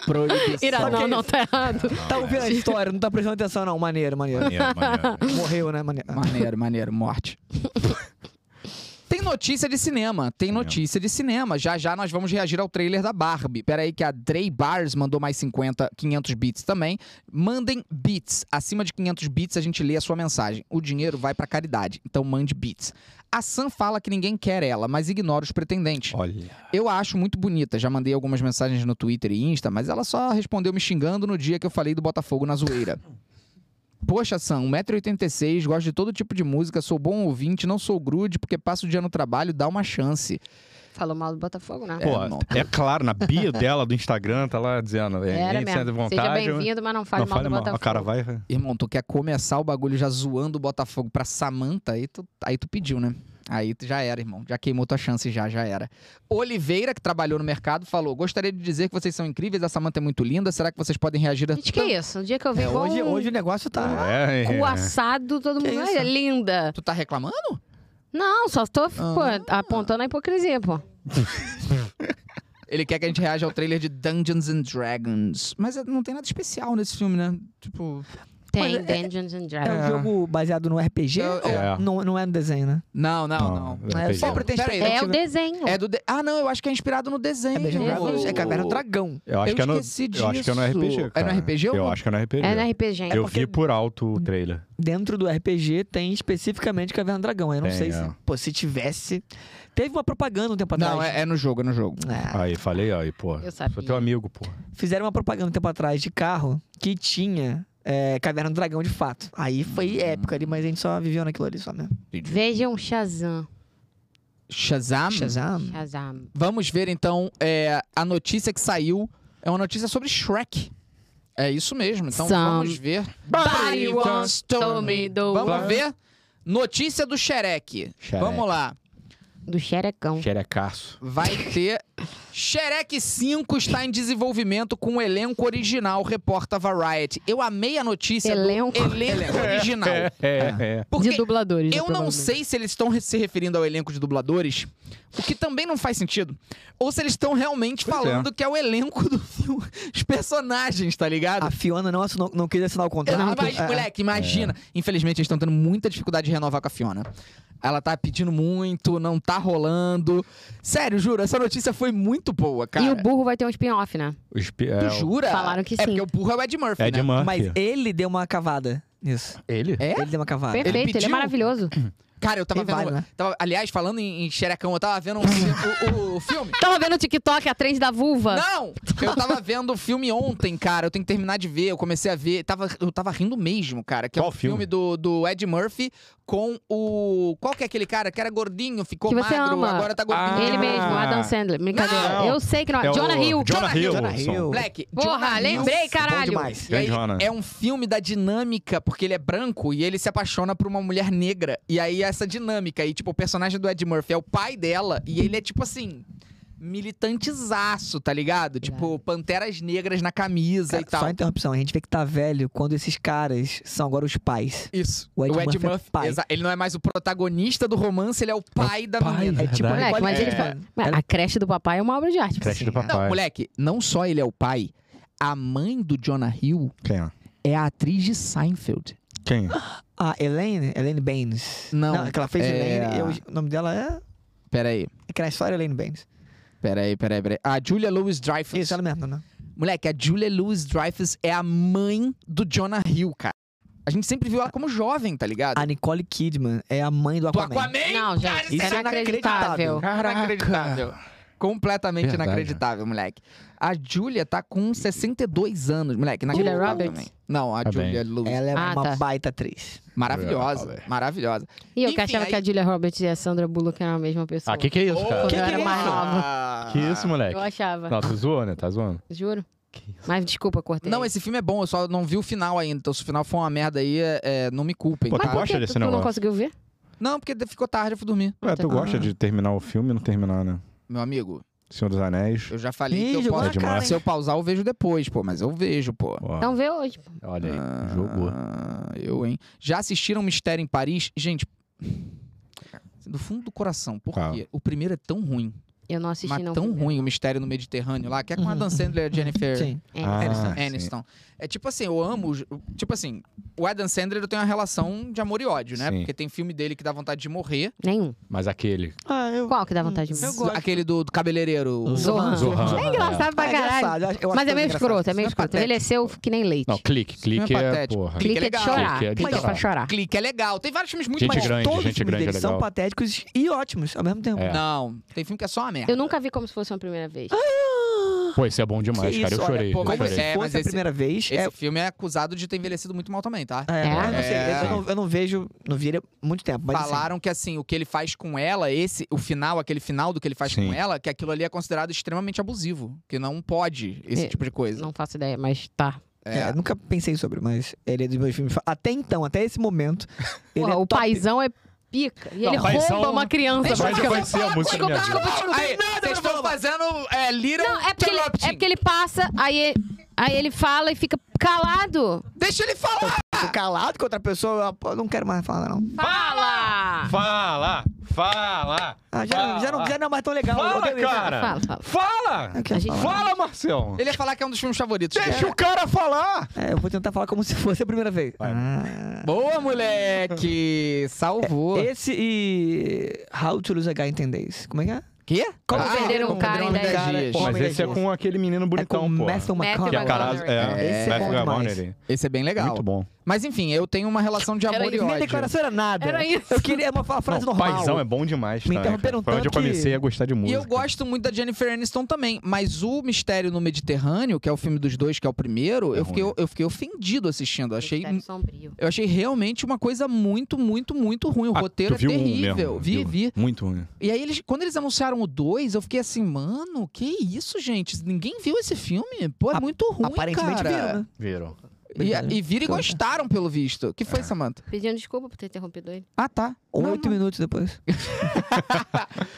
S1: proibição.
S5: Irado, não, não, tá errado.
S3: Tá ouvindo a história, não tá prestando atenção, não. Maneiro, maneiro.
S2: Maneiro, maneiro.
S3: Morreu, né, maneiro?
S1: Maneiro, maneiro, morte. Tem notícia de cinema, tem notícia de cinema. Já já nós vamos reagir ao trailer da Barbie. Pera aí que a Dre Bars mandou mais 50, 500 bits também. Mandem bits. Acima de 500 bits a gente lê a sua mensagem. O dinheiro vai pra caridade, então mande bits. A Sam fala que ninguém quer ela, mas ignora os pretendentes.
S2: Olha.
S1: Eu a acho muito bonita. Já mandei algumas mensagens no Twitter e Insta, mas ela só respondeu me xingando no dia que eu falei do Botafogo na zoeira. Poxa, Sam, 1,86m, gosto de todo tipo de música, sou bom ouvinte, não sou grude, porque passo o dia no trabalho, dá uma chance.
S5: Falou mal do Botafogo, né?
S1: É,
S2: Pô,
S1: não.
S2: é claro, na bio dela do Instagram tá lá dizendo. É,
S5: Era
S2: nem sente
S5: mesmo.
S2: vontade.
S5: Seja bem-vindo, mas não fale
S2: não
S5: mal
S2: fale
S5: do
S2: mal.
S5: Botafogo.
S2: O cara vai.
S1: Irmão, tu quer começar o bagulho já zoando o Botafogo pra Samanta, aí tu, aí tu pediu, né? Aí tu já era, irmão. Já queimou tua chance, já, já era. Oliveira, que trabalhou no mercado, falou: Gostaria de dizer que vocês são incríveis, a Samanta é muito linda. Será que vocês podem reagir a.
S5: Gente, que isso? No dia que eu vi
S3: É,
S5: igual
S3: hoje,
S5: um
S3: hoje o negócio tá.
S2: É,
S5: cu assado, todo
S3: Que
S5: mundo...
S3: isso?
S5: Olha, linda.
S1: Tu tá reclamando?
S5: Não, só tô pô, apontando a hipocrisia, pô.
S1: Ele quer que a gente reaja ao trailer de Dungeons and Dragons. Mas é- não tem nada especial nesse filme, né? Tipo.
S5: Tem
S3: Mas
S5: Dungeons and
S3: É
S5: Dragons.
S3: um jogo baseado no RPG?
S1: É,
S3: ou
S2: é.
S3: Não, não é no desenho, né?
S1: Não, não, não.
S3: É,
S2: RPG.
S3: sempre tem
S1: Peraí,
S5: É,
S3: expectativa.
S5: o desenho.
S1: É do. de- Ah, não, eu acho que é inspirado no desenho.
S3: É Dungeons and Dragons, é Caverna do Dragão.
S2: Eu acho
S1: Eu
S2: que é no,
S1: esqueci
S2: Eu acho que é no
S1: disso.
S2: RPG.
S1: É no
S2: Cara.
S1: RPG ou
S2: Eu
S1: não?
S2: acho que é no RPG.
S5: É no RPG, gente.
S2: Eu vi por alto o trailer.
S3: Dentro do RPG tem especificamente Caverna do Dragão. Eu não
S2: Tem,
S3: sei se.
S2: é.
S3: Pô, se tivesse. Teve uma propaganda um tempo atrás.
S1: Não, é, é no jogo, é no jogo.
S3: É.
S2: Aí, falei, aí, pô.
S5: Eu sabia.
S2: Sou teu amigo, pô.
S3: Fizeram uma propaganda um tempo atrás de carro que tinha é, Caverna do Dragão de fato. Aí foi épico ali, mas a gente só viveu naquilo ali só mesmo.
S5: Vejam Shazam.
S1: Shazam.
S3: Shazam.
S5: Shazam.
S1: Vamos ver então é, a notícia que saiu. É uma notícia sobre Shrek. É isso mesmo. Então
S5: Sam.
S1: vamos ver. Vamos ver. Notícia do Shrek.
S2: Shrek.
S1: Vamos lá.
S5: Do xerecão.
S2: Xerecaço.
S1: Vai ter. Shrek 5 está em desenvolvimento com o elenco original, reporta Variety. Eu amei a notícia
S5: Elenco.
S1: do elenco original.
S2: É, é.
S1: Porque
S5: De dubladores.
S1: eu não sei se eles estão re- se referindo ao elenco de dubladores, o que também não faz sentido. Ou se eles estão realmente
S2: Pois é.
S1: falando que é o elenco do filme, os personagens, tá ligado?
S3: A Fiona não, assinou, não quis assinar o
S1: É,
S3: contrato.
S1: mas,
S3: É, é.
S1: moleque, imagina. Infelizmente, eles estão tendo muita dificuldade de renovar com a Fiona. Ela tá pedindo muito, não tá rolando. Sério, juro, essa notícia foi muito boa, cara.
S5: E o burro vai ter um spin-off, né?
S2: O espi- é,
S1: Tu
S2: o-
S1: jura?
S5: Falaram que
S1: É
S5: sim.
S1: porque o burro é o Ed Murphy,
S2: É
S1: né?
S2: de Murphy.
S3: Mas ele deu uma cavada nisso.
S2: Ele?
S1: É?
S3: Ah, Ele deu uma cavada.
S5: Perfeito, ele,
S1: pediu?
S5: é maravilhoso.
S1: Cara, eu tava
S3: Tem
S1: vendo...
S3: vários, né?
S1: tava- aliás, falando em, em xerecão, eu tava vendo um fi- o, o- o filme...
S5: Tava vendo o TikTok, a trend da vulva?
S1: Não! Eu tava vendo o filme ontem, cara. Eu tenho que terminar de ver. Eu comecei a ver. Tava, eu tava rindo mesmo, cara. Que é
S2: Qual
S1: o filme,
S2: filme?
S1: do, do Ed Murphy com o. Qual que é aquele cara que era gordinho, ficou
S5: Que você
S1: magro,
S5: ama.
S1: agora tá gordinho.
S5: Ele
S2: Ah.
S5: mesmo, Adam Sandler. Brincadeira.
S2: Não.
S5: Eu sei que não é.
S2: o
S5: Jonah Hill.
S2: Jonah Hill.
S3: Jonah
S2: Wilson.
S3: Hill.
S1: Moleque,
S5: Porra,
S1: Jonah Hill-
S5: lembrei,
S3: Bom
S5: caralho.
S3: demais.
S1: E aí,
S2: Grande Jonah.
S1: é um filme da dinâmica, porque ele é branco e ele se apaixona por uma mulher negra. E aí é essa dinâmica. E, tipo, o personagem do Ed Murphy é o pai dela e ele é, tipo assim, militantezaço, tá ligado? Tipo, panteras negras na camisa
S3: Cara,
S1: e tal.
S3: Só interrupção, a gente vê que tá velho quando esses caras são agora os pais.
S1: Isso.
S3: O Ed Murphy é pai.
S1: exa- ele não é mais o protagonista do romance, ele é o pai da
S2: pai,
S1: menina.
S2: é tipo-
S5: Moleque,
S3: Nicole
S5: mas ele
S3: Kidman.
S5: Mas A creche do papai é uma obra de arte.
S2: Creche do
S1: Não,
S2: papai.
S1: moleque, não só ele é o pai, a mãe do Jonah Hill
S2: Quem é?
S1: é a atriz de Seinfeld.
S2: Quem?
S3: Ah, Elaine? Elaine Baines.
S1: Não,
S3: que ela fez
S1: é-
S3: Elaine. eu- o nome dela é.
S1: Pera aí,
S3: É que na história é Elaine Baines.
S1: pera aí, pera aí. pera aí. A Julia Louis-Dreyfus.
S3: Isso, ela mesma, né?
S1: Moleque, a Julia Louis-Dreyfus é a mãe do Jonah Hill, cara. A gente sempre viu ela como jovem, tá ligado?
S3: A Nicole Kidman é a mãe do
S1: Do
S3: Aquaman.
S1: Aquaman?
S5: Não, gente,
S3: Isso
S5: isso
S3: é
S5: é
S3: inacreditável.
S5: inacreditável.
S1: Inacreditável. Completamente
S2: Verdade.
S1: inacreditável, moleque. A Julia tá com 62 anos, moleque.
S5: Julia
S1: inacreditável
S5: Roberts?
S1: também. Não, a
S2: Tá bem. é
S1: Julia Louis.
S3: Ela é
S5: Ah,
S3: uma
S5: tá.
S3: baita atriz.
S1: Maravilhosa,
S2: Julia Roberts.
S1: maravilhosa.
S5: E eu
S1: Enfim,
S5: que achava
S1: aí-
S5: que a Julia Roberts e a Sandra Bullock eram a mesma pessoa.
S2: Ah, que que é isso, cara?
S5: Quando eu era
S3: que é
S5: mais
S3: isso?
S5: nova.
S2: Que isso, moleque?
S5: Eu achava.
S2: Não, tá zoando, né? Tá zoando.
S5: Juro. Mas desculpa, cortei.
S1: Não, esse filme é bom, eu só não vi o final ainda. Então, se o final for uma merda aí, é- é, não me culpem.
S2: Pô,
S5: Mas
S2: tu
S1: tá?
S5: por
S2: gosta
S5: que
S2: desse
S5: tu não
S2: negócio?
S5: conseguiu ver?
S1: Não, porque ficou tarde, eu fui dormir.
S2: Ué, tu gosta de terminar o filme e não terminar, né?
S1: Meu amigo,
S2: Senhor dos Anéis. É
S1: Eu já falei
S3: Ih,
S1: que eu
S3: jogou
S1: posso.
S2: na cara,
S1: se eu pausar, eu vejo depois, pô. Mas eu vejo, pô.
S2: Ó,
S5: Então vê hoje. pô.
S7: Olha aí,
S1: Ah,
S7: jogou.
S1: Eu, hein? Já assistiram Mistério em Paris? Gente. Do fundo do coração, por
S2: Tá.
S1: quê? O primeiro é tão ruim.
S5: Eu não assisti,
S1: mas
S5: não.
S1: tão
S5: primeiro.
S1: ruim o Mistério no Mediterrâneo lá, que é com a Adam Sandler e a Jennifer
S3: Sim.
S5: É.
S7: Ah, sim.
S1: Aniston. É tipo assim, eu amo. os- Tipo assim, o Adam Sandler eu tenho uma relação de amor e ódio, né?
S2: Sim.
S1: Porque tem filme dele que dá vontade de morrer.
S5: Nenhum.
S7: Mas aquele.
S3: Ah, eu...
S5: Qual que dá vontade de
S3: Eu
S5: ver?
S3: gosto.
S1: Aquele do, do cabeleireiro. o-
S5: Zohan.
S7: Zohan.
S5: É engraçado pra
S3: Ah, é
S5: caralho.
S3: engraçado, eu acho- eu acho
S5: Mas
S3: todo
S5: é meio
S3: engraçado.
S5: escroto, é meio
S1: Isso é
S5: escroto.
S1: patético,
S5: Envelheceu que nem leite.
S7: Não, clique,
S1: filme
S7: clique
S1: é
S7: é,
S1: patético.
S7: porra.
S1: Clique
S5: Clique
S1: é
S5: é de
S1: legal.
S7: Clique
S5: chorar.
S7: é de
S5: Clique é pra chorar.
S1: Clique é legal. Tem vários filmes muito
S7: Gente
S1: mais.
S7: grande,
S3: Todos os
S7: gente
S3: filmes
S7: grande é
S3: deles são
S7: legal.
S3: patéticos e ótimos ao mesmo tempo.
S7: É.
S1: Não, tem filme que é só uma merda.
S5: Eu nunca vi como se fosse uma primeira vez.
S7: Pô, esse é bom demais,
S3: Que
S7: cara.
S3: isso,
S7: eu
S3: olha,
S7: chorei.
S1: pô,
S7: eu
S1: mas
S3: Como
S7: chorei.
S1: esse-
S3: se
S1: É, mas
S3: fosse a
S1: esse-
S3: primeira vez.
S1: Esse filme é acusado de ter envelhecido muito mal também, tá?
S3: É,
S5: É?
S3: Eu não sei,
S1: É.
S3: eu não, eu não vejo, não vi ele há muito tempo, mas assim,
S1: Falaram que assim, o que ele faz com ela, esse, o final, aquele final do que ele faz
S2: Sim.
S1: com ela, que aquilo ali é considerado extremamente abusivo. Que não pode esse
S5: É,
S1: tipo de coisa.
S5: Não faço ideia, mas tá.
S1: É.
S3: é, nunca pensei sobre, mas ele é dos meus filmes. fa- Até então, até esse momento, ele
S5: Porra,
S3: é
S5: o
S3: top.
S5: paizão é pica. E ele rouba
S7: paizão-
S5: uma criança,
S1: Deixa eu
S5: praticamente.
S7: Mas vai ser a música da minha vida.
S1: Aí, vocês estão fazendo é, Little
S5: Não, é porque, ele,
S1: Interrupting.
S5: é porque ele passa, aí ele, aí ele fala e fica calado.
S1: Deixa ele falar!
S3: Tô calado com outra pessoa, eu- eu não quero mais falar, não.
S5: Fala!
S7: Fala! Fala!
S3: Ah, já, já não, já não é mais tão legal. eu
S7: Fala,
S3: odeio isso.
S7: cara!
S5: Fala, fala.
S7: Fala!
S2: É
S3: Eu quero
S5: A gente-
S3: falar.
S7: Fala, Marcelo!
S1: Ele ia falar que é um dos filmes favoritos.
S7: Deixa
S1: dele.
S7: o cara falar!
S3: É, eu vou tentar falar como se fosse a primeira vez.
S2: Vai.
S3: Ah,
S1: Boa, moleque! Salvou.
S5: É,
S3: esse e How to Lose a Guy in 10 Days. Como é que é?
S1: Quê?
S3: Como
S5: perder um cara em dez
S1: dias.
S3: Pô,
S7: Mas
S3: mas
S7: esse é
S3: esse-
S7: com aquele menino bonitão,
S3: é com
S7: pô.
S3: Matthew
S5: Matthew
S3: McConaughey.
S7: Que é caralho.
S1: É,
S7: É,
S1: esse é
S7: Matthew
S3: bom demais.
S7: McConaughey.
S1: Esse é bem legal.
S2: Muito bom.
S1: Mas enfim, eu tenho uma relação de amor e
S3: Minha
S1: ódio.
S3: declaração era nada.
S5: Era isso.
S3: Eu queria uma fa- frase
S7: Não,
S3: normal.
S7: Paizão é bom demais,
S3: Me
S7: também, cara.
S3: interromperam
S7: Foi onde eu
S3: tanto que-
S7: comecei a gostar de
S1: E
S7: música.
S1: eu gosto muito da Jennifer Aniston também, mas o Mistério no Mediterrâneo, que é o filme dos dois, que é o primeiro,
S7: É
S1: eu, fiquei,
S7: ruim.
S1: eu fiquei ofendido assistindo. Eu Achei,
S5: Mistério sombrio.
S1: eu achei realmente uma coisa muito, muito, muito ruim. O
S7: Ah,
S1: roteiro
S7: tu viu
S1: é
S7: um
S1: terrível.
S7: mesmo,
S1: vi,
S7: viu?
S1: vi.
S2: Muito ruim.
S1: E aí, eles, quando eles anunciaram o dois, eu fiquei assim, mano, que isso, gente? Ninguém viu esse filme? Pô, é
S3: A-
S1: muito ruim,
S3: Aparentemente
S1: cara.
S3: viram, né?
S7: Viram.
S1: E, e viram e
S3: Conta.
S1: gostaram, pelo visto. que foi, Samantha?
S5: Pedindo desculpa por ter interrompido ele.
S1: Ah, tá. Não,
S3: Oito
S1: não.
S3: minutos depois.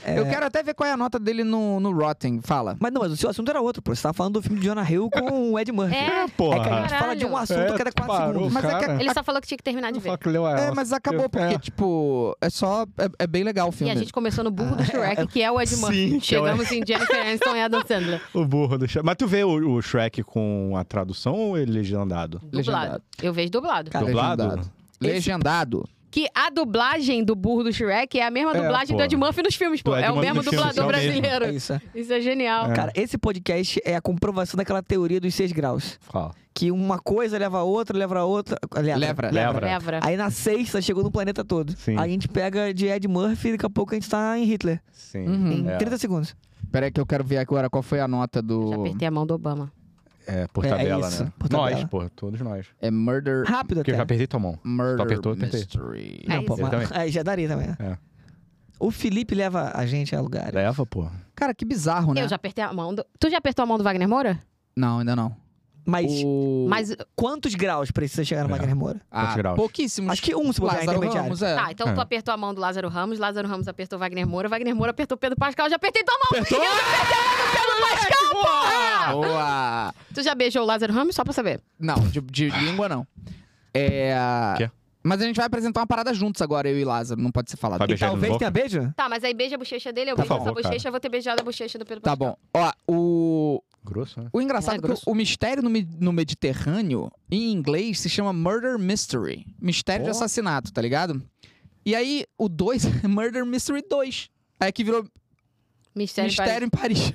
S1: Eu quero até ver qual é a nota dele no, no Rotten. Fala.
S3: Mas não, mas o seu assunto era outro, pô. Você tava falando do filme de Jonah Hill com o Ed Murphy.
S5: É,
S3: É que a gente
S7: Porra.
S3: fala de um assunto a cada quatro
S7: parou,
S3: segundos.
S1: Mas é que-
S7: cara.
S5: ele só falou que tinha que terminar de ver.
S1: É, mas acabou, porque,
S7: É.
S1: tipo, é só. É, é bem legal o
S5: E
S1: filme.
S5: a gente começou no burro do Shrek, que assim, né? é o Ed Murphy.
S7: Sim, que é o
S5: Chegamos em Jennifer Aniston e Adam Sandler.
S7: O burro do Shrek. Mas tu vê o, o Shrek com a tradução ou ele é legendado?
S5: Dublado.
S1: Legendado.
S5: Eu vejo dublado.
S3: Cara,
S7: Dublado?
S1: Legendado. Legendado.
S5: Que a dublagem do burro do Shrek é a mesma
S7: É, pô.
S5: dublagem do Ed Murphy nos filmes, pô.
S7: Do Ed
S5: É o
S7: Murphy
S5: mesmo
S7: nos filmes,
S5: dublador
S7: é o mesmo.
S5: brasileiro.
S3: É isso. é.
S5: Isso é genial.
S7: É.
S3: Cara, esse podcast é a comprovação daquela teoria dos seis graus.
S7: Fala.
S3: Que uma coisa leva a outra, leva a outra. Leva.
S1: Levra.
S7: Levra.
S5: Levra.
S3: Aí na sexta chegou no planeta todo.
S7: Sim.
S3: Aí a gente pega de Ed Murphy e daqui a pouco a gente tá em Hitler.
S7: Sim.
S1: Uhum.
S3: Em
S7: É.
S3: 30 segundos.
S1: Peraí, que eu quero ver agora qual foi a nota
S5: Já
S1: do.
S5: apertei a mão do Obama.
S7: É, por
S3: É, é
S7: tabela,
S3: isso,
S7: né?
S3: por
S7: Nós,
S3: tabela.
S7: pô, todos nós.
S1: É Murder.
S3: Rápido
S7: Porque eu
S3: até.
S7: já apertei tua mão.
S1: Murder
S7: Tu apertou, eu apertei.
S1: Mystery.
S5: É
S3: Não, pô,
S5: isso.
S7: Eu
S3: mas,
S7: também.
S3: aí já daria também, né?
S7: É.
S3: O Felipe leva a gente a lugar.
S7: Leva, pô.
S1: Cara, que bizarro, né?
S5: Eu já apertei a mão do... Tu já apertou a mão do Wagner Moura?
S1: Não, ainda não.
S3: Mas
S1: O-
S5: Mas,
S3: quantos graus precisa chegar no
S7: É.
S3: Wagner Moura?
S1: Ah,
S7: Quantos graus?
S1: pouquíssimos.
S3: Acho que um, se bobear
S1: Lázaro
S3: intermediário.
S1: Ramos, é.
S5: tá, então tu
S7: É.
S5: apertou a mão do Lázaro Ramos, Lázaro Ramos apertou Wagner Moura, Wagner Moura apertou Pedro Pascal, eu já apertei tua mão!
S7: Apertou?
S5: Tá, Eu já apertei a mão do Pedro Pascal, porra!
S1: é. Boa!
S5: Tu já beijou o Lázaro Ramos, só pra saber.
S1: Não, de, de língua não. É.
S7: Quê?
S1: Mas a gente vai apresentar uma parada juntos agora, eu e Lázaro. Não pode ser falado.
S7: Vai
S1: Tá,
S7: beijar. Beijando
S3: Talvez
S7: boca.
S3: tenha beijo?
S5: Tá, mas aí beija a bochecha dele, eu
S7: Por
S5: beijo a sua
S7: favor, cara.
S5: bochecha, eu vou ter beijado a bochecha do Pedro
S1: tá
S5: Pascal.
S1: bom. Ó, o.
S7: Grosso, né?
S1: O engraçado
S5: É
S1: é que
S5: grosso.
S1: o, o mistério no, Me- no Mediterrâneo, em inglês, se chama Murder Mystery. Mistério de
S7: Ó.
S1: assassinato, tá ligado? E aí, o 2 é Murder Mystery 2. Aí que virou
S5: Mistério,
S1: Mistério em Paris.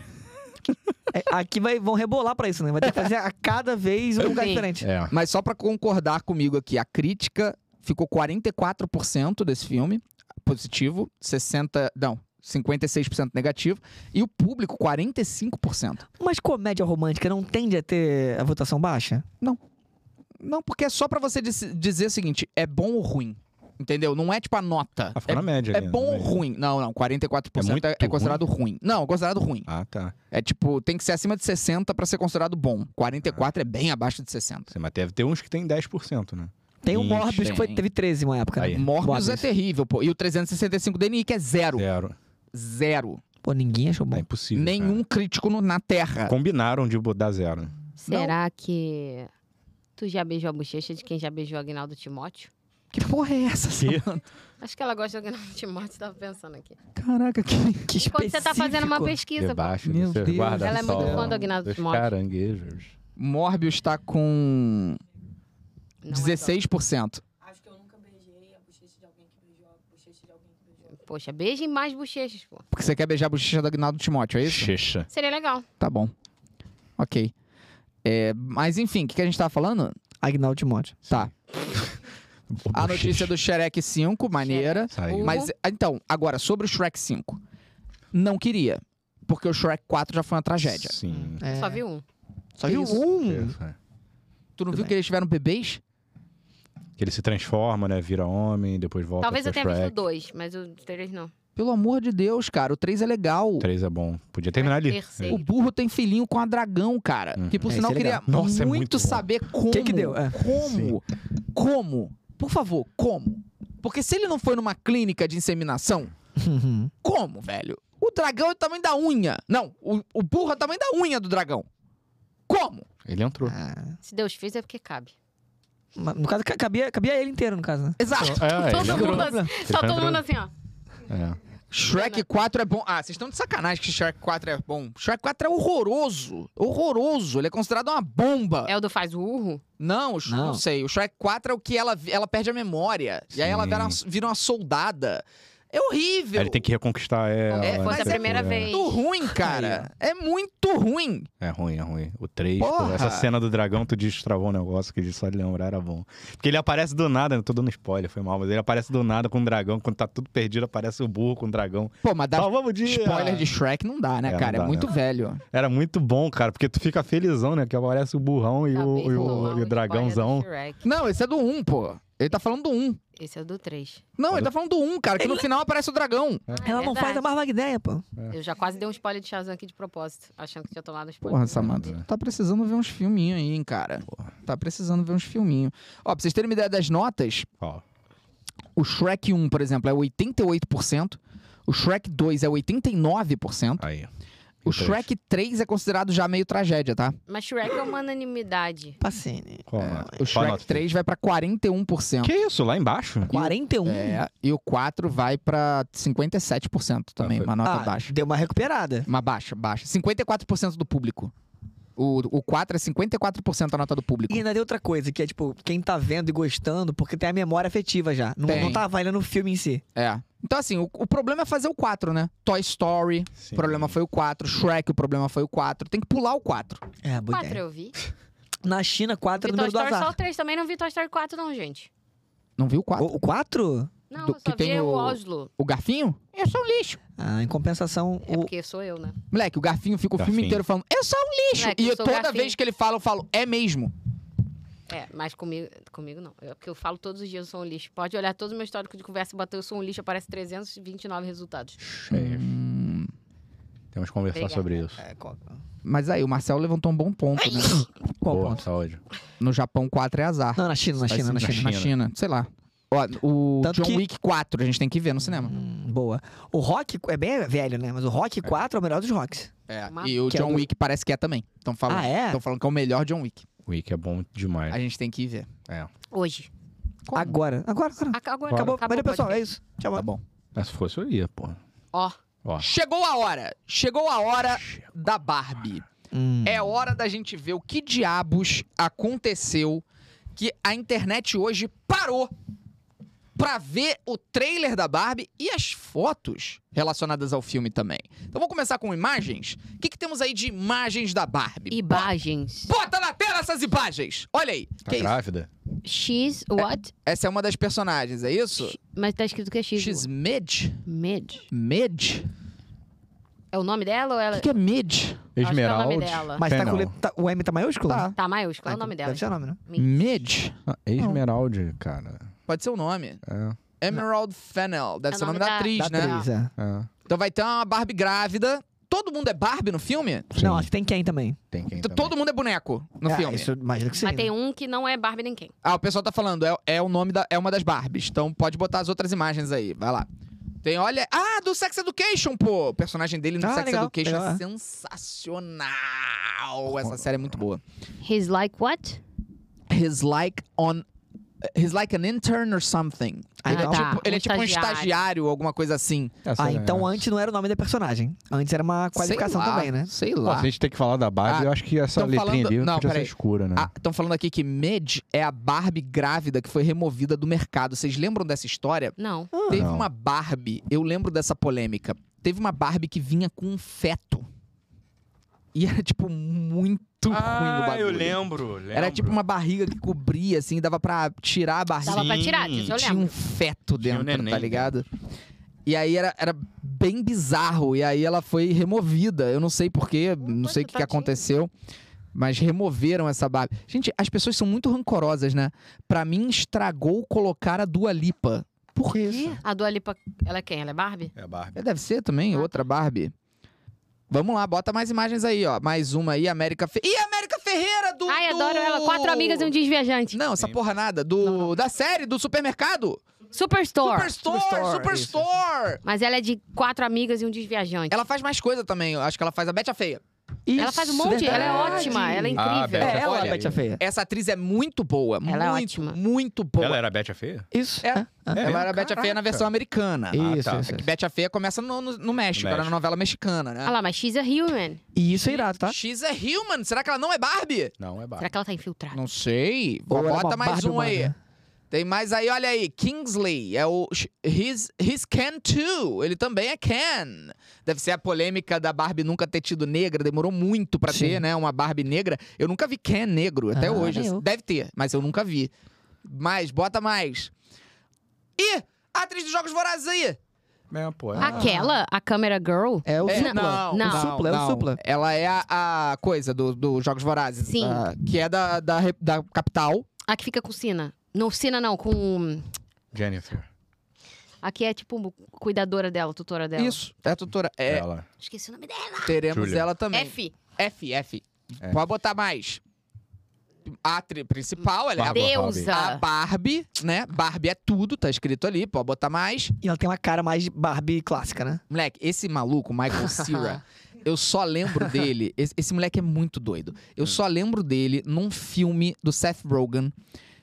S3: É, Aqui vai, vão rebolar pra isso, né? Vai ter que fazer a cada vez um lugar
S5: Sim.
S3: diferente.
S7: É.
S1: Mas só pra concordar comigo aqui, a crítica ficou 44% desse filme positivo, 60, não, 56% negativo e o público 45%.
S3: Mas comédia romântica não tende a ter a votação baixa?
S1: Não, porque é só pra você dis- dizer o seguinte, é bom ou ruim. Entendeu? Não é tipo a nota.
S7: Ah,
S1: É,
S7: ficou na média.
S1: é
S7: ali, né?
S1: bom ou
S7: Na média.
S1: ruim? Não, não, 44%
S7: muito
S1: é, é considerado ruim. Não, é considerado ruim.
S7: Ah, tá.
S1: É tipo, tem que ser acima de 60 pra ser considerado bom. 44 é bem abaixo de 60.
S7: Sim, Mas deve ter uns que tem 10%, né?
S3: Tem o
S7: Ixi,
S3: Morbius que foi-
S1: tem.
S3: teve 13 uma época.
S7: Aí.
S3: Né?
S1: Morbius é terrível, pô. E o 365 DNI que é zero.
S7: Zero. Tá
S1: Zero.
S3: Pô, Pô, ninguém achou
S2: É
S3: bom.
S2: impossível.
S1: Nenhum crítico no- na Terra.
S2: cara. Combinaram de dar zero.
S5: Será que tu já beijou a bochecha de quem já beijou Agnaldo Timóteo?
S1: Que porra é essa,
S2: Que?
S1: Samanta?
S5: Acho que ela gosta de Agnaldo Timóteo, tava pensando aqui.
S1: Caraca, que...
S3: Que
S5: Enquanto você tá fazendo uma
S3: específico.
S5: pesquisa, pô.
S7: Debaixo
S1: Meu
S7: dos seus
S1: Deus.
S7: guarda-sol.
S5: Ela é muito fã do Agnaldo
S7: dos
S5: Timóteo.
S7: caranguejos.
S1: Morbius tá com
S5: Não é
S1: 16%.
S8: Acho que eu nunca beijei a bochecha de alguém que beijou a bochecha de alguém que beijou.
S5: só- Poxa, beijem mais bochechas, pô.
S1: Porque você quer beijar a bochecha do Agnaldo Timóteo, é isso?
S2: Checha.
S5: Seria legal.
S1: Tá bom. Ok. É, mas enfim, o que, que a gente tava falando?
S3: Agnaldo Timóteo.
S1: Tá. A notícia do Shrek 5, maneira.
S2: Saiu.
S5: Uhum.
S1: Mas, então, agora, sobre o Shrek 5. Não queria. Porque o Shrek 4 já foi uma tragédia. Hum.
S2: Sim.
S3: É.
S5: Só vi um.
S3: Só
S1: Viu?
S3: viu
S2: É.
S3: um.
S1: Tu não
S3: Tudo
S1: viu
S3: bem.
S1: que eles tiveram bebês?
S2: Que ele se transforma, né? Vira homem, depois volta
S5: Talvez eu
S2: pro
S5: tenha
S2: Shrek.
S5: visto dois, mas o três não.
S1: Pelo amor de Deus, cara. O 3 é legal.
S2: Três é bom. Podia terminar ali.
S5: Terceiro.
S1: O burro tem filhinho com a dragão, cara.
S2: Uhum.
S1: Que por
S3: É,
S1: sinal eu
S3: isso é
S1: queria
S3: legal.
S2: Nossa, é
S1: muito,
S2: muito bom.
S1: saber como.
S3: que deu? É.
S1: Como? Como? Por favor, como? Porque se ele não foi numa clínica de inseminação,
S3: Uhum.
S1: como, velho? O dragão é o tamanho da unha. Não, o, o burro é o tamanho da unha do dragão. Como?
S7: Ele entrou.
S3: Ah,
S5: Se Deus fez, é porque cabe.
S3: mas no caso, ca- cabia, cabia ele inteiro, no caso, né?
S1: Exato.
S7: É,
S5: Todo
S7: ele entrou.
S5: mundo assim, Só todo mundo assim, ó.
S7: É.
S1: Shrek 4 é bom. Ah, vocês estão de sacanagem que Shrek 4 é bom. Shrek 4 é horroroso. Horroroso. Ele é considerado uma bomba.
S5: É o do faz o urro?
S1: Não, o Sh- não.
S3: Não.
S1: sei. O Shrek 4 é o que ela, vi- ela perde a memória. E aí ela
S2: Sim.
S1: vira uma, vira uma soldada. É horrível.
S2: Aí ele tem que reconquistar ela. né?
S5: É,
S1: mas
S5: foi a
S1: é
S5: primeira vez.
S1: Muito ruim, cara. É muito ruim.
S2: É ruim, é ruim. O 3,
S1: Porra!
S2: essa cena do dragão, tu destravou um negócio que de só de lembrar era bom. Porque ele aparece do nada, eu tô dando spoiler, foi mal, mas ele aparece do nada com um dragão, quando tá tudo perdido, aparece o burro com o dragão.
S1: Pô, mas dá
S2: Salvamos o dia!
S1: spoiler de Shrek não dá, né,
S2: É, não
S1: cara?
S2: dá,
S1: é muito
S2: né?
S1: velho.
S2: Era muito bom, cara, porque tu fica felizão, né, que aparece o burrão e, o, e
S5: Cabeça
S2: o-
S5: do
S2: e o
S5: Alan,
S2: dragãozão.
S5: spoiler do Shrek.
S1: Não, esse é do 1, pô. Ele tá falando do 1.
S5: Esse é o do três.
S1: Não, ele tá falando do 1, cara, que no final aparece o dragão.
S5: Ah, é
S3: Ela não
S5: verdade.
S3: faz a mais vaga ideia, pô.
S5: Eu já quase dei um spoiler de Shazam aqui de propósito, achando que tinha tomado um spoiler.
S1: Porra, Samanta, tá precisando ver uns filminhos aí, hein, cara. Tá precisando ver uns filminhos. Ó, pra vocês terem uma ideia das notas,
S2: Ó,
S1: O Shrek 1, por exemplo, é 88%. O Shrek 2 é 89%.
S2: aí.
S1: O
S2: E Ah, três?
S1: Shrek 3 é considerado já meio tragédia, tá?
S5: Mas Shrek é uma unanimidade.
S3: Pacine.
S2: Qual a nota?
S1: O
S2: Qual a
S1: Shrek
S2: nota?
S1: 3 vai pra 41%.
S2: Que isso, lá embaixo?
S3: 41.
S1: É, e o 4 vai pra 57% também,
S2: Ah, foi-
S1: uma nota
S3: Ah,
S1: baixa.
S3: deu uma recuperada.
S1: Uma baixa, baixa. 54% do público. O, o 4 é 54% a nota do público.
S3: E ainda tem outra coisa, que é tipo, quem tá vendo e gostando, porque tem a memória afetiva já. Não,
S1: Tem.
S3: não tá avaliando o filme em si.
S1: É. Então, assim, o, o problema é fazer o 4, né? Toy Story,
S2: Sim.
S1: o problema foi o 4. Shrek, o problema foi o 4. Tem que pular o 4.
S3: É, boa
S5: Quatro
S3: ideia.
S5: eu vi.
S3: Na China, 4 é o
S5: vi Toy
S3: número do
S5: Story só o
S3: azar.
S5: três também, não vi Toy Story 4 não, gente.
S1: Não viu o 4?
S3: O 4?
S5: Não,
S1: Do-
S5: eu só
S1: que tem
S5: vi
S1: o-
S5: o Oslo.
S1: O Garfinho? Eu sou um lixo.
S3: Ah, em compensação,
S5: É
S3: o...
S5: porque sou eu, né?
S1: Moleque, o Garfinho fica o filme
S2: Garfinho.
S1: inteiro falando, eu sou um lixo.
S5: Moleque,
S1: e
S5: eu
S1: eu
S5: sou
S1: toda
S5: Garfinho.
S1: vez que ele fala, eu falo, é mesmo.
S5: É, mas comigo, comigo não. Eu, porque eu falo todos os dias, eu sou um lixo. Pode olhar todo o meu histórico de conversa e bater, eu sou um lixo, aparece 329 resultados.
S2: Cheio. Temos que conversar
S5: Obrigada.
S7: sobre isso.
S3: É, qual,
S1: Mas aí, o Marcel levantou um bom ponto, né?
S3: qual
S2: Boa,
S3: ponto?
S2: saúde.
S1: No Japão 4 é azar.
S3: Não, na China, na
S1: Vai
S3: China,
S1: ser
S3: na China.
S1: Na China, sei lá. Ó, o
S3: Tanto
S1: John
S3: que-
S1: Wick 4 a gente tem que ver no cinema.
S3: Hum, boa. O Rock é bem velho, né? Mas o Rock 4 é o melhor dos Rocks.
S1: É,
S5: Uma-
S1: e o
S3: Que é
S1: John
S3: do-
S1: Wick parece que é também. Estão falando,
S3: Ah, é?
S1: tão falando que é o melhor John Wick.
S2: O Wick é bom demais.
S1: A gente tem que ir ver.
S5: Hoje.
S1: Como?
S3: Agora. Agora, agora.
S5: Ac- Agora
S3: Acabou. Hum, Valeu,
S5: o
S3: pessoal. É
S5: podcast.
S3: isso. Tchau.
S1: Tá bom.
S2: Mas se fosse, eu ia, pô.
S5: Ó,
S2: Ó.
S1: Chegou a hora. Chegou a hora da Barbie.
S3: Hum.
S1: É hora da gente ver o que diabos aconteceu que a internet hoje parou pra ver o trailer da Barbie e as fotos relacionadas ao filme também. Então vamos começar com imagens. O que, que temos aí de imagens da Barbie?
S5: imagens.
S1: Bo- Bota na tela essas imagens! Olha aí.
S2: Tá
S1: que é isso?
S2: grávida?
S5: X, what?
S1: Essa é uma das personagens, é isso?
S5: Mas tá escrito que é X.
S1: X Midge?
S5: Mid.
S1: Midge?
S5: É o nome dela ou
S1: O
S5: ela...
S1: que, que é Midge?
S5: Acho que é o
S2: Esmeralda.
S5: nome dela.
S3: Mas tá
S2: Tem
S3: com
S2: não.
S3: le- tá- o M tá maiúsculo?
S1: Tá.
S5: Tá, maiúsculo.
S3: Ah,
S5: é o nome
S3: então
S5: dela.
S3: Deve ser o nome, né?
S1: Midge?
S2: Ah, Esmeralda, cara.
S1: Pode ser o nome.
S2: É,
S1: Emerald Fennell. Deve
S5: É
S1: ser o nome da, atriz,
S3: Da
S1: né?
S3: atriz, é.
S2: é.
S1: Então vai ter uma Barbie grávida. Todo mundo é Barbie no filme?
S2: Sim,
S3: Não, acho que tem quem também.
S2: tem quem
S1: T-
S2: também.
S1: Todo mundo é boneco no
S3: É,
S1: filme.
S3: Isso, imagino que sim.
S5: Mas tem
S3: né?
S5: um que não é Barbie nem quem.
S1: Ah, o pessoal tá falando, é, é o nome da. É uma das Barbies. Então pode botar as outras imagens aí. Vai lá. Tem, olha. Ah, do Sex Education, pô! O personagem dele no
S3: Ah,
S1: Sex
S3: legal,
S1: Education
S3: legal,
S1: é
S3: é.
S1: sensacional. Essa série é muito boa.
S5: He's like what?
S1: He's like on. He's like an intern or something.
S3: Ah,
S1: ele é
S3: tá.
S1: tipo, ele é
S5: Um
S1: tipo um
S5: estagiário.
S1: estagiário, alguma coisa assim.
S2: é
S3: Ah,
S7: Essa-
S3: então antes não era o nome da personagem. Antes era uma qualificação
S1: Sei lá,
S3: também, né?
S1: Sei
S7: Pô,
S1: lá.
S7: se a gente tem que falar da Barbie,
S1: Ah,
S7: eu acho que essa
S1: tão
S7: letrinha
S1: falando-
S7: ali
S1: não,
S7: não, podia ser
S1: peraí.
S7: escura, né?
S1: Estão Ah, falando aqui que Midge é a Barbie grávida que foi removida do mercado. Vocês lembram dessa história?
S5: Não.
S1: Teve
S7: Não.
S1: uma Barbie, eu lembro dessa polêmica. Teve uma Barbie que vinha com um feto. E era, tipo, muito ruim o bagulho.
S2: Ah, lembro,
S1: Era tipo uma barriga que cobria, assim, dava pra tirar a barriga.
S5: Dava pra
S2: Sim,
S5: tirar, disso eu
S1: tinha
S5: lembro.
S1: um feto
S2: Tinha
S1: dentro,
S2: um neném
S1: tá ligado? E aí era, era bem bizarro. E aí ela foi removida. Eu não sei porquê, não sei o que, que
S5: tadinha.
S1: aconteceu. Mas removeram essa Barbie. Gente, as pessoas são muito rancorosas, né? Pra mim, estragou colocar a Dua Lipa. Por quê?
S5: A Dua Lipa, ela é quem? Ela é Barbie?
S2: É a Barbie.
S1: É, Deve ser também,
S5: Ah.
S1: outra Barbie. Vamos lá, bota mais imagens aí, ó. Mais uma aí, América Ferreira. Ih, América Ferreira do...
S5: Ai,
S1: do-
S5: adoro ela. Quatro amigas e um desviajante.
S1: Não, essa porra nada. Do... Da série, do supermercado.
S5: Superstore.
S1: Superstore, Superstore.
S3: Superstore,
S5: Mas ela é de quatro amigas e um desviajante.
S1: Ela faz mais coisa também. Eu acho que ela faz a Betty a Feia.
S5: Ela faz um monte, ela é
S3: verdade.
S5: ótima, ela é
S2: Ah,
S5: incrível.
S2: Beth,
S3: É, ela é
S2: Olha
S3: a
S2: aí.
S3: Betia Feia.
S1: Essa atriz é muito boa.
S5: Ela é
S1: muito,
S5: ótima.
S1: Muito boa.
S2: Ela é era a Betty a Feia?
S3: Isso.
S1: É.
S3: É. Ah.
S2: É.
S1: Ela era a Betty a Feia na versão americana.
S2: Ah,
S3: Isso,
S2: tá.
S3: isso,
S1: É que
S3: isso.
S1: Betty a Feia começa no, no- no México, era na
S2: México.
S1: novela mexicana, né?
S5: Olha lá, mas she's a human.
S3: E isso é irado, tá?
S1: She's a Human. Será que ela não é Barbie?
S2: Não, é Barbie.
S5: Será que ela tá infiltrada?
S1: Não sei.
S3: Ou era
S1: Bota
S3: uma
S1: mais
S3: Barbie
S1: um aí.
S3: humana.
S1: Tem mais aí, olha aí. Kingsley. É o. His, his Ken too. Ele também é Ken. Deve ser a polêmica da Barbie nunca ter tido negra. Demorou muito pra
S3: Sim.
S1: ter, né? Uma Barbie negra. Eu nunca vi Ken negro até
S3: Ah,
S1: hoje.
S3: eu.
S1: Deve ter, mas eu nunca vi. Mais, bota mais. E a atriz dos Jogos Vorazes aí.
S2: É, pô. É
S5: Aquela, a Camera Girl.
S3: É o
S1: É,
S3: Supla.
S1: não,
S5: O
S1: não,
S3: Supla, é o
S1: não.
S3: Supla.
S1: Ela é a, a coisa dos do Jogos Vorazes.
S5: Sim.
S1: a- que é da, da, rep- da capital.
S5: A que fica com Sina. Não, Sina não, com.
S1: é?
S2: Jennifer.
S5: A que é tipo cuidadora dela, tutora dela.
S1: Isso. É a tutora. É,
S2: Ela.
S5: Esqueci o nome dela.
S1: teremos
S2: Julia.
S1: ela também.
S5: F.
S1: F, F.
S2: É.
S1: Pode botar mais. A atriz principal, ela é a-
S2: Barbie.
S1: a
S5: Deusa.
S1: Barbie, né? Barbie é tudo, tá escrito ali. Pode botar mais.
S3: E ela tem uma cara mais de Barbie clássica, né?
S1: Moleque, esse maluco, Michael Cera, eu só lembro dele. Esse, esse moleque é muito doido.
S2: Hum.
S1: Eu só lembro dele num filme do Seth Rogen.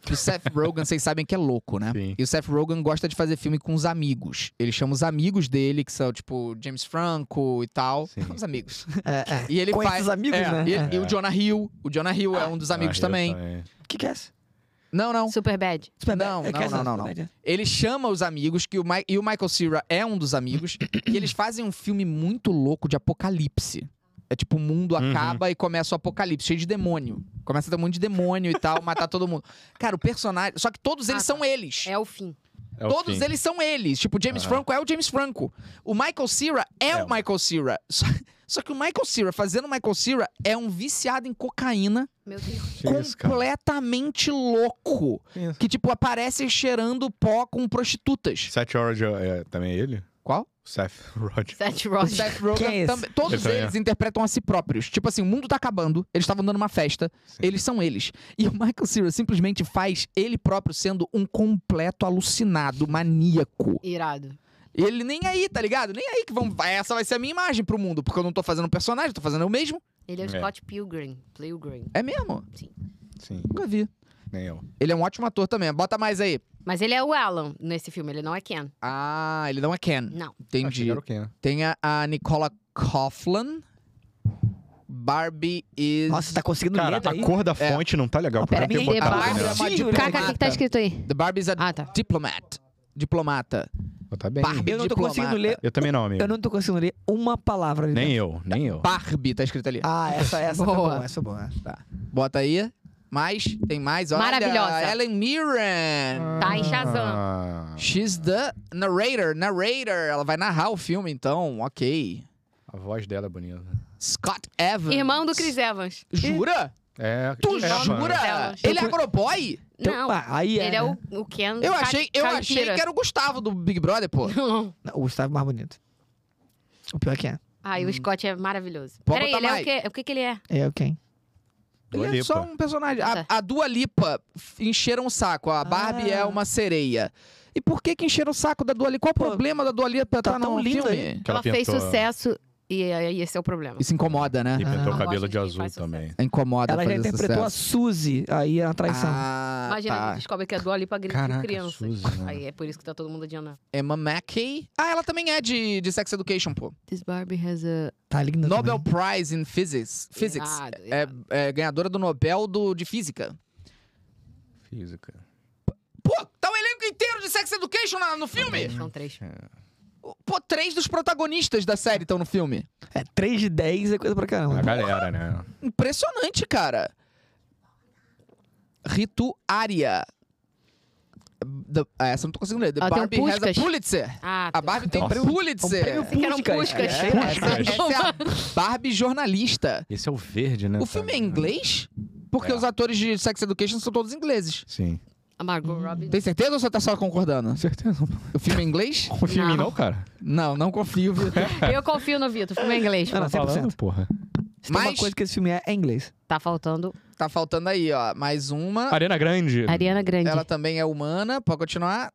S1: Que o Seth Rogen, vocês sabem que é louco, né?
S2: Sim.
S1: E o Seth Rogen gosta de fazer filme com os amigos. Ele chama os amigos dele, que são tipo James Franco e tal.
S2: Sim.
S1: Os amigos.
S3: É, é.
S1: E ele
S3: Com
S1: faz.
S3: esses amigos,
S1: é,
S3: né?
S1: E,
S3: É.
S1: e o Jonah Hill. O Jonah Hill é um dos amigos
S2: Ah, eu
S1: também.
S3: O que, que é essa?
S1: Não, não.
S5: Super bad.
S1: Não,
S3: É, que
S1: não,
S3: essa-
S1: não, não, não. Ele chama os amigos, que o Mi- e o Michael Cera é um dos amigos, e eles fazem um filme muito louco de apocalipse. É tipo, o mundo
S2: Uhum.
S1: acaba e começa o apocalipse, cheio de demônio. Começa a ter um monte de demônio e tal, matar todo mundo. Cara, o personagem. Só que todos eles
S5: Ah,
S1: são eles.
S5: É o fim.
S2: É o
S1: Todos
S2: fim.
S1: eles são eles. Tipo, o James
S2: Aham.
S1: Franco é o James Franco. O Michael Cera é,
S2: É
S1: o
S2: o-
S1: Michael Cera. Só, só que o Michael Cera, fazendo o Michael Cera, é um viciado em cocaína
S5: Meu Deus.
S2: Que isso, cara.
S1: completamente louco.
S2: Que isso?
S1: Que, tipo, aparece cheirando pó com prostitutas.
S2: Seth Rogen é, também é ele?
S1: Qual?
S2: O Seth Rogen.
S5: Seth
S1: O
S5: Rogen.
S1: Seth Rogen
S3: Quem é esse?
S1: também. Todos
S2: Esse aí,
S1: eles interpretam a si próprios. Tipo assim, o mundo tá acabando, eles estavam dando uma festa,
S2: Sim.
S1: eles são eles. E o Michael Cera simplesmente faz ele próprio sendo um completo alucinado, maníaco.
S5: Irado.
S1: Ele nem aí, tá ligado? Nem aí que vão. vai- Essa vai ser a minha imagem pro mundo, porque eu não tô fazendo um personagem, tô fazendo eu mesmo.
S5: Ele é o
S2: É.
S5: Scott Pilgrim. Pilgrim.
S1: É mesmo?
S2: Sim,
S1: Nunca vi.
S2: nem eu.
S1: Ele é um ótimo ator também. Bota mais aí.
S5: Mas ele é o Alan nesse filme, ele não é Ken.
S1: Ah, ele não é Ken.
S5: Não.
S2: Achei
S1: Entendi.
S2: que era o Ken.
S1: Tem a, a Nicola Coughlin. Barbie is.
S3: Nossa, você tá conseguindo
S2: Cara,
S3: ler daí?
S2: a cor da fonte não tá legal. Podia ter
S5: peraí,
S2: botado,
S5: Barbie
S2: né?
S1: é uma
S3: Sim,
S5: Caca, o que, que tá
S1: diplomata.
S5: escrito aí?
S1: The Barbie is a
S5: Ah, tá.
S1: diplomat. Diplomata.
S2: Pô, Tá bem.
S1: Barbie
S3: Eu não tô
S1: diplomata.
S3: conseguindo ler.
S2: Eu também não, amigo.
S3: Eu não tô conseguindo ler uma palavra. ali
S2: Nem
S3: dentro.
S2: eu, nem eu.
S1: Barbie, tá escrito ali.
S3: Ah, essa, essa foi
S5: Boa.
S3: boa, essa foi boa. tá.
S1: Bota aí. Mais, tem mais. Olha,
S5: Maravilhosa.
S1: Ellen Mirren.
S5: Tá em Shazam.
S2: Ah,
S1: She's the narrator, narrator. Ela vai narrar o filme, então, ok.
S2: a voz dela é bonita.
S1: Scott
S2: Ah.
S1: Evans.
S5: Irmão do Chris Evans.
S1: Jura?
S2: É,
S1: Tu
S2: é,
S1: jura?
S5: Evans.
S1: Ele é agroboy?
S3: Então,
S5: não.
S3: ah, aí é,
S5: ele é
S3: né?
S5: o, o Ken.
S1: Eu
S5: ca-
S1: achei, eu achei
S5: caipira.
S1: que era o Gustavo do Big Brother, pô.
S5: Não.
S3: Não, o Gustavo é mais bonito. O pior que é.
S5: Ai, o Scott é maravilhoso.
S1: Pode
S5: Peraí,
S1: botar
S5: ele é
S1: mais.
S5: o quê? O que, que ele é?
S3: É o quem?
S2: Dua
S1: Ele é só
S2: Lipa.
S1: um personagem. A,
S5: Tá.
S1: a Dua Lipa f- encheram o saco. A Barbie
S3: Ah.
S1: é uma sereia. E por que que encheram o saco da Dua Lipa? Qual o
S3: Pô,
S1: problema da Dua Lipa pra
S3: tá
S1: entrar
S3: tão
S1: num
S3: linda
S1: filme?
S5: Ela, fez sucesso e aí esse é o problema.
S1: Isso incomoda, né?
S7: E pintou
S5: Ah.
S7: o cabelo de
S5: Gosta de quem
S7: azul
S5: faz sucesso.
S7: também.
S1: Incomoda
S3: Ela já
S1: fazer
S3: interpretou a
S1: sucesso.
S3: Suzy, aí é a traição.
S1: Ah,
S5: Imagina,
S1: tá.
S5: a gente descobre que é a Dua Lipa agrediu
S7: Caraca,
S5: crianças.
S7: Suzy, né?
S5: Aí é por isso que tá todo mundo adiando.
S1: Emma Mackey. Ah, ela também é de, de Sex Education, pô.
S5: This Barbie has a...
S3: tá linda
S1: Nobel
S3: também.
S1: Prize in Physics. Physics.
S3: Ah,
S5: Irado,
S1: É,
S5: irado.
S1: é ganhadora do Nobel do, de Física.
S7: Física.
S1: Pô, tá o elenco inteiro de Sex Education na- no filme?
S5: São três.
S7: É.
S2: Uhum.
S1: Pô, três dos protagonistas da série estão no filme.
S3: É 3 de 10 é coisa pra
S7: A
S3: caramba.
S7: galera, né?
S1: Impressionante, cara. Ritu Aria. The- ah, essa eu não tô conseguindo ler. The
S5: Ah, tem um
S1: Barbie has a
S5: Puskas.
S1: Pulitzer.
S5: Ah,
S1: A Barbie tem
S7: Nossa.
S1: Pulitzer.
S5: Pensei que eram puscas.
S1: É, essa, essa é a Barbie jornalista.
S7: Esse é o verde, né?
S1: O filme é
S7: Tá-
S1: em inglês? Porque
S7: É.
S1: os atores de Sex Education são todos ingleses.
S7: Sim.
S5: A Margot Robbie.
S1: Tem certeza ou você tá só concordando?
S7: Com certeza.
S1: O filme é inglês?
S7: Confia em mim, não, cara.
S1: Não, não confio, Vitor.
S5: Eu confio no Vitor, filme é inglês.
S7: Tá
S3: Não, não,
S5: pô.
S3: sempre- 100%.
S7: porra.
S3: Se tem uma
S1: tá Mas-
S3: coisa que esse filme é, é inglês.
S5: Tá faltando
S1: Tá faltando aí, ó. Mais uma.
S7: Arena Grande.
S5: Ariana Grande.
S1: Ela também é humana. Pode continuar.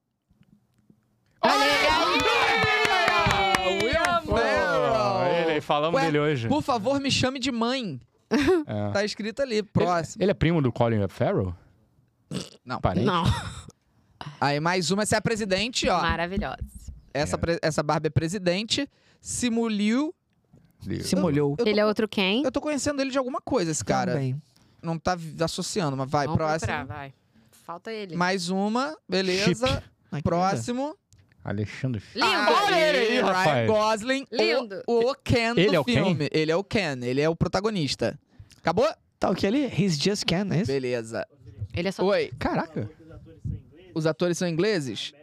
S1: Will
S7: Pô,
S1: Ferrell!
S7: Ah, ele, falamos
S1: Ué,
S7: dele hoje.
S1: Por favor, me chame de mãe.
S7: É.
S1: Tá escrito ali, próximo.
S7: Ele é primo do Colin Farrell?
S1: Não.
S7: Parente?
S5: Não,
S1: Aí mais uma, essa é a presidente, ó.
S5: maravilhosa.
S1: Essa, pre- essa Barbie é presidente. Simuliu.
S3: Se molhou.
S1: Eu tô,
S5: Ele é outro quem?
S1: eu tô conhecendo ele de alguma coisa, esse cara.
S3: Também.
S1: Não tá vi- associando, mas vai,
S5: Vamos procurar,
S1: próximo.
S5: vai. Falta ele.
S1: Mais uma, beleza.
S7: Chip.
S3: Ai, que
S1: Próximo.
S7: Alexandre.
S5: Lindo!
S1: Ah,
S7: Olha ele aí,
S1: Ryan
S7: rapaz.
S1: Gosling. o-
S5: Lindo.
S1: O, Ken
S7: Ele
S1: do
S7: é o Ken?
S1: filme. Ele é o Ken, ele é o protagonista. Acabou?
S3: linda. Tá, o que ali? He's Just Can, é isso?
S1: Beleza.
S5: Ele é só...
S1: Oi,
S7: Caraca.
S1: os atores são ingleses?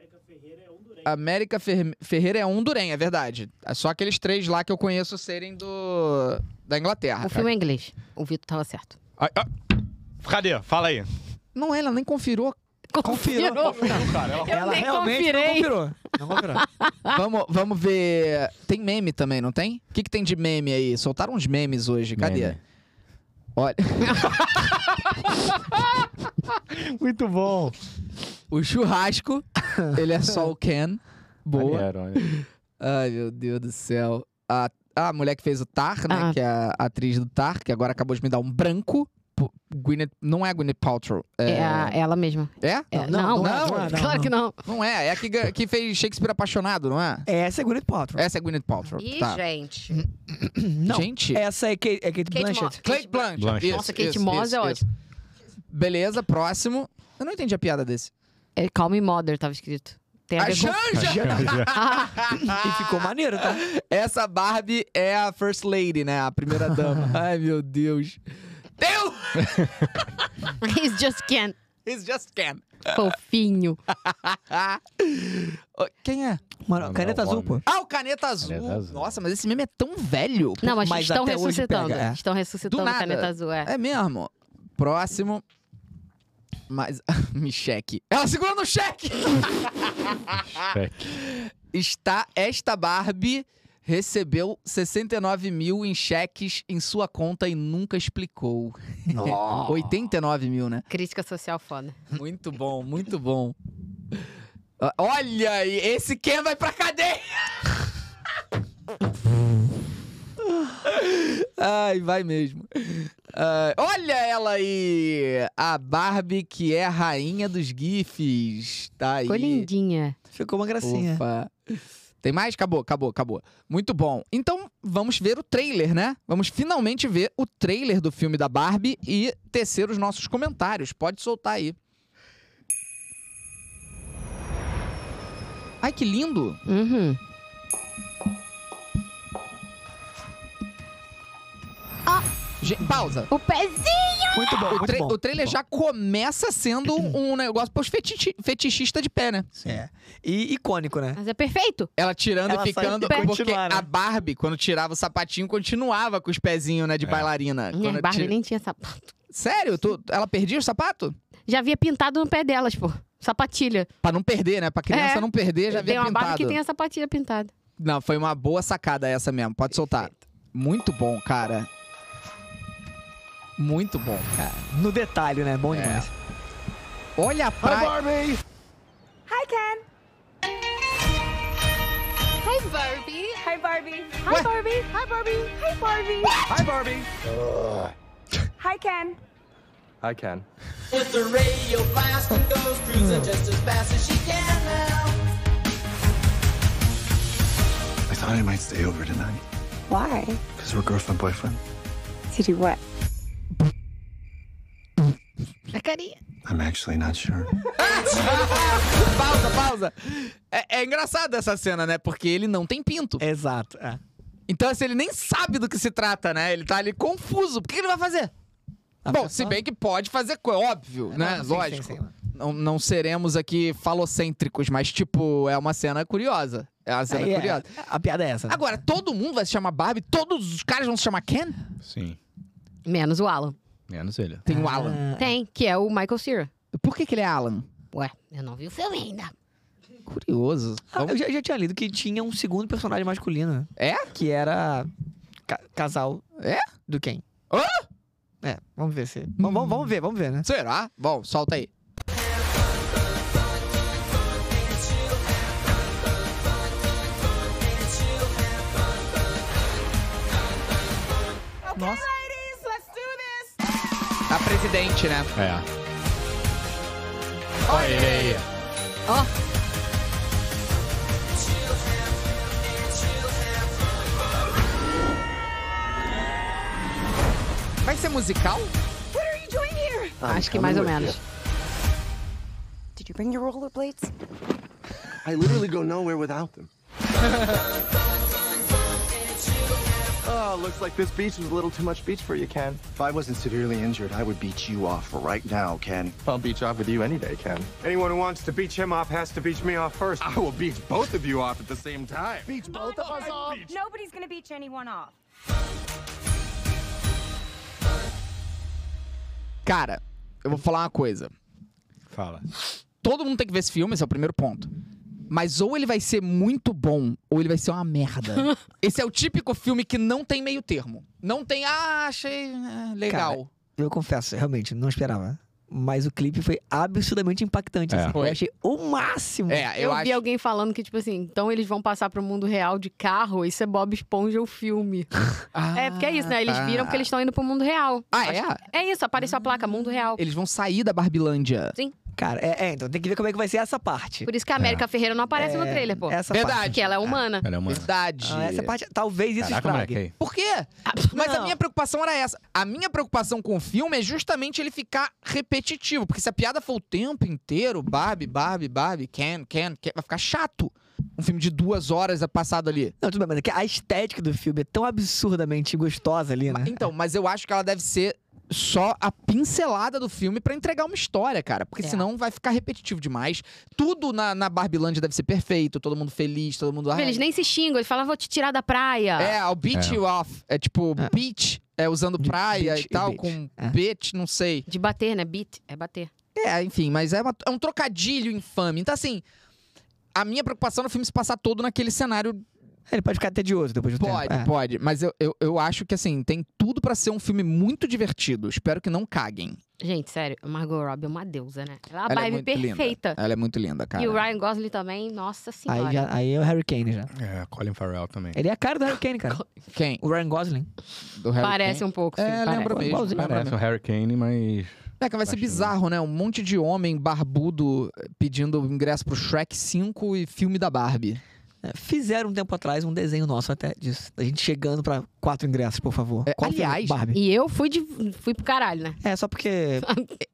S1: América Fer- Ferreira é hondurenha, é verdade. É só aqueles três lá que eu conheço serem do da Inglaterra.
S5: O filme é inglês. O Vitor tava certo.
S7: Ai, ai. Cadê? Fala aí.
S1: Não, ela nem confirou.
S3: Confirou.
S5: Eu
S3: Ela
S5: nem
S3: realmente
S5: confirei.
S3: não confirou. Não confirou.
S5: Ah.
S1: vamos, vamos ver. Tem meme também, não tem? O que, que tem de meme aí? Soltaram uns memes hoje. Cadê?
S7: Meme.
S1: Olha.
S7: Muito bom.
S1: O churrasco, ele é só o Ken. Boa. Ai, meu Deus do céu. A, a mulher que fez o Tar, né?
S5: Ah.
S1: Que é a atriz do Tar, que agora acabou de me dar um branco. Pô, Gwyneth, não é a Gwyneth Paltrow. É?
S5: É a- ela mesma.
S1: é?
S5: É,
S1: não, não,
S5: não,
S3: não, não.
S5: claro que não.
S1: Não é. É a que, ga- que fez Shakespeare Apaixonado, não é?
S3: Essa é Gwyneth Paltrow.
S1: Essa é a Gwyneth Paltrow.
S5: Ih,
S1: tá.
S5: gente.
S3: Não.
S1: Gente.
S3: Essa é Kate, é Kate Blanchett.
S5: Moss.
S1: Cate Blanchett.
S7: Blanchett.
S1: Isso,
S5: Nossa, Kate
S1: isso,
S5: Moss
S1: isso,
S5: é
S1: isso. Beleza, próximo. Eu não entendi a piada desse.
S5: É Calm Me Mother, tava escrito. Tem É a,
S1: A
S5: ver com-
S1: Janja!
S5: Ah,
S3: E ficou maneiro, tá?
S1: Essa Barbie é a First Lady, né? A primeira dama. Ai, meu Deus. Deu!
S5: he's just can.
S1: It's just Ken.
S5: Fofinho.
S1: Ô, Quem é?
S3: Mano,
S7: Não,
S3: caneta
S7: não,
S3: azul, pô.
S7: homem.
S1: Ah, o Caneta Azul.
S7: Caneta Azul.
S1: Nossa, mas esse meme é tão velho.
S5: Não, mas,
S3: Mas
S5: estão
S3: até hoje
S5: ressuscitando.
S3: pega, é.
S5: Estão ressuscitando
S1: Do nada.
S5: Caneta Azul, é.
S1: É mesmo. Próximo. Mas. Me cheque. Ela segura no cheque!
S7: Cheque.
S1: Está. Esta Barbie recebeu 69 mil em cheques em sua conta e nunca explicou. 89 mil, né?
S5: Crítica social foda.
S1: Muito bom, muito bom. Ó, Olha aí, esse Ken vai pra cadeia! Ai, vai mesmo. Ah, olha ela aí! A Barbie que é a rainha dos GIFs. Tá aí.
S5: Ficou lindinha.
S3: Ficou uma gracinha.
S1: Opa. Tem mais? Acabou, acabou, acabou. Muito bom. Então, vamos ver o trailer, né? Vamos finalmente ver o trailer do filme da Barbie e tecer os nossos comentários. Pode soltar aí. Ai, que lindo!
S5: Uhum.
S1: Gen- pausa.
S4: O pezinho!
S3: Muito bom,
S1: O,
S3: Ah, muito
S1: tra-
S3: bom.
S1: o trailer já começa sendo um negócio pros fetichi- fetichistas de pé, né?
S3: É. E icônico, né?
S5: Mas é perfeito.
S1: Ela tirando
S3: Ela
S1: e
S3: sai
S1: ficando.
S3: de pé.
S1: Porque
S3: Continuar, né?
S1: a Barbie, quando tirava o sapatinho, continuava com os pezinhos, né? De
S7: É.
S1: bailarina.
S5: Minha
S1: Quando
S5: Barbie
S1: tira-
S5: nem tinha sapato.
S1: Sério? Tu- Ela perdia o sapato?
S5: Já havia pintado no pé delas, pô. Sapatilha.
S1: Pra não perder, né? Pra criança
S5: É.
S1: não perder, já
S5: tem
S1: havia
S5: uma
S1: pintado.
S5: Barbie que tem a sapatilha pintada.
S1: Não, foi uma boa sacada essa mesmo. Pode soltar. Muito bom, cara. Muito bom, cara.
S3: No detalhe, né? Bom
S1: É.
S3: demais.
S1: Olha a praia.
S7: Barbie!
S6: Hi, Ken.
S5: Barbie.
S8: Hi, Barbie.
S1: Ué?
S5: Hi, Barbie. Hi, Barbie.
S8: Hi, Barbie.
S1: Hi, Barbie.
S8: Hi, Ken.
S9: I can.
S10: I thought I might stay over tonight
S6: Why?
S10: because we're girlfriend boyfriend.
S6: To do what?
S5: A carinha.
S10: I'm actually not sure.
S1: Pausa, pausa. É, é engraçado essa cena, né? Porque ele não tem pinto.
S3: Exato. é.
S1: Então, assim, ele nem sabe do que se trata, né? Ele tá ali confuso. O que que ele vai fazer?
S3: Tá
S1: Bom,
S3: pensando?
S1: se bem que pode fazer, co- óbvio,
S3: É,
S1: né?
S3: não, sim,
S1: Lógico.
S3: sim, sim.
S1: Não, não seremos aqui falocêntricos, mas, tipo, é uma cena curiosa. É uma cena
S3: Aí é,
S1: curiosa.
S3: A piada é essa. né?
S1: Agora, todo mundo vai se chamar Barbie? Todos os caras vão se chamar Ken?
S2: Sim.
S5: Menos o Alan.
S2: Menos ele.
S1: Tem o Alan.
S3: Ah,
S5: Tem, que é o Michael Cera.
S1: Por que, que ele é Alan?
S5: Ué, eu não vi o filme ainda.
S1: Curioso.
S3: ah, eu já, já tinha lido que tinha um segundo personagem masculino. né?
S1: É?
S3: Que era ca- casal.
S1: É?
S3: Do quem?
S1: Hã?
S3: É, vamos ver se. Vamos, vamos- vamos ver, vamos ver, né?
S1: Será? Bom, solta aí. Nossa. A presidente, né?
S2: É. Olha ele aí.
S1: Vai ser musical? Ah,
S5: Acho que mais ou menos.
S6: Did you bring your rollerblades?
S10: I literally go nowhere without them. oh, looks like this beach was a little too much beach for you, Ken. If I wasn't severely injured, I would beat you off right now, Ken.
S9: I'll beach off with you any day, Ken.
S10: Anyone who wants to beach him off has to beach me off first.
S9: I will beach both of you off at the same time.
S10: Beach both of us off.
S8: Nobody's gonna beach anyone off.
S1: Cara, eu vou falar uma coisa.
S2: Fala.
S1: Todo mundo tem que ver esse filme, esse é o primeiro ponto. Mas ou ele vai ser muito bom, ou ele vai ser uma merda. esse é o típico filme que não tem meio termo. Não tem, ah, achei é, legal.
S3: Eu confesso, realmente, não esperava. Mas o clipe foi absurdamente impactante.
S2: É.
S3: assim.
S1: Foi.
S3: Eu achei o máximo.
S1: é, eu,
S5: Eu, vi
S1: acho.
S5: alguém falando que, tipo assim, então eles vão passar pro mundo real de carro, isso é Bob Esponja o filme.
S1: Ah,
S5: é, porque é isso, né? Eles
S1: tá.
S5: viram que eles estão indo pro mundo real.
S1: Ah,
S5: Acho
S1: é?
S5: que- É isso, apareceu a placa, mundo real.
S1: Eles vão sair da Barbilândia.
S3: Cara, é, é, então tem que ver como é que vai ser essa parte. É,
S5: Por isso que a América
S1: É.
S5: Ferreira não aparece no trailer, pô.
S3: Essa parte.
S5: Porque ela é humana.
S2: Ela é uma.
S1: Verdade.
S3: Ah, essa parte, talvez
S1: é
S3: isso
S2: Caraca,
S3: estrague.
S2: moleque aí.
S1: Por quê? Mas a minha preocupação era essa. A minha preocupação com o filme é justamente ele ficar repetitivo. Porque se a piada for o tempo inteiro, Barbie, Barbie, Barbie, Ken, Ken, Ken, vai ficar chato. Um filme de duas horas é passado ali.
S3: Não, tudo bem, mas é que a estética do filme é tão absurdamente gostosa ali, né?
S1: Então, mas eu acho que ela deve ser só a pincelada do filme pra entregar uma história, cara. Porque
S5: É.
S1: senão vai ficar repetitivo demais. Tudo na, na Barbilândia deve ser perfeito, todo mundo feliz, todo mundo... "Ah,
S5: Eles nem se xingam, eles falam, "Ah, vou te tirar da praia.
S1: É, o beat
S2: É.
S1: you off. É tipo
S3: É.
S1: beach, é usando
S3: De-
S1: praia
S3: beach
S1: e
S3: e
S1: tal,
S3: beach.
S1: com
S3: É.
S1: bitch, não sei.
S5: De bater, né? Beat, é bater.
S1: É, enfim, mas é, uma- é um trocadilho infame. Então, assim, a minha preocupação no filme se passar todo naquele cenário.
S3: Ele pode ficar tedioso depois do
S1: Pode,
S3: tempo. é.
S1: pode. Mas eu, eu, eu acho que, assim, tem tudo pra ser um filme muito divertido. Espero que não caguem.
S5: Gente, sério, a Margot Robbie é uma deusa, né? Ela é a
S1: Ela é
S5: Barbie
S1: muito
S5: perfeita.
S1: linda. Ela é muito linda, cara.
S5: E o Ryan Gosling também, nossa senhora.
S3: Aí, já, aí é o Harry Kane já.
S2: É, Colin Farrell também.
S3: Ele é a cara do Harry Kane, cara.
S1: Quem?
S3: O Ryan Gosling.
S1: Do Harry
S5: Parece um pouco, sim,
S1: É,
S5: parece.
S1: lembra mesmo.
S3: Igualzinho.
S1: lembra
S2: Parece
S1: mesmo.
S2: um Harry Kane, mas.
S1: É que vai ser
S2: Acho que-
S1: bizarro, né? Um monte de homem barbudo eh, pedindo ingresso pro Shrek 5 e filme da Barbie.
S3: É, Fizeram um tempo atrás um desenho nosso até disso. A gente chegando pra quatro ingressos, por favor.
S1: É,
S3: Qual filme?
S1: aliás,
S3: Barbie.
S5: E eu fui, de, fui pro caralho, né?
S3: É, só porque.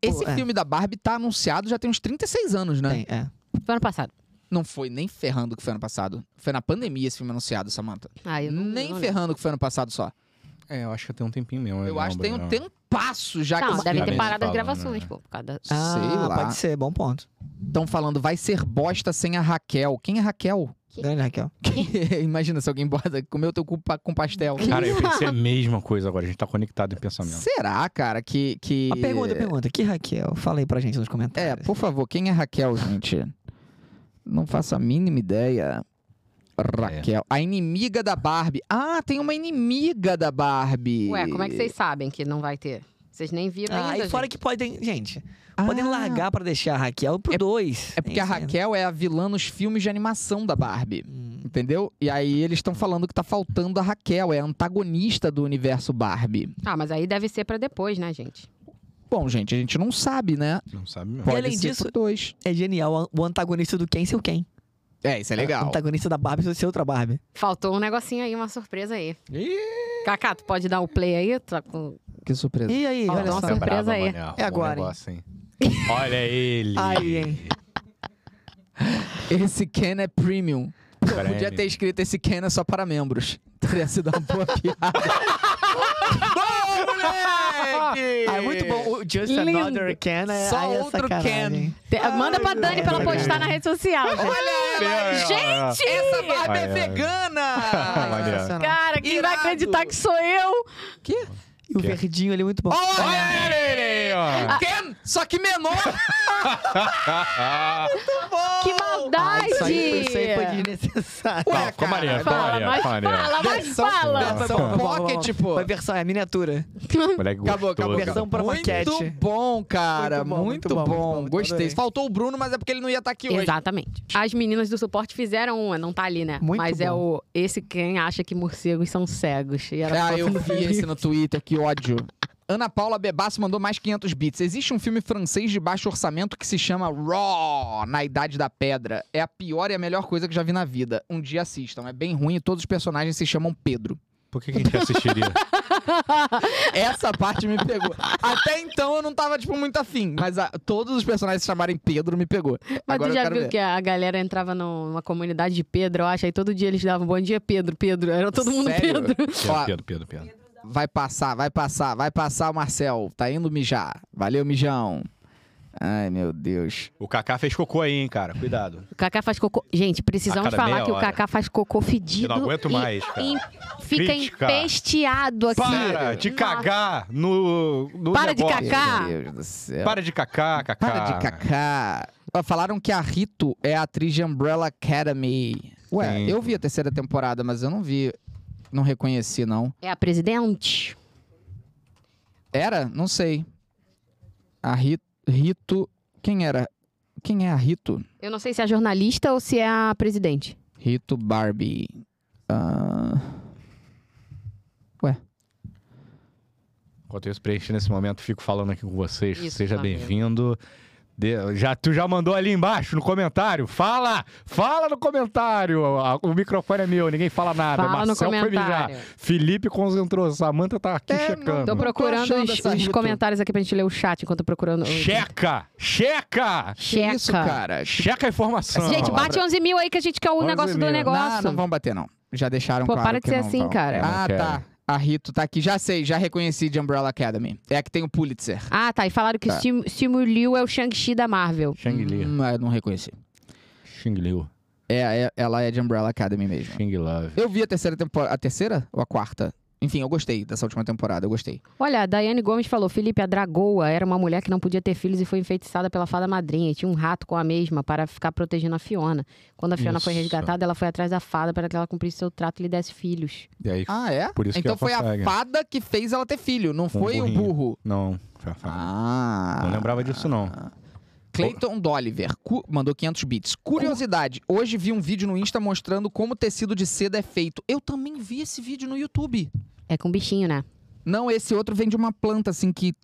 S1: Esse
S3: Pô, é.
S1: filme da Barbie tá anunciado já tem uns 36 anos, né?
S3: Tem, é.
S5: Foi ano passado.
S1: Não foi nem ferrando que foi ano passado. Foi na pandemia esse filme anunciado, Samantha.
S5: Ah, eu não,
S1: Nem
S5: eu não lembro.
S1: ferrando que foi ano passado só.
S2: É, eu acho que tem um tempinho mesmo.
S7: né,
S1: Eu acho que tem um
S2: lembro,
S1: tempasso já que tá
S5: Não,
S1: esse
S5: deve
S1: filme-
S5: ter
S2: Obviamente
S5: parado Ah, as
S2: falando,
S5: gravações,
S2: né?
S5: pô. Por causa da...
S1: Sei lá.
S3: Ah, Pode ser, bom ponto.
S1: Estão falando, vai ser bosta sem a Raquel. Quem é Raquel?
S3: Grande Raquel.
S1: Imagina se alguém bota comeu teu cu pa- com pastel.
S2: não. Cara, eu pensei a mesma coisa agora. A gente tá conectado em pensamento.
S1: Será, cara, que. que...
S3: A pergunta, pergunta. Que Raquel? Fala aí pra gente nos
S1: É,
S3: comentários.
S1: por favor, quem é Raquel, gente? Não faço a mínima ideia. Raquel. A inimiga da Barbie. Ah, tem uma inimiga da Barbie.
S5: Ué, como é que vocês sabem que não vai ter? Vocês nem viram
S3: Ah,
S5: ainda,
S3: e fora
S5: gente.
S3: que podem. Gente,
S1: Ah,
S3: podem largar pra deixar a Raquel pro dois.
S1: É porque a
S3: Isso, né?
S1: Raquel é a vilã nos filmes de animação da Barbie.
S3: Hum,
S1: entendeu? E aí eles estão falando que tá faltando a Raquel, é a antagonista do universo Barbie.
S5: Ah, mas aí deve ser pra depois, né, gente?
S1: Bom, gente, a gente não sabe, né?
S2: Não sabe mesmo.
S1: Pode
S3: além
S1: ser
S3: disso-
S1: por dois.
S3: É genial. O antagonista do Ken ser o Ken.
S1: É, isso é
S3: O
S1: legal.
S3: antagonista da Barbie ser outra Barbie.
S5: Faltou um negocinho aí, uma surpresa aí.
S2: Ih,
S5: Cacá, tu pode dar o play aí? Tá com-
S1: Que surpresa.
S3: E aí,
S5: Olha
S3: olha
S5: só.
S3: só.
S7: Tá
S5: surpresa aí.
S3: É agora,
S7: um Olha ele.
S3: Aí, hein?
S1: Esse Ken é premium. Pô, podia
S7: Prêmio.
S1: ter escrito esse Ken é só para membros. Teria sido uma boa piada. Boa, moleque!
S3: Ah, é muito bom. O Just
S5: Lindo.
S3: Another Ken é
S1: Só
S3: aí é
S1: outro
S3: sacanagem.
S5: Te- Manda pra Dani pra ela
S7: Deus.
S5: postar na rede social, gente.
S1: Olha ela! aí.
S5: Gente!
S1: Essa Barbie é
S7: Ai, ai.
S1: vegana!
S7: Ah, Maneiro.
S5: Cara, quem vai
S1: Irado.
S5: acreditar que sou eu?
S3: E o verdinho ali é muito bom.
S1: Olha!
S7: ele, ó.
S1: Ken, só que menor!
S5: Que
S3: Ah,
S5: maldade!
S3: isso, aí, isso aí foi desnecessário.
S1: Ué,
S7: Ficou maneiro, ficou
S5: Fala,
S7: maneiro,
S5: mas
S7: ficou maneiro.
S5: fala, mas
S1: Versão-
S5: fala!
S3: Vai, vai,
S1: São
S3: vai, vai, vai, vai,
S1: pocket,
S3: vai.
S1: pô.
S3: Vai versão, é a miniatura.
S7: Moleque
S1: Acabou, acabou,
S7: gostoso.
S3: Versão pra
S1: Muito
S3: maquete.
S1: bom, cara. Muito
S3: Muito
S1: bom,
S3: bom, muito bom, muito bom, muito bom.
S1: Gostei.
S3: Adorei.
S1: Faltou o Bruno, mas é porque ele não ia estar aqui hoje.
S5: Exatamente. As meninas do suporte fizeram uma, não tá ali, né?
S3: Muito
S5: Mas é o esse quem acha que morcegos são cegos. E era
S1: Ah,
S5: foto
S1: eu
S5: no
S1: vi
S5: vídeo.
S1: esse no Twitter, que ódio. Ana Paula Bebasso mandou mais 500 bits. Existe um filme francês de baixo orçamento que se chama Raw, na Idade da Pedra. É a pior e a melhor coisa que já vi na vida. Um dia assistam. É bem ruim e todos os personagens se chamam Pedro.
S7: Por que, que a gente assistiria?
S1: Essa parte me pegou. Até então eu não tava, tipo, muito afim. Mas ah, todos os personagens se chamarem Pedro me pegou.
S5: Mas
S1: Agora
S5: tu
S1: eu
S5: já
S1: quero
S5: viu
S1: ver.
S5: que é a galera entrava no- numa comunidade de Pedro, eu acho, aí todo dia eles davam bom dia, Pedro, Pedro. Era todo mundo
S1: Sério?
S5: Pedro.
S1: Ó,
S7: Pedro, Pedro, Pedro.
S1: Vai passar, vai passar, vai passar o Marcel. Tá indo mijar. Valeu, mijão. Ai, meu Deus.
S7: O Kaká fez cocô aí, hein, cara. Cuidado.
S5: O Kaká faz cocô. Gente,
S7: A
S5: precisamos
S7: cada
S5: falar
S7: meia
S5: que o
S7: hora.
S5: Kaká faz cocô fedido.
S7: Eu não aguento
S5: e-
S7: mais, cara.
S5: e fica
S7: Crítica.
S5: empesteado aqui.
S7: Para de
S5: é Nossa.
S7: cagar no, no
S5: Para de
S7: negócio.
S5: cagar. Cacá.
S1: Meu Deus do céu.
S7: Para de cacar, Kaká.
S1: Para de cacá. Ó, Falaram que a Rito é a atriz de Umbrella Academy. Ué,
S7: Sim.
S1: eu vi a terceira temporada, mas eu não vi. Não reconheci, não.
S5: É a presidente.
S1: Era? Não sei. A Ri- Rito. Quem era? Quem é a Rito?
S5: Eu não sei se é a jornalista ou se é a presidente.
S1: Rito Barbie. Ah,
S7: Enquanto isso, preenche nesse momento, fico falando aqui com vocês.
S5: Isso,
S7: Seja
S5: Flamengo.
S7: bem-vindo. De- Já, tu já mandou ali embaixo no comentário? Fala! Fala no comentário! A- O microfone é meu, ninguém fala nada.
S5: Fala no
S7: Marcel foi mijar.
S5: comentário.
S7: Felipe concentrou, Samanta tá aqui
S1: É,
S7: checando.
S5: Tô
S1: não
S5: procurando
S1: achando
S5: os,
S1: essa
S5: os
S1: Rito.
S5: comentários aqui pra gente ler o chat enquanto eu tô procurando.
S7: Checa! Checa!
S1: que
S5: Checa.
S1: isso, cara?
S7: Checa a informação.
S5: Gente,
S1: palavra.
S5: bate 11 mil aí que a gente quer o
S7: 11
S5: negócio do
S7: mil.
S1: Não,
S5: negócio.
S1: não vão bater, não. Já deixaram
S5: Pô,
S1: claro
S5: para de
S1: que
S5: ser
S1: não
S5: assim,
S1: vão.
S5: cara.
S7: Eu não
S1: Ah,
S7: quero.
S1: tá. A Rito tá aqui. Já sei, já reconheci de Umbrella Academy. É a que tem o Pulitzer.
S5: Ah, tá. E falaram que
S1: Tá.
S5: o Simu Liu é o Shang-Chi da Marvel.
S7: Xing Liu.
S1: Hum, eu não reconheci.
S7: Xing Liu.
S1: É, é- ela é de Umbrella Academy mesmo.
S7: Xing Love.
S1: Eu vi a terceira temporada. A terceira ou a quarta? Enfim, eu gostei dessa última temporada, eu gostei.
S5: Olha, a Daiane Gomes falou: Felipe, a Dragoa era uma mulher que não podia ter filhos e foi enfeitiçada pela fada madrinha. E tinha um rato com a mesma para ficar protegendo a Fiona. Quando a Fiona foi
S7: Isso.
S5: resgatada, ela foi atrás da fada para que ela cumprisse seu trato e lhe desse filhos.
S7: E aí,
S1: Ah, é?
S7: Por isso que
S1: então
S7: ela
S1: foi
S7: consegue.
S1: a fada que fez ela ter filho, não
S7: Com
S1: foi
S7: o
S1: o
S7: burrinho.
S1: burro.
S7: não. fa- fa-
S1: Ah.
S7: Não lembrava disso, não.
S1: Clayton Dolliver cu- mandou 500 bits. Curiosidade, hoje vi um vídeo no Insta mostrando como tecido de seda é feito. Eu também vi esse vídeo no YouTube.
S5: É com bichinho, né?
S1: Não, esse outro vem de uma planta, assim, que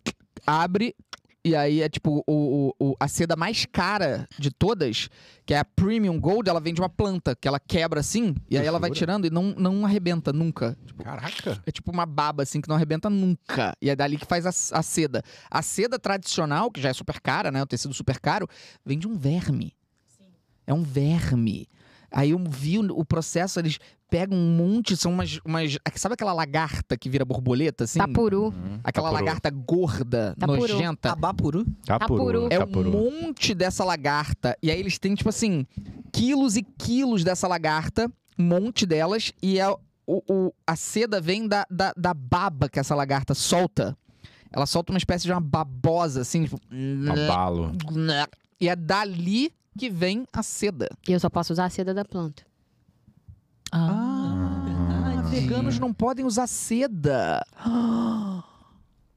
S1: abre. E aí é tipo o, o- o- a seda mais cara de todas, que é a Premium Gold, ela vem de uma planta, que ela quebra assim, e aí ela vai
S7: jura?
S1: tirando e não, não arrebenta nunca.
S7: Caraca!
S1: É tipo uma baba, assim, que não arrebenta nunca. E é dali que faz a, a seda. A seda tradicional, que já é super cara, né? O tecido super caro, vem de um verme. É um verme. Aí eu vi o, o processo, eles pegam um monte, são umas, umas. Sabe aquela lagarta que vira borboleta, assim?
S5: Tapuru.
S1: Aquela
S7: Tapuru.
S1: lagarta gorda,
S5: Tapuru.
S1: nojenta.
S3: Abapuru.
S7: Tapuru.
S5: Tapuru.
S1: É um
S7: Tapuru.
S1: monte dessa lagarta. E aí eles têm, tipo assim, quilos e quilos dessa lagarta, um monte delas, e a, o- o- a seda vem da, da, da baba que essa lagarta solta. Ela solta uma espécie de uma babosa, assim, tipo.
S7: Abalo.
S1: E é dali que vem a seda.
S5: E eu só posso usar a seda da planta.
S1: Ah, verdade. Veganos não podem usar seda.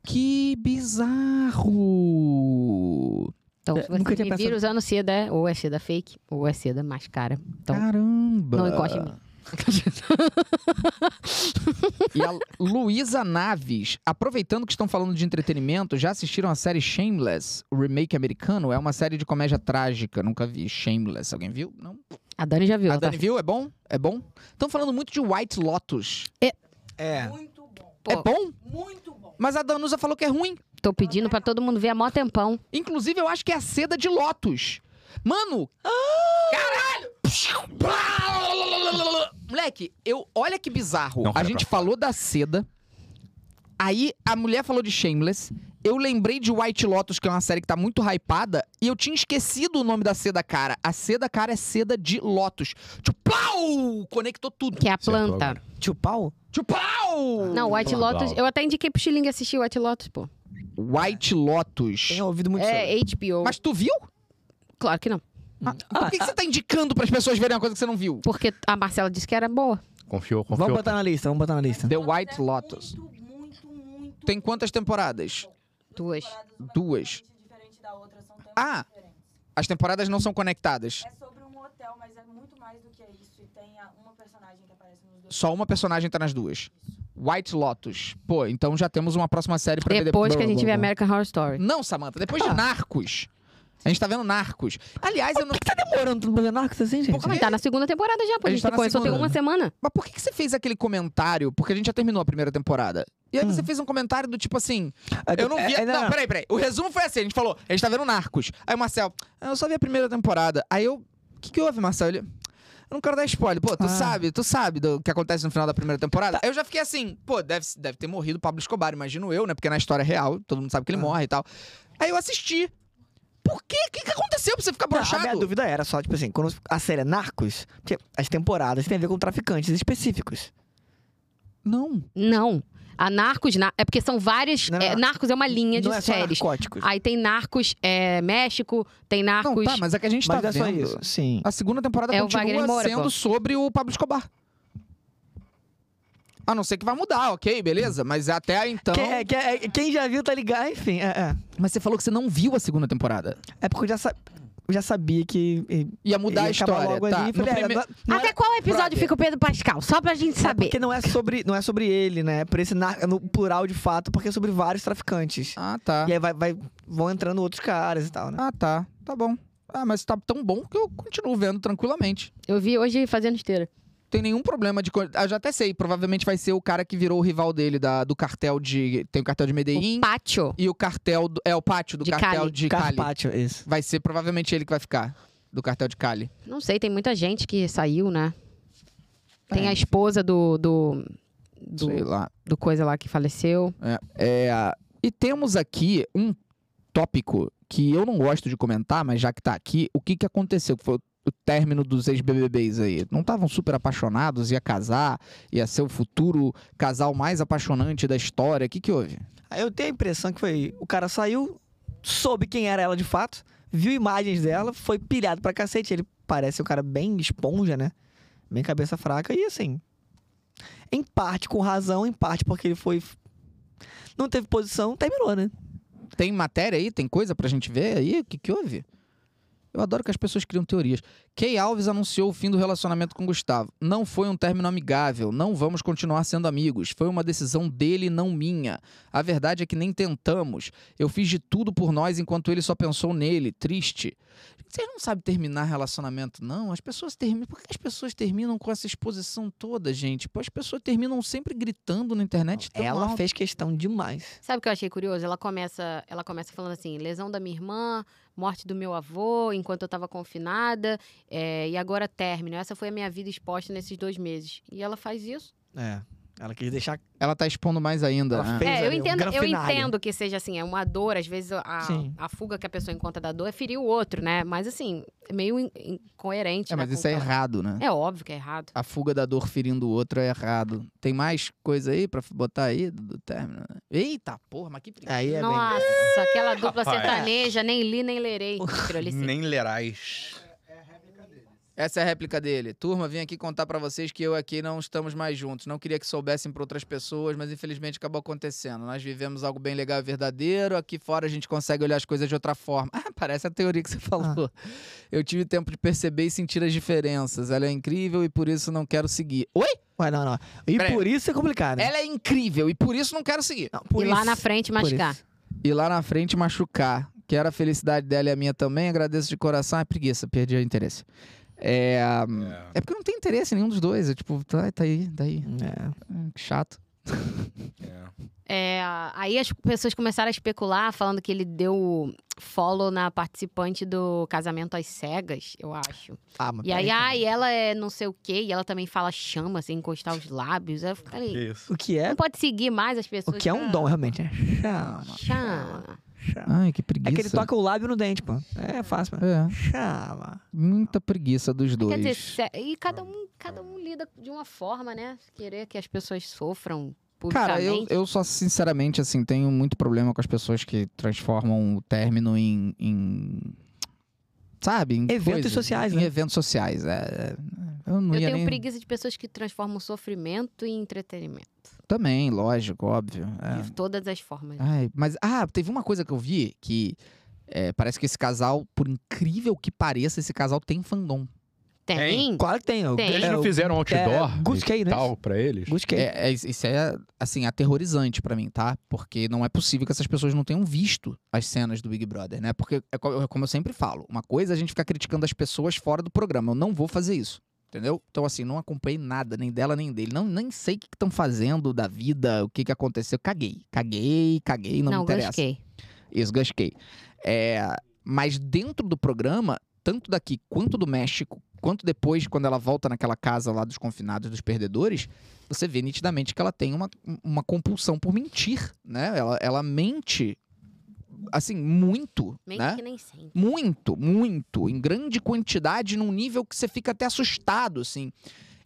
S1: Que bizarro!
S5: Então, se
S3: É,
S5: você
S3: nunca tinha
S5: me vir
S3: pensado.
S5: usando seda, é- ou é seda fake, ou é seda mais cara. Então,
S1: Caramba!
S5: não encoste em mim.
S1: E a Luísa Naves, aproveitando que estão falando de entretenimento, já assistiram a série Shameless, o remake americano? É uma série de comédia trágica, nunca vi. Shameless, alguém viu? Não?
S5: A Dani já viu.
S1: A
S5: ela tá-
S1: Dani viu? É bom? É bom? Estão falando muito de White Lotus.
S3: É.
S8: Muito bom.
S1: É bom?
S8: Muito bom.
S1: Mas a Danusa falou que é ruim.
S5: Tô pedindo pra todo mundo ver há mó tempão.
S1: Inclusive, eu acho que é a seda de Lotus. Mano! Caralho! Moleque, eu, olha que bizarro.
S7: Não,
S1: a
S7: cara,
S1: gente
S7: pra
S1: falou da seda. Aí a mulher falou de Shameless. Eu lembrei de White Lotus, que é uma série que tá muito hypada, e eu tinha esquecido o nome da seda cara. A seda cara é seda de Lotus. Tchupau! Conectou tudo.
S5: Que é a
S7: Acertou
S5: planta.
S7: agora.
S3: Tio Pau?
S1: Tchupau!
S5: Não, White
S7: Blá, blá.
S5: Lotus. Eu até indiquei pro Xiling assistir White Lotus, pô.
S1: White Lotus.
S3: Tenho um ouvido muito sobre.
S5: É HBO.
S1: Mas tu viu?
S5: claro que não.
S1: Ah, Por que, que você tá indicando pras pessoas verem uma coisa que você não viu?
S5: Porque a Marcela disse que era boa.
S7: Confiou, confiou.
S3: Vamos botar na lista, vamos botar na lista.
S1: The White Lotus.
S8: é Muito, muito, muito.
S1: Tem quantas temporadas?
S5: Duas.
S1: Duas.
S8: Diferente da outra, são temas
S1: Ah!
S8: diferentes.
S1: As temporadas não são conectadas.
S8: É sobre um hotel, mas é muito mais do que isso. E tem a- uma personagem que aparece nos dois.
S1: Só uma personagem tá nas duas. White Lotus. Pô, então já temos uma próxima série pra ver
S5: Depois que a gente vê American Horror Story.
S1: Não, Samantha, depois
S5: Ah.
S1: de Narcos. A gente tá vendo Narcos. Aliás, eu não.
S3: Tá demorando tudo pra ver Narcos assim, gente?
S1: Por que-
S5: Tá na segunda temporada já,
S1: A
S5: pô. A
S1: gente
S5: gente
S1: tá na
S5: começou tem
S1: segunda.
S5: uma semana.
S1: Mas por que, que você fez aquele comentário? Porque a gente já terminou a primeira temporada. E
S5: Hum.
S1: aí você fez um comentário do tipo assim. Eu não vi.
S3: É, é,
S1: não,
S3: não,
S1: peraí, peraí. O resumo foi assim: a gente falou, a gente tá vendo Narcos. Aí o Marcel, "Ah, eu só vi a primeira temporada. Aí eu, o que, que houve, Marcel? Ele, eu não quero dar spoiler. Pô, tu
S3: Ah. Tá.
S1: sabe, tu sabe do que acontece no final da primeira temporada? Aí eu já fiquei assim, pô, deve, deve ter morrido o Pablo Escobar, imagino eu, né? Porque na história real, todo mundo
S3: Ah.
S1: sabe que ele morre e tal. Aí eu assisti. Por quê? O que, que aconteceu pra você ficar
S3: a minha
S1: brochado?
S3: dúvida era só, tipo assim, quando a série é Narcos, porque as temporadas têm a ver com traficantes específicos.
S1: Não.
S5: Não. A Narcos, na- é porque são várias.
S3: Não, não,
S5: é,
S3: não.
S5: Narcos é uma linha de
S3: não é só
S5: séries.
S3: narcóticos.
S5: Aí tem Narcos é, México, tem
S1: Não,
S5: Narcos.
S1: tá, mas é que a gente
S3: Mas
S1: tá
S3: não é só
S1: vendo.
S3: isso. Sim.
S1: A segunda temporada
S5: É o
S1: continua
S5: Wagner Moura,
S1: sendo
S5: pô.
S1: sobre o Pablo Escobar. A não ser que vai mudar, ok, beleza? Mas até então.
S3: Quem, é- quem é- quem já viu tá ligado, enfim. É, é.
S1: Mas você falou que você não viu a segunda temporada.
S3: É porque eu já, sa- eu já sabia que. e-
S1: Ia mudar
S3: ia
S1: a
S3: acabar
S1: história.
S3: logo
S1: Tá.
S3: ali,
S1: No
S3: falei, é,
S1: prime-
S3: não- não
S5: Até
S3: era-
S5: qual episódio
S3: brother.
S5: fica o Pedro Pascal? Só pra gente
S3: É
S5: saber.
S3: porque não é sobre, não é sobre ele, né? Por isso nar- no plural de fato, porque é sobre vários traficantes.
S1: Ah, tá.
S3: E aí vai, vai- vão entrando outros caras e tal, né?
S1: Ah, tá. Tá bom. Ah, mas tá tão bom que eu continuo vendo tranquilamente.
S5: Eu vi hoje fazendo esteira.
S1: Tem nenhum problema de. co- Ah, já até sei. Provavelmente vai ser o cara que virou o rival dele da, do cartel de. Tem o cartel de Medellín
S5: O pátio.
S1: e o cartel. Do... É, o pátio do
S5: De
S1: cartel
S5: Cali.
S1: de Cali.
S3: Carpaccio, isso.
S1: Vai ser provavelmente ele que vai ficar. Do cartel de Cali.
S5: Não sei, tem muita gente que saiu, né?
S1: É.
S5: Tem a esposa do. do, do-
S1: Sei lá.
S5: do coisa lá que faleceu.
S1: É, e temos aqui um tópico que eu não gosto de comentar, mas já que tá aqui, o que que aconteceu? Que foi o término dos ex-BBBs aí. Não estavam super apaixonados, ia casar, ia ser o futuro casal mais apaixonante da história. O que que houve?
S3: Aí eu tenho a impressão que foi. O cara saiu, soube quem era ela de fato, viu imagens dela, foi pilhado pra cacete. Ele parece um cara bem esponja, né? Bem cabeça fraca. E assim. Em parte com razão, em parte porque ele foi. Não teve posição, terminou, né?
S1: Tem matéria aí? Tem coisa pra gente ver aí? O que que houve? Eu adoro que as pessoas criam teorias. Kay Alves anunciou o fim do relacionamento com Gustavo. Não foi um término amigável. Não vamos continuar sendo amigos. Foi uma decisão dele, não minha. A verdade é que nem tentamos. Eu fiz de tudo por nós enquanto ele só pensou nele. Triste. Vocês não sabem terminar relacionamento, não? As pessoas terminam. Por que as pessoas terminam com essa exposição toda, gente? Pô, as pessoas terminam sempre gritando na internet. tão
S3: ela
S1: alto.
S3: fez questão demais.
S5: Sabe o que eu achei curioso? Ela começa, ela começa falando assim: lesão da minha irmã, morte do meu avô, enquanto eu tava confinada, é, e agora término. Essa foi a minha vida exposta nesses dois meses. E ela faz isso.
S3: É. Ela quis deixar.
S1: Ela tá expondo mais ainda.
S3: Ela
S1: né?
S3: fez
S5: É, eu
S3: ali um
S5: entendo, eu
S3: grafinalho.
S5: entendo que seja assim, é uma dor, às vezes a,
S3: Sim.
S5: a fuga que a pessoa encontra da dor é ferir o outro, né? Mas assim, é meio in- incoerente.
S1: É,
S5: né,
S1: mas
S5: com
S1: isso é
S5: o que ela-
S1: errado, né?
S5: É óbvio que é errado.
S1: A fuga da dor ferindo o outro é errado. Tem mais coisa aí pra botar aí do, do término? né? Eita porra, mas que preguiça.
S3: Aí é
S5: Nossa, aquela dupla
S2: Rapaz.
S5: sertaneja, nem li, nem lerei. Aquilo ali, sim.
S2: Nem lerás.
S1: Essa é a réplica dele. Turma, vim aqui contar pra vocês que eu aqui não estamos mais juntos. Não queria que soubessem pra outras pessoas, mas infelizmente acabou acontecendo. Nós vivemos algo bem legal e verdadeiro. Aqui fora a gente consegue olhar as coisas de outra forma. Ah, parece a teoria que você falou.
S3: Ah.
S1: Eu tive tempo de perceber e sentir as diferenças. Ela é incrível e por isso não quero seguir. Oi?
S3: Ué, não, não. E
S1: Peraí.
S3: por isso é complicado.
S1: Ela é incrível e por isso não quero seguir.
S3: Não, por
S5: e
S3: isso.
S5: lá na frente
S3: Por
S5: machucar.
S3: isso.
S1: E lá na frente machucar. Quero a felicidade dela e a minha também. Agradeço de coração. É preguiça, perdi o interesse. É,
S2: Hum.
S1: é porque não tem interesse em nenhum dos dois. É tipo, tá, tá aí, daí.
S3: É.
S1: Hum, Que chato.
S5: É, aí as pessoas começaram a especular, falando que ele deu follow na participante do Casamento às Cegas, eu acho.
S3: Ah, mas
S5: E aí,
S3: peraí,
S5: ah, e ela é não sei o quê, e ela também fala chama, sem encostar os lábios. Aí eu falei,
S2: Isso.
S3: O que é?
S5: não pode seguir mais as
S3: O
S5: pessoas.
S3: que é um dom, realmente, né? Chama.
S5: Chama.
S3: Chama.
S1: Ai, que
S3: É
S1: preguiça.
S3: que ele toca o lábio no dente, pô. É fácil, mano.
S1: É,
S3: Chama.
S1: muita preguiça dos dois.
S5: Quer dizer, sé- e cada um, cada um lida de uma forma, né? Querer que as pessoas sofram
S1: Cara, eu,
S5: publicamente.
S1: eu só sinceramente, assim, tenho muito problema com as pessoas que transformam o término em. em- sabe? Em
S3: Eventos
S1: coisas,
S3: sociais,
S1: em
S3: né?
S1: eventos sociais. é, é, eu não
S5: Eu
S1: ia
S5: tenho
S1: nem...
S5: preguiça de pessoas que transformam sofrimento em entretenimento.
S1: Também, lógico, óbvio. é.
S5: De todas as formas.
S1: Ai, mas, ah, teve uma coisa que eu vi que é, parece que esse casal, por incrível que pareça, esse casal tem fandom.
S5: Tem?
S3: Claro que tem. o-
S5: Tem.
S7: Eles
S3: é,
S7: não
S3: o-
S7: fizeram outdoor
S3: é, Gusquei,
S7: e
S3: né?
S7: tal pra eles?
S3: Busquei.
S1: É, é, isso é, assim, aterrorizante pra mim, tá? Porque não é possível que essas pessoas não tenham visto as cenas do Big Brother, né? Porque, é co- é como eu sempre falo, uma coisa é a gente ficar criticando as pessoas fora do programa. Eu não vou fazer isso. Entendeu? Então, assim, não acompanhei nada, nem dela, nem dele. Não, nem sei o que estão fazendo da vida, o que, que aconteceu. Caguei, caguei, caguei, não, me interessa.
S5: gostei.
S1: Isso, gasquei. É, mas dentro do programa, tanto daqui quanto do México, quanto depois, quando ela volta naquela casa lá dos confinados, dos perdedores, você vê nitidamente que ela tem uma, uma compulsão por mentir, né? Ela, ela mente, assim, muito,
S5: Meio
S1: né?
S5: que nem sempre.
S1: Muito, muito. Em grande quantidade, num nível que você fica até assustado, assim.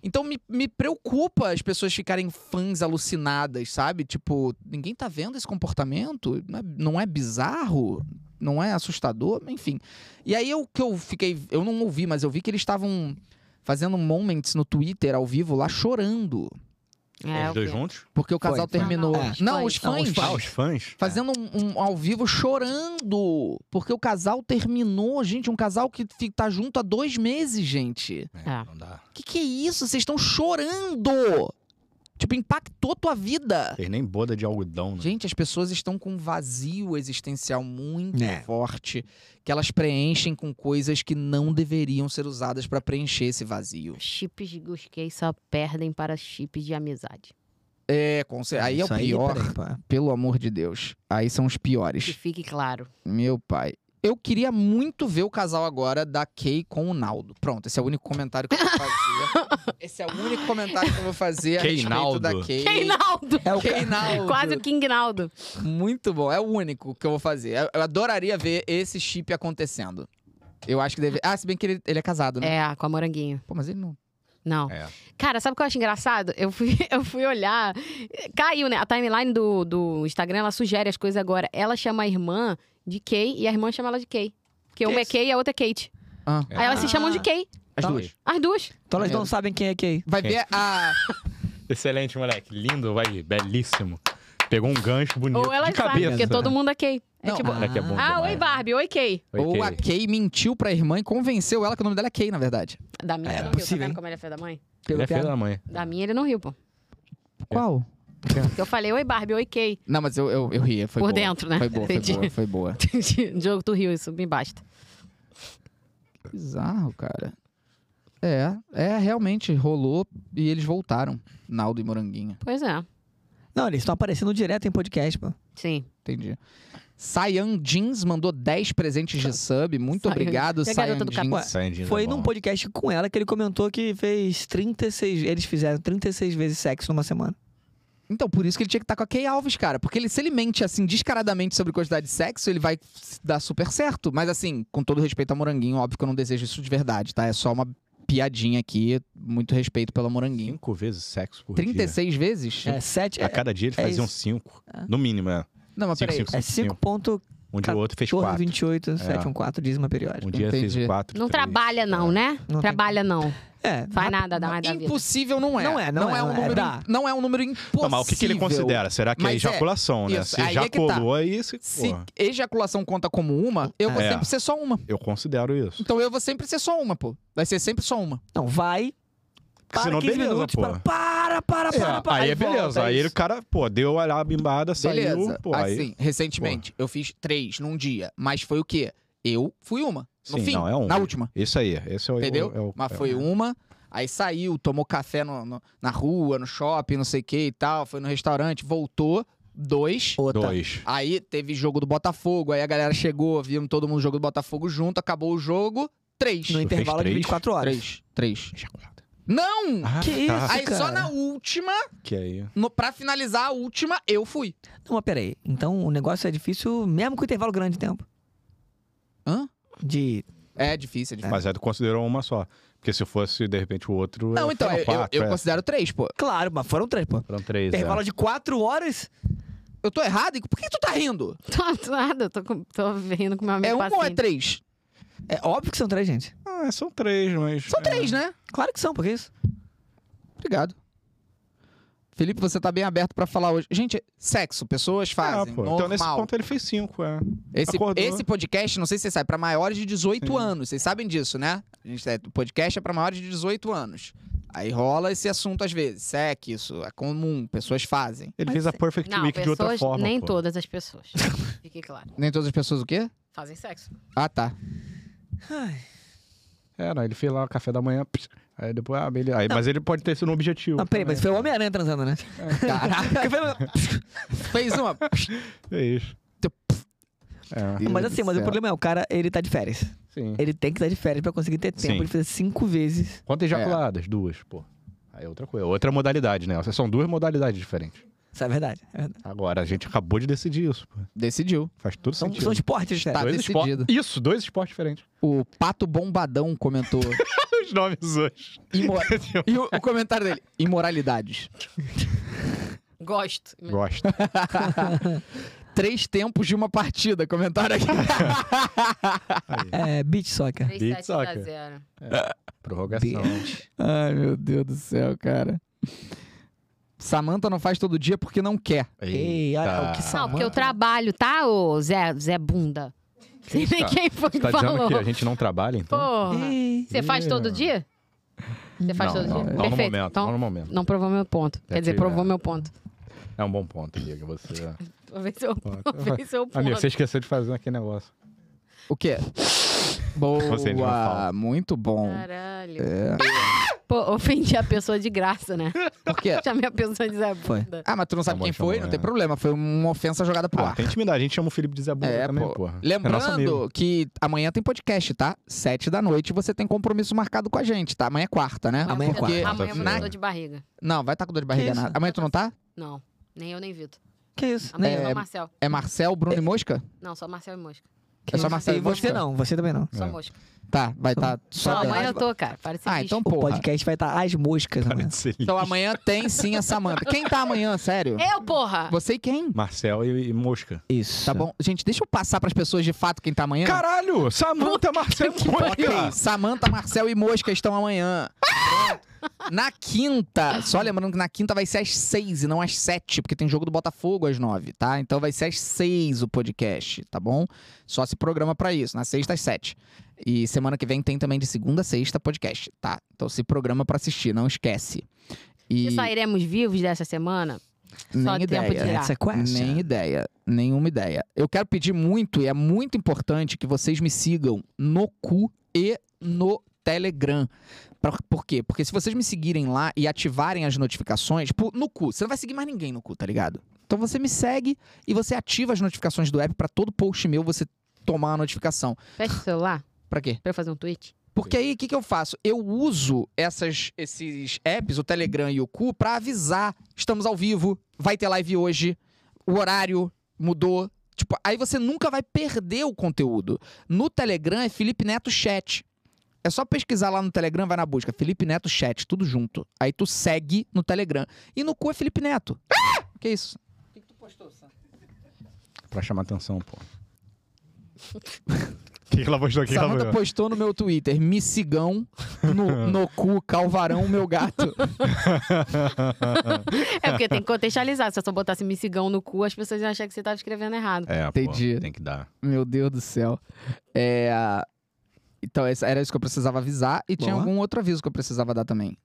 S1: Então me, me preocupa as pessoas ficarem fãs alucinadas, sabe? Tipo, ninguém tá vendo esse comportamento? Não é, não é bizarro? Não é assustador? Enfim. E aí eu que eu fiquei. Eu não ouvi, mas eu vi que eles estavam fazendo moments no Twitter ao vivo lá chorando.
S5: É,
S2: Os dois
S5: o quê?
S2: juntos?
S1: Porque o casal
S3: foi.
S1: terminou.
S5: Ah, não,
S1: não,
S5: os
S1: os fãs.
S5: fãs.
S2: Ah, os fãs?
S1: Fazendo um, um ao vivo chorando. Porque o casal terminou, gente. Um casal que fi- tá junto há dois meses, gente.
S5: Tá.
S2: Não dá.
S1: Que que é isso? Vocês estão chorando! Tipo, impactou tua vida.
S2: Fez nem boda de algodão, né?
S1: Gente, as pessoas estão com um vazio existencial muito
S3: É.
S1: forte que elas preenchem com coisas que não deveriam ser usadas pra preencher esse vazio.
S5: Chips de Gusquei só perdem para chips de amizade.
S1: É, com cer- aí é o
S3: Isso
S1: pior,
S3: peraí, pô.
S1: pelo amor de Deus. Aí são os
S5: Que
S1: piores.
S5: fique claro.
S1: Meu pai. Eu queria muito ver o casal agora da Kay com o Naldo. Pronto, esse é o único comentário que eu vou fazer. esse é o único comentário que eu vou fazer a
S2: Kay
S1: respeito
S2: Naldo.
S1: da Kay.
S5: Reinaldo!
S3: É o
S1: Kay
S3: ca-
S1: Naldo.
S5: Quase o King Naldo.
S1: Muito bom, é o único que eu vou fazer. Eu, eu adoraria ver esse chip acontecendo. Eu acho que deve. Ah, se bem que ele, ele é casado, né?
S5: É, com a Moranguinho.
S1: Pô, mas ele não.
S5: Não.
S2: É.
S5: Cara, sabe o que eu acho engraçado? Eu fui, eu fui olhar. Caiu, né? A timeline do, do Instagram, ela sugere as coisas agora. Ela chama a irmã de Kay e a irmã chama ela de Kay. Porque uma é Kay e a outra é Kate.
S1: Ah,
S2: É.
S5: Aí elas se
S3: Ah.
S5: chamam de Kay.
S1: as
S3: Tá.
S1: duas.
S5: As duas.
S3: Então elas não sabem quem é quem.
S1: Vai ver a.
S2: Excelente, moleque. Lindo, vai. Belíssimo. Pegou um gancho bonito.
S5: Ou elas
S2: de cabeça.
S5: sabem, porque todo mundo é Kay. É
S1: Não,
S5: tipo.
S2: Ah, que é bom
S5: Ah,
S2: demais.
S5: oi Barbie, oi Kay.
S1: Ou a Kay mentiu pra irmã e convenceu ela que o nome dela é Kay, na verdade.
S5: Da minha
S3: É
S5: ele não
S3: possível,
S5: riu, tá
S3: hein?
S5: vendo como ele é fé da mãe?
S2: Ele é filho
S3: piada.
S2: da mãe.
S5: Da minha ele não riu, pô.
S1: Qual?
S5: Porque eu falei, oi Barbie, oi Kay.
S1: Não, mas eu, eu, eu ria. Foi
S5: Por
S1: boa.
S5: dentro, né?
S1: Foi boa, foi
S5: Entendi.
S1: boa, foi boa.
S5: Diogo, tu riu, isso me basta.
S1: Bizarro, cara. É, é, realmente rolou e eles voltaram. Naldo e Moranguinho.
S5: Pois é,
S3: Não, eles estão aparecendo direto em podcast, pô.
S5: sim.
S1: Entendi. Sayan Jeans mandou 10 presentes de sub. Muito
S5: Sayan-
S1: obrigado,
S5: E a garota
S1: Sayan
S5: do
S1: Jeans.
S5: Capão?
S2: Sandinho
S3: Foi
S2: é bom.
S3: num podcast com ela que ele comentou que fez 36. Eles fizeram 36 vezes sexo numa semana.
S1: Então, por isso que ele tinha que estar com a Kay Alves, cara. Porque ele, se ele mente, assim, descaradamente sobre quantidade de sexo, ele vai s- dar super certo. Mas, assim, com todo respeito ao Moranguinho, óbvio que eu não desejo isso de verdade, tá? É só uma piadinha aqui. Muito respeito pelo Moranguinho.
S2: Cinco vezes sexo por dia.
S1: 36 vezes?
S3: É 7.
S2: A cada dia ele
S3: é
S2: fazia
S3: isso. Ah.
S2: uns cinco. No mínimo, é.
S1: Não, mas
S2: Cinco,
S1: peraí.
S2: cinco,
S3: É
S2: cinco, cinco.
S3: 5.4
S2: Um dia o outro fez
S3: 14,
S2: quatro. É.
S3: 28, 714, dízima periódica.
S2: Um dia fez quatro.
S5: Não
S2: três. É.
S5: trabalha, não, né?
S3: Não tem
S5: trabalha, não.
S3: É,
S5: Faz nada, dá mais da vida.
S1: Impossível não é.
S3: Não é, não é,
S1: um
S3: não é,
S1: número,
S3: dá.
S1: não é um número impossível.
S2: Não, mas o que, que ele considera? Será que é
S1: Mas é,
S2: ejaculação, né?
S1: isso,
S2: Se
S1: aí é
S2: já
S1: que tá.
S2: colou aí, se,
S1: Se
S2: porra,
S1: ejaculação conta como uma, eu vou
S2: É.
S1: sempre ser só uma.
S2: eu considero isso.
S1: Então eu vou sempre ser só uma, pô. Vai ser sempre só uma.
S3: Não, vai. Para
S2: senão
S3: 15
S2: beleza,
S3: minutos,
S2: pô.
S3: para, para, para,
S2: É,
S3: para, para.
S2: aí é
S3: volta,
S2: beleza. aí
S3: isso.
S2: ele, cara, pô, deu a bimbada, saiu,
S1: Beleza.
S2: pô. aí-
S1: assim, recentemente, eu fiz três num dia, mas foi o quê? Eu fui uma. No
S2: Sim,
S1: fim,
S2: não, é um.
S1: na última.
S2: Isso aí, esse é o.
S1: Entendeu?
S2: é o-
S1: mas
S2: é o-
S1: foi um uma, aí saiu, tomou café no- no- na rua, no shopping, não sei o que e tal, foi no restaurante, voltou, dois.
S3: Outra.
S2: Dois.
S1: Aí teve jogo do Botafogo, aí a galera chegou, vimos todo mundo jogo do Botafogo junto, acabou o jogo, três.
S3: No intervalo de
S2: três?
S3: 24 horas.
S1: Três, três.
S2: Ejaculado.
S1: Não!
S2: Ah,
S3: Que
S2: tá.
S3: isso?
S1: aí só
S3: cara.
S1: na última,
S2: Que é aí.
S1: no, pra finalizar a última, eu fui.
S3: Não, mas peraí. Então o negócio é difícil mesmo com intervalo grande de tempo.
S1: Hã?
S3: De.
S1: É difícil, é difícil.
S2: Mas aí tu considerou uma só. Porque se fosse, de repente, o outro.
S1: Não,
S2: é,
S1: então,
S2: foram
S1: eu, eu,
S2: quatro,
S1: eu
S2: é.
S1: considero três, pô.
S3: Claro, mas foram três, pô.
S2: Foram três. é.
S3: Intervalo de 4 horas?
S1: Eu tô errado? Por que tu tá rindo?
S5: Tô nada, tô, com- tô vendo com meu amigo
S1: É uma ou é
S5: paciente.
S1: três?
S3: É óbvio que são três, gente.
S2: Ah, são três, mas.
S1: São
S3: É.
S1: três, né?
S3: Claro que são, porque isso.
S1: Obrigado. Felipe, você tá bem aberto pra falar hoje. Gente, sexo, pessoas fazem,
S2: pô.
S1: normal.
S2: Então, nesse ponto, ele fez cinco, é.
S1: esse,
S2: acordou.
S1: esse podcast, não sei se vocês sabem, pra maiores de 18
S2: Sim.
S1: anos. Vocês sabem disso, né? A gente, é, o podcast é pra maiores de 18 anos. Aí rola esse assunto às vezes. Sexo, isso é comum, pessoas fazem.
S2: Ele fez a Perfect
S5: Não,
S2: Week de outra
S5: pessoas,
S2: forma.
S5: nem
S2: pô.
S5: todas as pessoas. Fique claro.
S1: Nem todas as pessoas o quê?
S5: Fazem sexo.
S1: Ah, tá.
S2: É, não, ele fez lá o café da manhã. pss, Aí depois, ah, beleza. Aí, mas ele pode ter sido um objetivo.
S3: Não, peraí, mas foi o Homem-Aranha transando, né?
S1: É. Caraca,
S3: Porque foi-
S1: fez uma.
S2: É isso.
S1: Teu-
S2: É,
S3: mas assim, mas o
S1: Certo.
S3: problema é, o cara, ele tá de férias.
S2: sim.
S3: Ele tem que estar de férias pra conseguir ter tempo
S2: Sim.
S3: de fazer cinco vezes.
S2: Quantas ejaculadas? Duas, pô. Aí é outra coisa. Outra modalidade, né? Essas São duas modalidades diferentes.
S3: Isso é verdade. É verdade.
S2: Agora, a gente acabou de decidir isso, pô.
S1: Decidiu.
S2: Faz todo
S3: São,
S2: sentido.
S3: são esportes diferentes.
S1: Tá
S2: dois
S1: decidido.
S2: esportes. Isso, dois esportes diferentes.
S1: O Pato Bombadão comentou.
S2: Os nomes hoje.
S1: Imor- E o, o comentário dele: imoralidades.
S5: Gosto.
S2: Gosto.
S1: Três tempos de uma partida. Comentário aqui.
S3: É, beach soccer.
S5: 3,
S2: Beat
S5: 7 a
S2: soccer.
S5: 0.
S2: Prorrogação.
S1: Ai, meu Deus do céu, cara. Samantha não faz todo dia porque não quer.
S3: Ei, olha é o
S2: Ah.
S3: que né?
S5: Não, porque eu
S3: Samanta.
S5: trabalho, tá, ô Zé, Zé Bunda? Sei nem quem foi que
S2: Tá dizendo
S5: falou.
S2: que a gente não trabalha, então?
S5: Porra.
S3: Ei.
S5: Você faz todo dia? Você faz
S2: não,
S5: todo
S2: não, não
S5: dia?
S2: no
S5: Perfeito.
S2: momento,
S5: então,
S2: não no momento.
S5: não provou meu ponto. Quer dizer,
S2: que-
S5: provou meu ponto.
S2: É um bom ponto, Diego. Você.
S5: Talvez eu, talvez eu ponto.
S2: Amigo, você esqueceu de fazer aquele negócio.
S1: O quê?
S2: Você não
S1: Boa,
S2: fala.
S1: muito bom. É,
S5: Caralho.
S2: É.
S5: Pô, ofendi a pessoa de graça, né?
S1: Por quê?
S5: Chamei a pessoa de Zé Bunda.
S1: Ah, mas tu não sabe
S2: Tá bom,
S1: quem foi?
S2: chamou,
S1: Não
S2: é.
S1: tem problema. Foi uma ofensa jogada pro
S2: Ah,
S1: ar.
S2: tem intimidade. A gente chama o Felipe de Zé Bunda
S1: É,
S2: também,
S1: pô.
S2: porra. é nosso
S1: Lembrando
S2: amigo.
S1: que amanhã tem podcast, tá? Sete da noite você tem compromisso marcado com a gente, tá? Amanhã é quarta, né?
S3: Amanhã é
S1: Porque-
S3: quarta.
S5: Amanhã eu
S2: Quarta-feira.
S5: dou de barriga.
S1: Não, vai estar com dor de barriga.
S3: isso?
S1: nada. Amanhã tu não tá?
S5: Não, nem eu nem Vitor.
S3: Que isso?
S5: Amanhã
S1: É-
S5: só Marcel.
S1: É Marcel, Bruno e Mosca?
S5: Não, só Marcel e Mosca.
S3: Que
S1: É só
S3: isso?
S1: Marcelo
S3: E você
S1: Mosca?
S3: não, você também não.
S5: Só
S2: É.
S5: Mosca.
S1: Tá, vai estar só.
S5: não,
S1: dela.
S5: amanhã eu tô, cara. Para de ser
S1: Ah,
S5: lixo.
S1: então
S3: O
S1: porra.
S3: podcast vai estar as moscas amanhã.
S1: Então amanhã tem sim a Samanta. Quem tá amanhã, sério?
S3: É.
S5: Eu, porra!
S1: Você e quem?
S2: Marcel e, e Mosca.
S3: Isso.
S1: Tá bom? Gente, deixa eu passar pras pessoas de fato quem tá amanhã.
S2: Caralho! Samanta, Marcel e Mosca!
S1: Ok, Samanta, Marcel e Mosca estão amanhã. Pronto. Na quinta, só lembrando que na quinta vai ser às seis e não às sete, porque tem jogo do Botafogo às nove, tá? Então vai ser às seis o podcast, tá bom? Só se programa pra isso, na sexta às sete. E semana que vem tem também de segunda a sexta podcast, tá? Então se programa pra assistir, não esquece. E
S5: Se sairemos vivos dessa semana,
S1: nem
S5: só tempo
S1: ideia.
S5: dirá.
S3: That's a question.
S1: Nem ideia, nenhuma ideia. Eu quero pedir muito, e é muito importante que vocês me sigam no cu e no Telegram. Pra- Por quê? Porque se vocês me seguirem lá e ativarem as notificações, pô, no cu, você não vai seguir mais ninguém no cu, tá ligado? Então você me segue e você ativa as notificações do app pra todo post meu você tomar a notificação.
S5: fecha o celular
S1: Pra quê?
S5: pra eu fazer um tweet.
S1: Porque aí, o que, que eu faço? Eu uso essas, esses apps, o Telegram e o Cu, pra avisar. Estamos ao vivo, vai ter live hoje, o horário mudou. Tipo, aí você nunca vai perder o conteúdo. No Telegram é Felipe Neto Chat. É só pesquisar lá no Telegram, vai na busca. Felipe Neto Chat, tudo junto. Aí tu segue no Telegram. E no Cu é Felipe Neto. Ah! Que isso?
S2: Pra chamar atenção, pô.
S7: O que que ela postou aqui?
S1: Samanta
S7: Ela...
S1: postou no meu Twitter, me sigam no, no cu, calvarão, meu gato.
S5: É porque tem que contextualizar. Se eu só botasse micigão no cu, as pessoas iam achar que você tava escrevendo errado.
S2: É, pô,
S1: Entendi.
S2: tem que dar.
S1: Meu Deus do céu. É, Então, essa- era isso que eu precisava avisar. E tinha
S3: Boa.
S1: algum outro aviso que eu precisava dar também.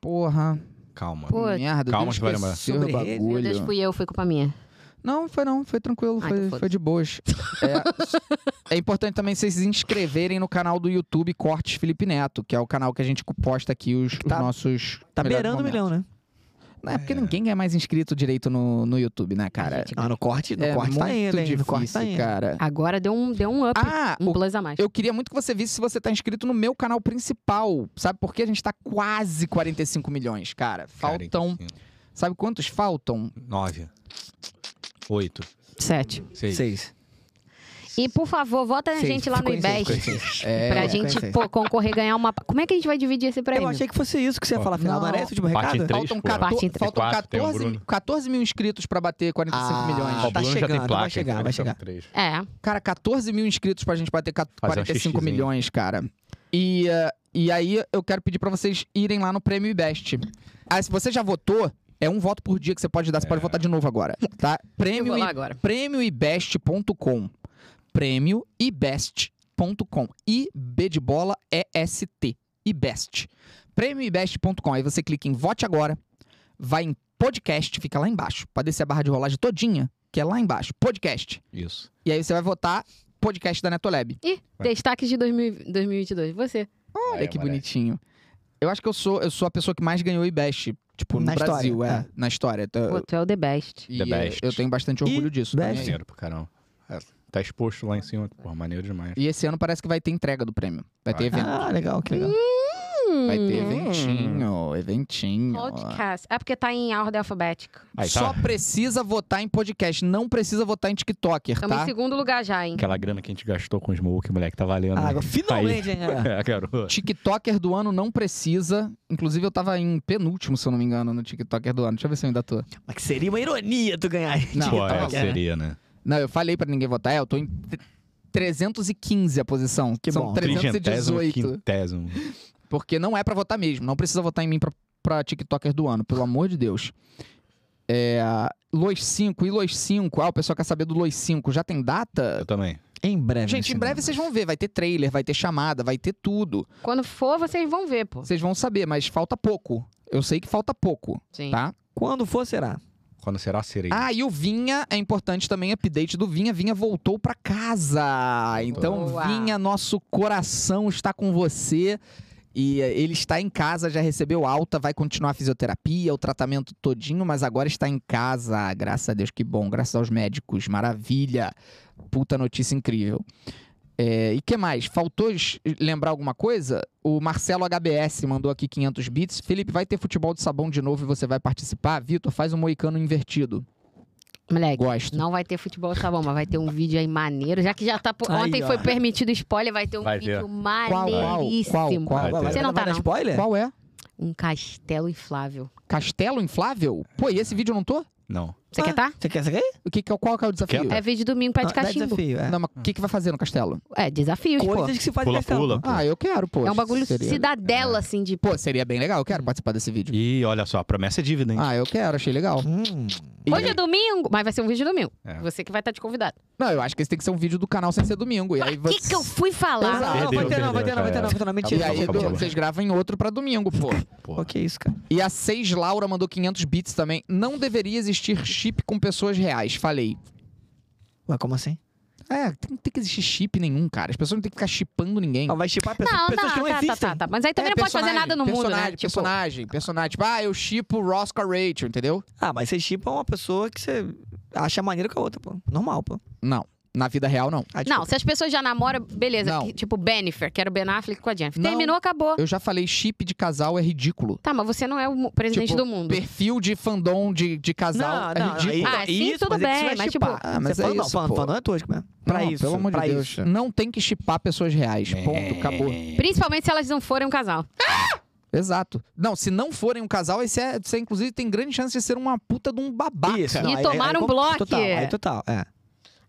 S1: Porra.
S2: Calma.
S5: Pô,
S1: Merda,
S2: Calma,
S1: Deus
S2: que vai lembrar.
S1: esqueceu do
S3: Sobre ele,
S5: meu Deus,
S1: bagulho.
S5: fui eu, foi culpa minha.
S1: Não, foi não, foi tranquilo,
S5: Ah,
S1: foi,
S5: então
S1: foi de boas. É, é importante também vocês se inscreverem no canal do YouTube Cortes Felipe Neto, que é o canal que a gente posta aqui os, os
S3: Tá-
S1: nossos.
S3: Tá
S1: melhores
S3: beirando o
S1: momentos.
S3: milhão, né?
S1: Não, é porque ninguém é mais inscrito direito no, no YouTube, né, cara?
S5: Gente,
S3: Ah, no corte, no
S1: é
S3: corte
S1: muito
S3: tá indo, hein?
S1: difícil,
S3: No corte tá indo.
S1: cara.
S5: Agora deu um, deu um up,
S1: Ah,
S5: um
S1: o-
S5: plus a mais.
S1: eu queria muito que você visse se você tá inscrito no meu canal principal. Sabe por quê? A gente tá quase 45 milhões, cara.
S7: então
S1: Faltam.
S2: assim,
S1: Sabe quantos faltam?
S2: 9. 8.
S5: Sete.
S2: 6.
S3: Seis.
S5: E, por favor, vota na
S3: Seis.
S5: gente lá no
S3: Ficou em seis,
S5: IBEST.
S3: ficou em seis.
S1: É,
S5: pra
S3: é,
S5: gente
S3: conhece.
S5: pô, concorrer e ganhar uma. Como é que a gente vai dividir esse prêmio?
S3: Eu achei que fosse isso que você ia
S2: Ó,
S3: falar. Afinal,
S1: não.
S3: não era esse o último
S7: Parte
S3: recado?
S7: três,
S1: Faltam,
S7: pô.
S1: 14
S5: Tem
S1: faltam
S7: quatro, tem o
S1: 14,
S7: Bruno.
S1: 14 mil inscritos pra bater 45
S3: Ah,
S1: milhões.
S7: Ó, o
S3: tá
S7: Bruno já
S3: chegando,
S7: tem
S3: vai
S7: placa,
S3: chegar,
S7: então
S3: vai
S7: ele tá
S3: chegar.
S7: com três.
S5: É.
S1: Cara, 14 mil inscritos pra gente bater ca-
S7: Fazer um
S1: 45
S7: xixi, hein?
S1: milhões, cara. E, eh, e aí eu quero pedir pra vocês irem lá no Prêmio Best. Ah, se você já votou, é um voto por dia que você pode dar. Você
S7: É.
S1: pode votar de novo agora, tá?
S5: Eu
S1: Prêmio
S5: vou
S1: e
S5: lá agora.
S1: prêmioibest.com. Prêmio ibest.com. I B de bola E S T. Ibest. Prêmioibest.com. Aí você clica em vote agora, vai em podcast, fica lá embaixo. Pode descer a barra de rolagem todinha, que é lá embaixo, podcast.
S2: Isso.
S1: E aí você vai votar podcast da Netolab.
S5: Ih, destaques de 2000 2022. Você.
S1: Olha
S7: É,
S2: Aí,
S1: que
S2: moleque.
S1: bonitinho. Eu acho que eu sou, eu sou a pessoa que mais ganhou Ibest, tipo, no
S3: Na história,
S1: Brasil, é,
S3: tá.
S1: na história.
S5: Pô,
S1: Eu,
S5: tu é o The Best.
S1: e,
S2: The
S1: eh,
S2: best.
S1: eu tenho bastante orgulho
S3: E
S1: disso.
S3: best.
S1: também.
S2: Maneiro pro caramba. É, tá exposto lá em cima. Porra, maneiro demais.
S1: E esse ano parece que vai ter entrega do prêmio. Vai ter
S2: Vai.
S1: evento.
S3: Ah, legal, que legal.
S1: Vai ter
S5: Hum.
S1: eventinho, eventinho.
S5: Podcast. É porque tá em ordem alfabética.
S7: Aí, tá.
S1: Só precisa votar em podcast, não precisa votar em TikToker,
S5: Estamos
S1: tá?
S5: em segundo lugar já, hein?
S2: Aquela grana que a gente gastou com o Smoke, moleque, tá valendo.
S3: Ah, agora,
S2: hein?
S3: finalmente, hein, galera?
S2: Aí. É, garoto.
S1: TikToker do ano não precisa. Inclusive, eu tava em penúltimo, se eu não me engano, no TikToker do ano. Deixa eu ver se eu ainda tô.
S3: Mas que seria uma ironia tu ganhar.
S1: Não,
S2: Pô,
S1: tá
S2: é,
S1: bom.
S2: seria, né?
S1: Não, eu falei pra ninguém votar. É, eu tô em tre- 315 a posição.
S3: Que
S1: São
S3: bom.
S1: 318.
S2: quintésimo.
S1: Porque não é pra votar mesmo. Não precisa votar em mim pra, pra TikToker do ano, pelo amor de Deus. É. Lois 5 e Lois 5. Ah, o pessoal quer saber do Lois 5. Já tem data?
S2: Eu também.
S3: Em breve.
S1: Gente, em
S3: no
S1: breve
S3: cinema.
S1: vocês vão ver. Vai ter trailer, vai ter chamada, vai ter tudo.
S5: Quando for, vocês vão ver, pô.
S1: Vocês vão saber, mas falta pouco. Eu sei que falta pouco,
S5: Sim.
S1: tá?
S3: Quando for, será.
S2: Quando será serei?
S1: Ah, e o Vinha, é importante também, update do Vinha. Vinha voltou pra casa. Então,
S5: Boa.
S1: Vinha, nosso coração está com você. E eh, ele está em casa, já recebeu alta, vai continuar a fisioterapia, o tratamento todinho, mas agora está em casa. Graças a Deus, que bom. Graças aos médicos, maravilha. Puta notícia incrível. É, e que mais? Faltou es- lembrar alguma coisa? O Marcelo HBS mandou aqui 500 bits. Felipe, vai ter futebol de sabão de novo e você vai participar? Vitor, faz um moicano invertido.
S5: Moleque.
S1: É, Gosto.
S5: Não vai ter futebol tá bom, mas vai ter um vídeo aí maneiro. Já que já tá. por-
S3: Aí,
S5: Ontem
S3: ó.
S5: foi permitido spoiler, vai ter um
S2: Vai
S5: vídeo
S2: ter.
S1: Qual, qual, qual,
S5: maneiríssimo.
S1: qual?
S2: Vai ter.
S3: Vai-
S5: Você
S3: vai-
S5: não
S3: vai
S5: tá,
S3: dar
S5: não.
S3: spoiler?
S1: Qual é?
S5: Um castelo inflável.
S1: Castelo Inflável? Pô, e esse vídeo eu não tô?
S2: Não.
S5: Você
S3: Ah,
S5: quer tá?
S3: Você quer, você quer?
S1: O que, que é- qual que é o desafio?
S2: Quebra.
S5: É vídeo domingo, pé
S3: Dá
S5: de cachimbo.
S3: desafio, é.
S1: Não, mas o que, que vai fazer no castelo?
S5: É, desafios, pô.
S3: Coisas que se faz
S2: Pula,
S3: em castelo,
S2: pula.
S3: pô.
S1: Ah, eu quero, pô.
S5: É um bagulho
S1: Seria- né?
S5: cidadela, assim, de.
S1: Pô, seria bem legal. Eu quero participar desse vídeo.
S2: E olha só, a promessa é dívida, hein?
S1: Ah, eu quero. Achei legal.
S3: Hum,
S1: E-
S5: Hoje é domingo, mas vai ser um vídeo domingo.
S2: É.
S5: Você que vai estar de convidado.
S1: Não, eu acho que esse tem que ser um vídeo do canal sem ser domingo. E aí
S5: O
S1: você...
S5: que, que eu fui
S3: Não,
S5: falar?
S3: não, vai ter não, vai ter não, vai ter não, vai ter não,
S1: E
S3: mentira.
S1: aí
S2: Acabou,
S1: do-
S2: acabou.
S1: vocês gravam em outro pra domingo, pô.
S3: Pô, que isso, cara.
S1: E a 6 Laura mandou 500 bits também. Não deveria existir chip com pessoas reais. Falei.
S3: Ué, como assim?
S1: É, tem- não tem que existir chip nenhum, cara. As pessoas não tem que ficar chipando ninguém.
S3: Ah, vai chipar pessoas,
S5: Não,
S3: pessoas que não
S5: tá, tá,
S3: existem.
S5: tá, tá. Mas aí também
S1: É,
S5: não pode fazer
S1: personagem,
S5: nada no mundo,
S1: personagem,
S5: né? Tipo,
S1: Personagem, personagem. Tipo, ah, eu chipo Ross com a Rachel, entendeu?
S3: Ah, mas você chipa uma pessoa que você acha maneiro com a outra, pô. Normal, pô.
S1: Não. Na vida real, não.
S3: Ah,
S5: Não,
S3: desculpa.
S5: se as pessoas já namoram, beleza.
S1: Não.
S5: Que- Tipo, Bennifer, que era o Ben Affleck com a Jennifer.
S1: Não.
S5: Terminou, acabou.
S1: Eu já falei, chip de casal é ridículo.
S5: Tá, mas você não é o mu- presidente
S1: Tipo,
S5: do mundo.
S1: Perfil de fandom de, de casal
S3: Não, não,
S1: é ridículo.
S5: Ah, sim, tudo
S3: mas é que
S5: bem,
S3: você vai
S5: mas,
S3: chipar.
S1: tipo, Ah, mas
S3: Você
S1: é
S3: falando,
S1: isso,
S3: não, falando,
S1: pô.
S3: falando é tosco mesmo. Pra
S1: Não,
S3: isso,
S1: Pelo amor de
S3: pra
S1: Deus.
S3: isso.
S1: Não tem que chipar pessoas reais. Ponto, acabou.
S5: Principalmente se elas não forem um casal.
S1: Exato. Não, se não forem um casal, aí você, você, inclusive tem grande chance de ser uma puta de um babaca.
S3: Isso,
S5: E
S3: não, aí- é
S5: tomar
S3: aí-
S5: um
S3: aí-
S5: bloco.
S3: Total, aí total, é.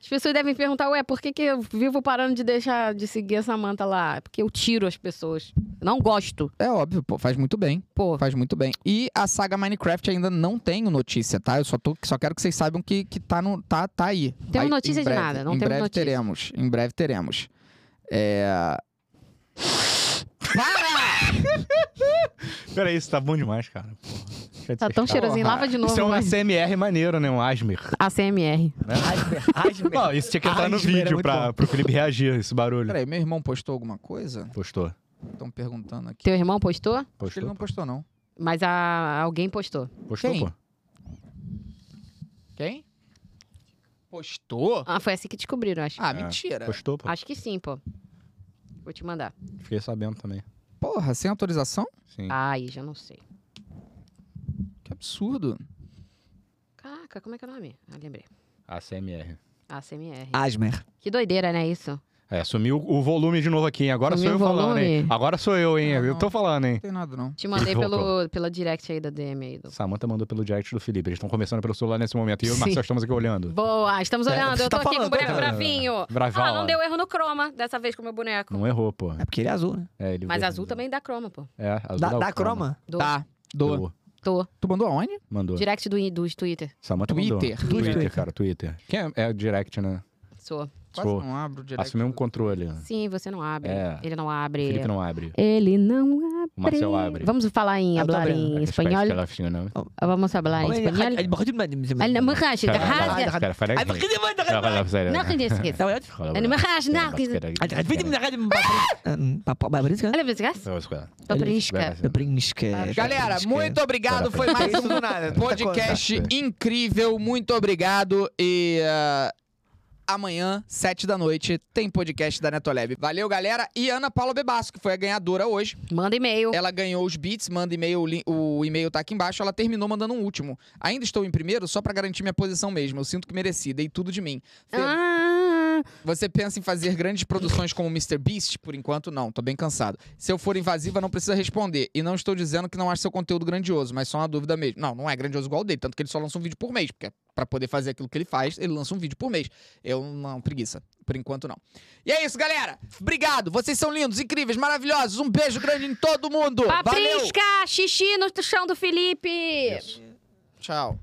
S5: As pessoas devem perguntar, ué, por que, que eu vivo parando de deixar de seguir essa manta lá? É Porque eu tiro as pessoas. Não gosto.
S1: É óbvio, pô, faz muito bem.
S5: Pô.
S1: Faz muito bem. E a saga Minecraft ainda não tenho notícia, tá? Eu só, tô, só quero que vocês saibam que, que tá, no, tá, tá aí.
S5: Temos
S1: Vai-
S5: notícia
S1: em
S5: de
S1: breve-
S5: nada, não
S1: Em
S5: temos
S1: breve
S5: notícia.
S1: teremos. Em breve teremos. É...
S2: Peraí, isso tá bom demais, cara. Porra. Deixa eu
S5: Tá tão
S2: descascar.
S5: cheirosinho. Lava de novo.
S7: Isso é um
S5: vai.
S7: ACMR maneiro, né? Um Asmer.
S5: ACMR.
S2: né?
S7: Não, isso tinha que entrar no
S1: Asmer é
S7: vídeo
S1: muito
S7: pra, pro Felipe reagir, esse barulho.
S1: Peraí, meu irmão postou alguma coisa?
S7: Postou.
S1: Estão perguntando aqui.
S5: Teu irmão postou?
S1: Acho que ele
S2: Postou?
S1: não postou, não.
S5: Mas a... alguém postou.
S2: Postou,
S1: Quem?
S2: pô.
S1: Quem? Postou?
S5: Ah, foi assim que descobriram, acho.
S1: Ah,
S2: É.
S1: mentira.
S2: Postou, pô.
S5: Acho que sim, pô. Vou te mandar.
S2: Fiquei sabendo também.
S1: Porra, sem autorização?
S2: Sim.
S5: Ai, já não sei.
S1: Que absurdo.
S5: Caraca, como é que é o nome? Ah, lembrei.
S2: ACMR.
S5: ACMR.
S3: Asmer.
S5: Que doideira, né, isso?
S7: É, sumiu o volume de novo aqui, hein? Agora
S5: Sumiu
S7: sou
S5: o
S7: eu falando, hein?
S5: volume. Ah.
S7: Agora sou eu, hein?
S1: Não,
S7: Eu tô
S1: não.
S7: falando, hein?
S1: Não tem nada, não.
S5: Te mandei
S7: Voltou.
S5: pelo, pela direct aí da DM aí. Do...
S2: Samanta mandou pelo direct do Felipe. Eles estão conversando pelo celular nesse momento. E eu e o
S5: Sim.
S2: Marcel estamos aqui olhando.
S5: Boa, estamos
S3: Pera,
S5: olhando.
S3: você
S5: Eu
S3: tá
S5: tô aqui com
S3: falando,
S5: o boneco
S3: né?
S5: bravinho.
S2: Bravala.
S5: Ah, não deu erro no croma dessa vez com o meu boneco.
S2: Não errou, pô.
S3: É porque ele é azul, né?
S2: É, ele
S5: Mas
S2: veio-
S5: azul também dá croma, pô.
S2: É, azul
S3: Da,
S2: dá o
S3: da croma?
S5: Do
S1: Tá, do.
S2: Doou.
S5: Tô.
S1: Tu mandou aonde?
S2: Mandou.
S5: Direct do, dos Twitter.
S2: Samanta mandou.
S1: Twitter.
S2: Twitter, cara, Twitter. Quem é, é direct, né?
S5: Sou.
S1: Quase
S2: Sou.
S1: não abro direto.
S2: Assumiu um controle.
S5: Sim, você não abre.
S2: É.
S5: Ele não abre.
S2: Felipe não abre.
S5: Ele não abre.
S2: O Marcel abre.
S5: Vamos falar
S3: Eu
S5: em
S3: tô
S5: hablar
S3: abrindo.
S5: em
S2: É que espera que
S5: espanhol.
S2: ela finge, não.
S5: Vamos falar em É espanhol. Ele não me racha, ele rasga.
S2: Espera, fala aí. Fala, fala, fala.
S5: Não
S3: Tá
S5: acredito.
S3: É.
S5: Ele me racha, não acredito. Olha, você gasta? Tô brinca.
S3: É, tá
S1: Galera, muito obrigado. Foi mais um podcast incrível. Muito obrigado. E ah, amanhã, sete da noite, tem podcast da Netolab. Valeu, galera. E Ana Paula Bebasco, que foi a ganhadora hoje.
S5: Manda e-mail.
S1: Ela ganhou os beats, manda e-mail, o li- o e-mail tá aqui embaixo. Ela terminou mandando um último. Ainda estou em primeiro só pra garantir minha posição mesmo. Eu sinto que mereci, dei tudo de mim. Fer,
S5: Ah,
S1: Você pensa em fazer grandes produções como Mr. Beast? Por enquanto, não. Tô bem cansado. Se eu for invasiva, não precisa responder. E não estou dizendo que não acho seu conteúdo grandioso, mas só uma dúvida mesmo. Não, não é grandioso igual o dele. Tanto que ele só lança um vídeo por mês. Porque pra poder fazer aquilo que ele faz, ele lança um vídeo por mês. Eu não, preguiça. Por enquanto, não. E é isso, galera. Obrigado. Vocês são lindos, incríveis, maravilhosos. Um beijo grande em todo mundo. Valeu.
S5: Paprisca, xixi no chão do Felipe.
S1: Tchau.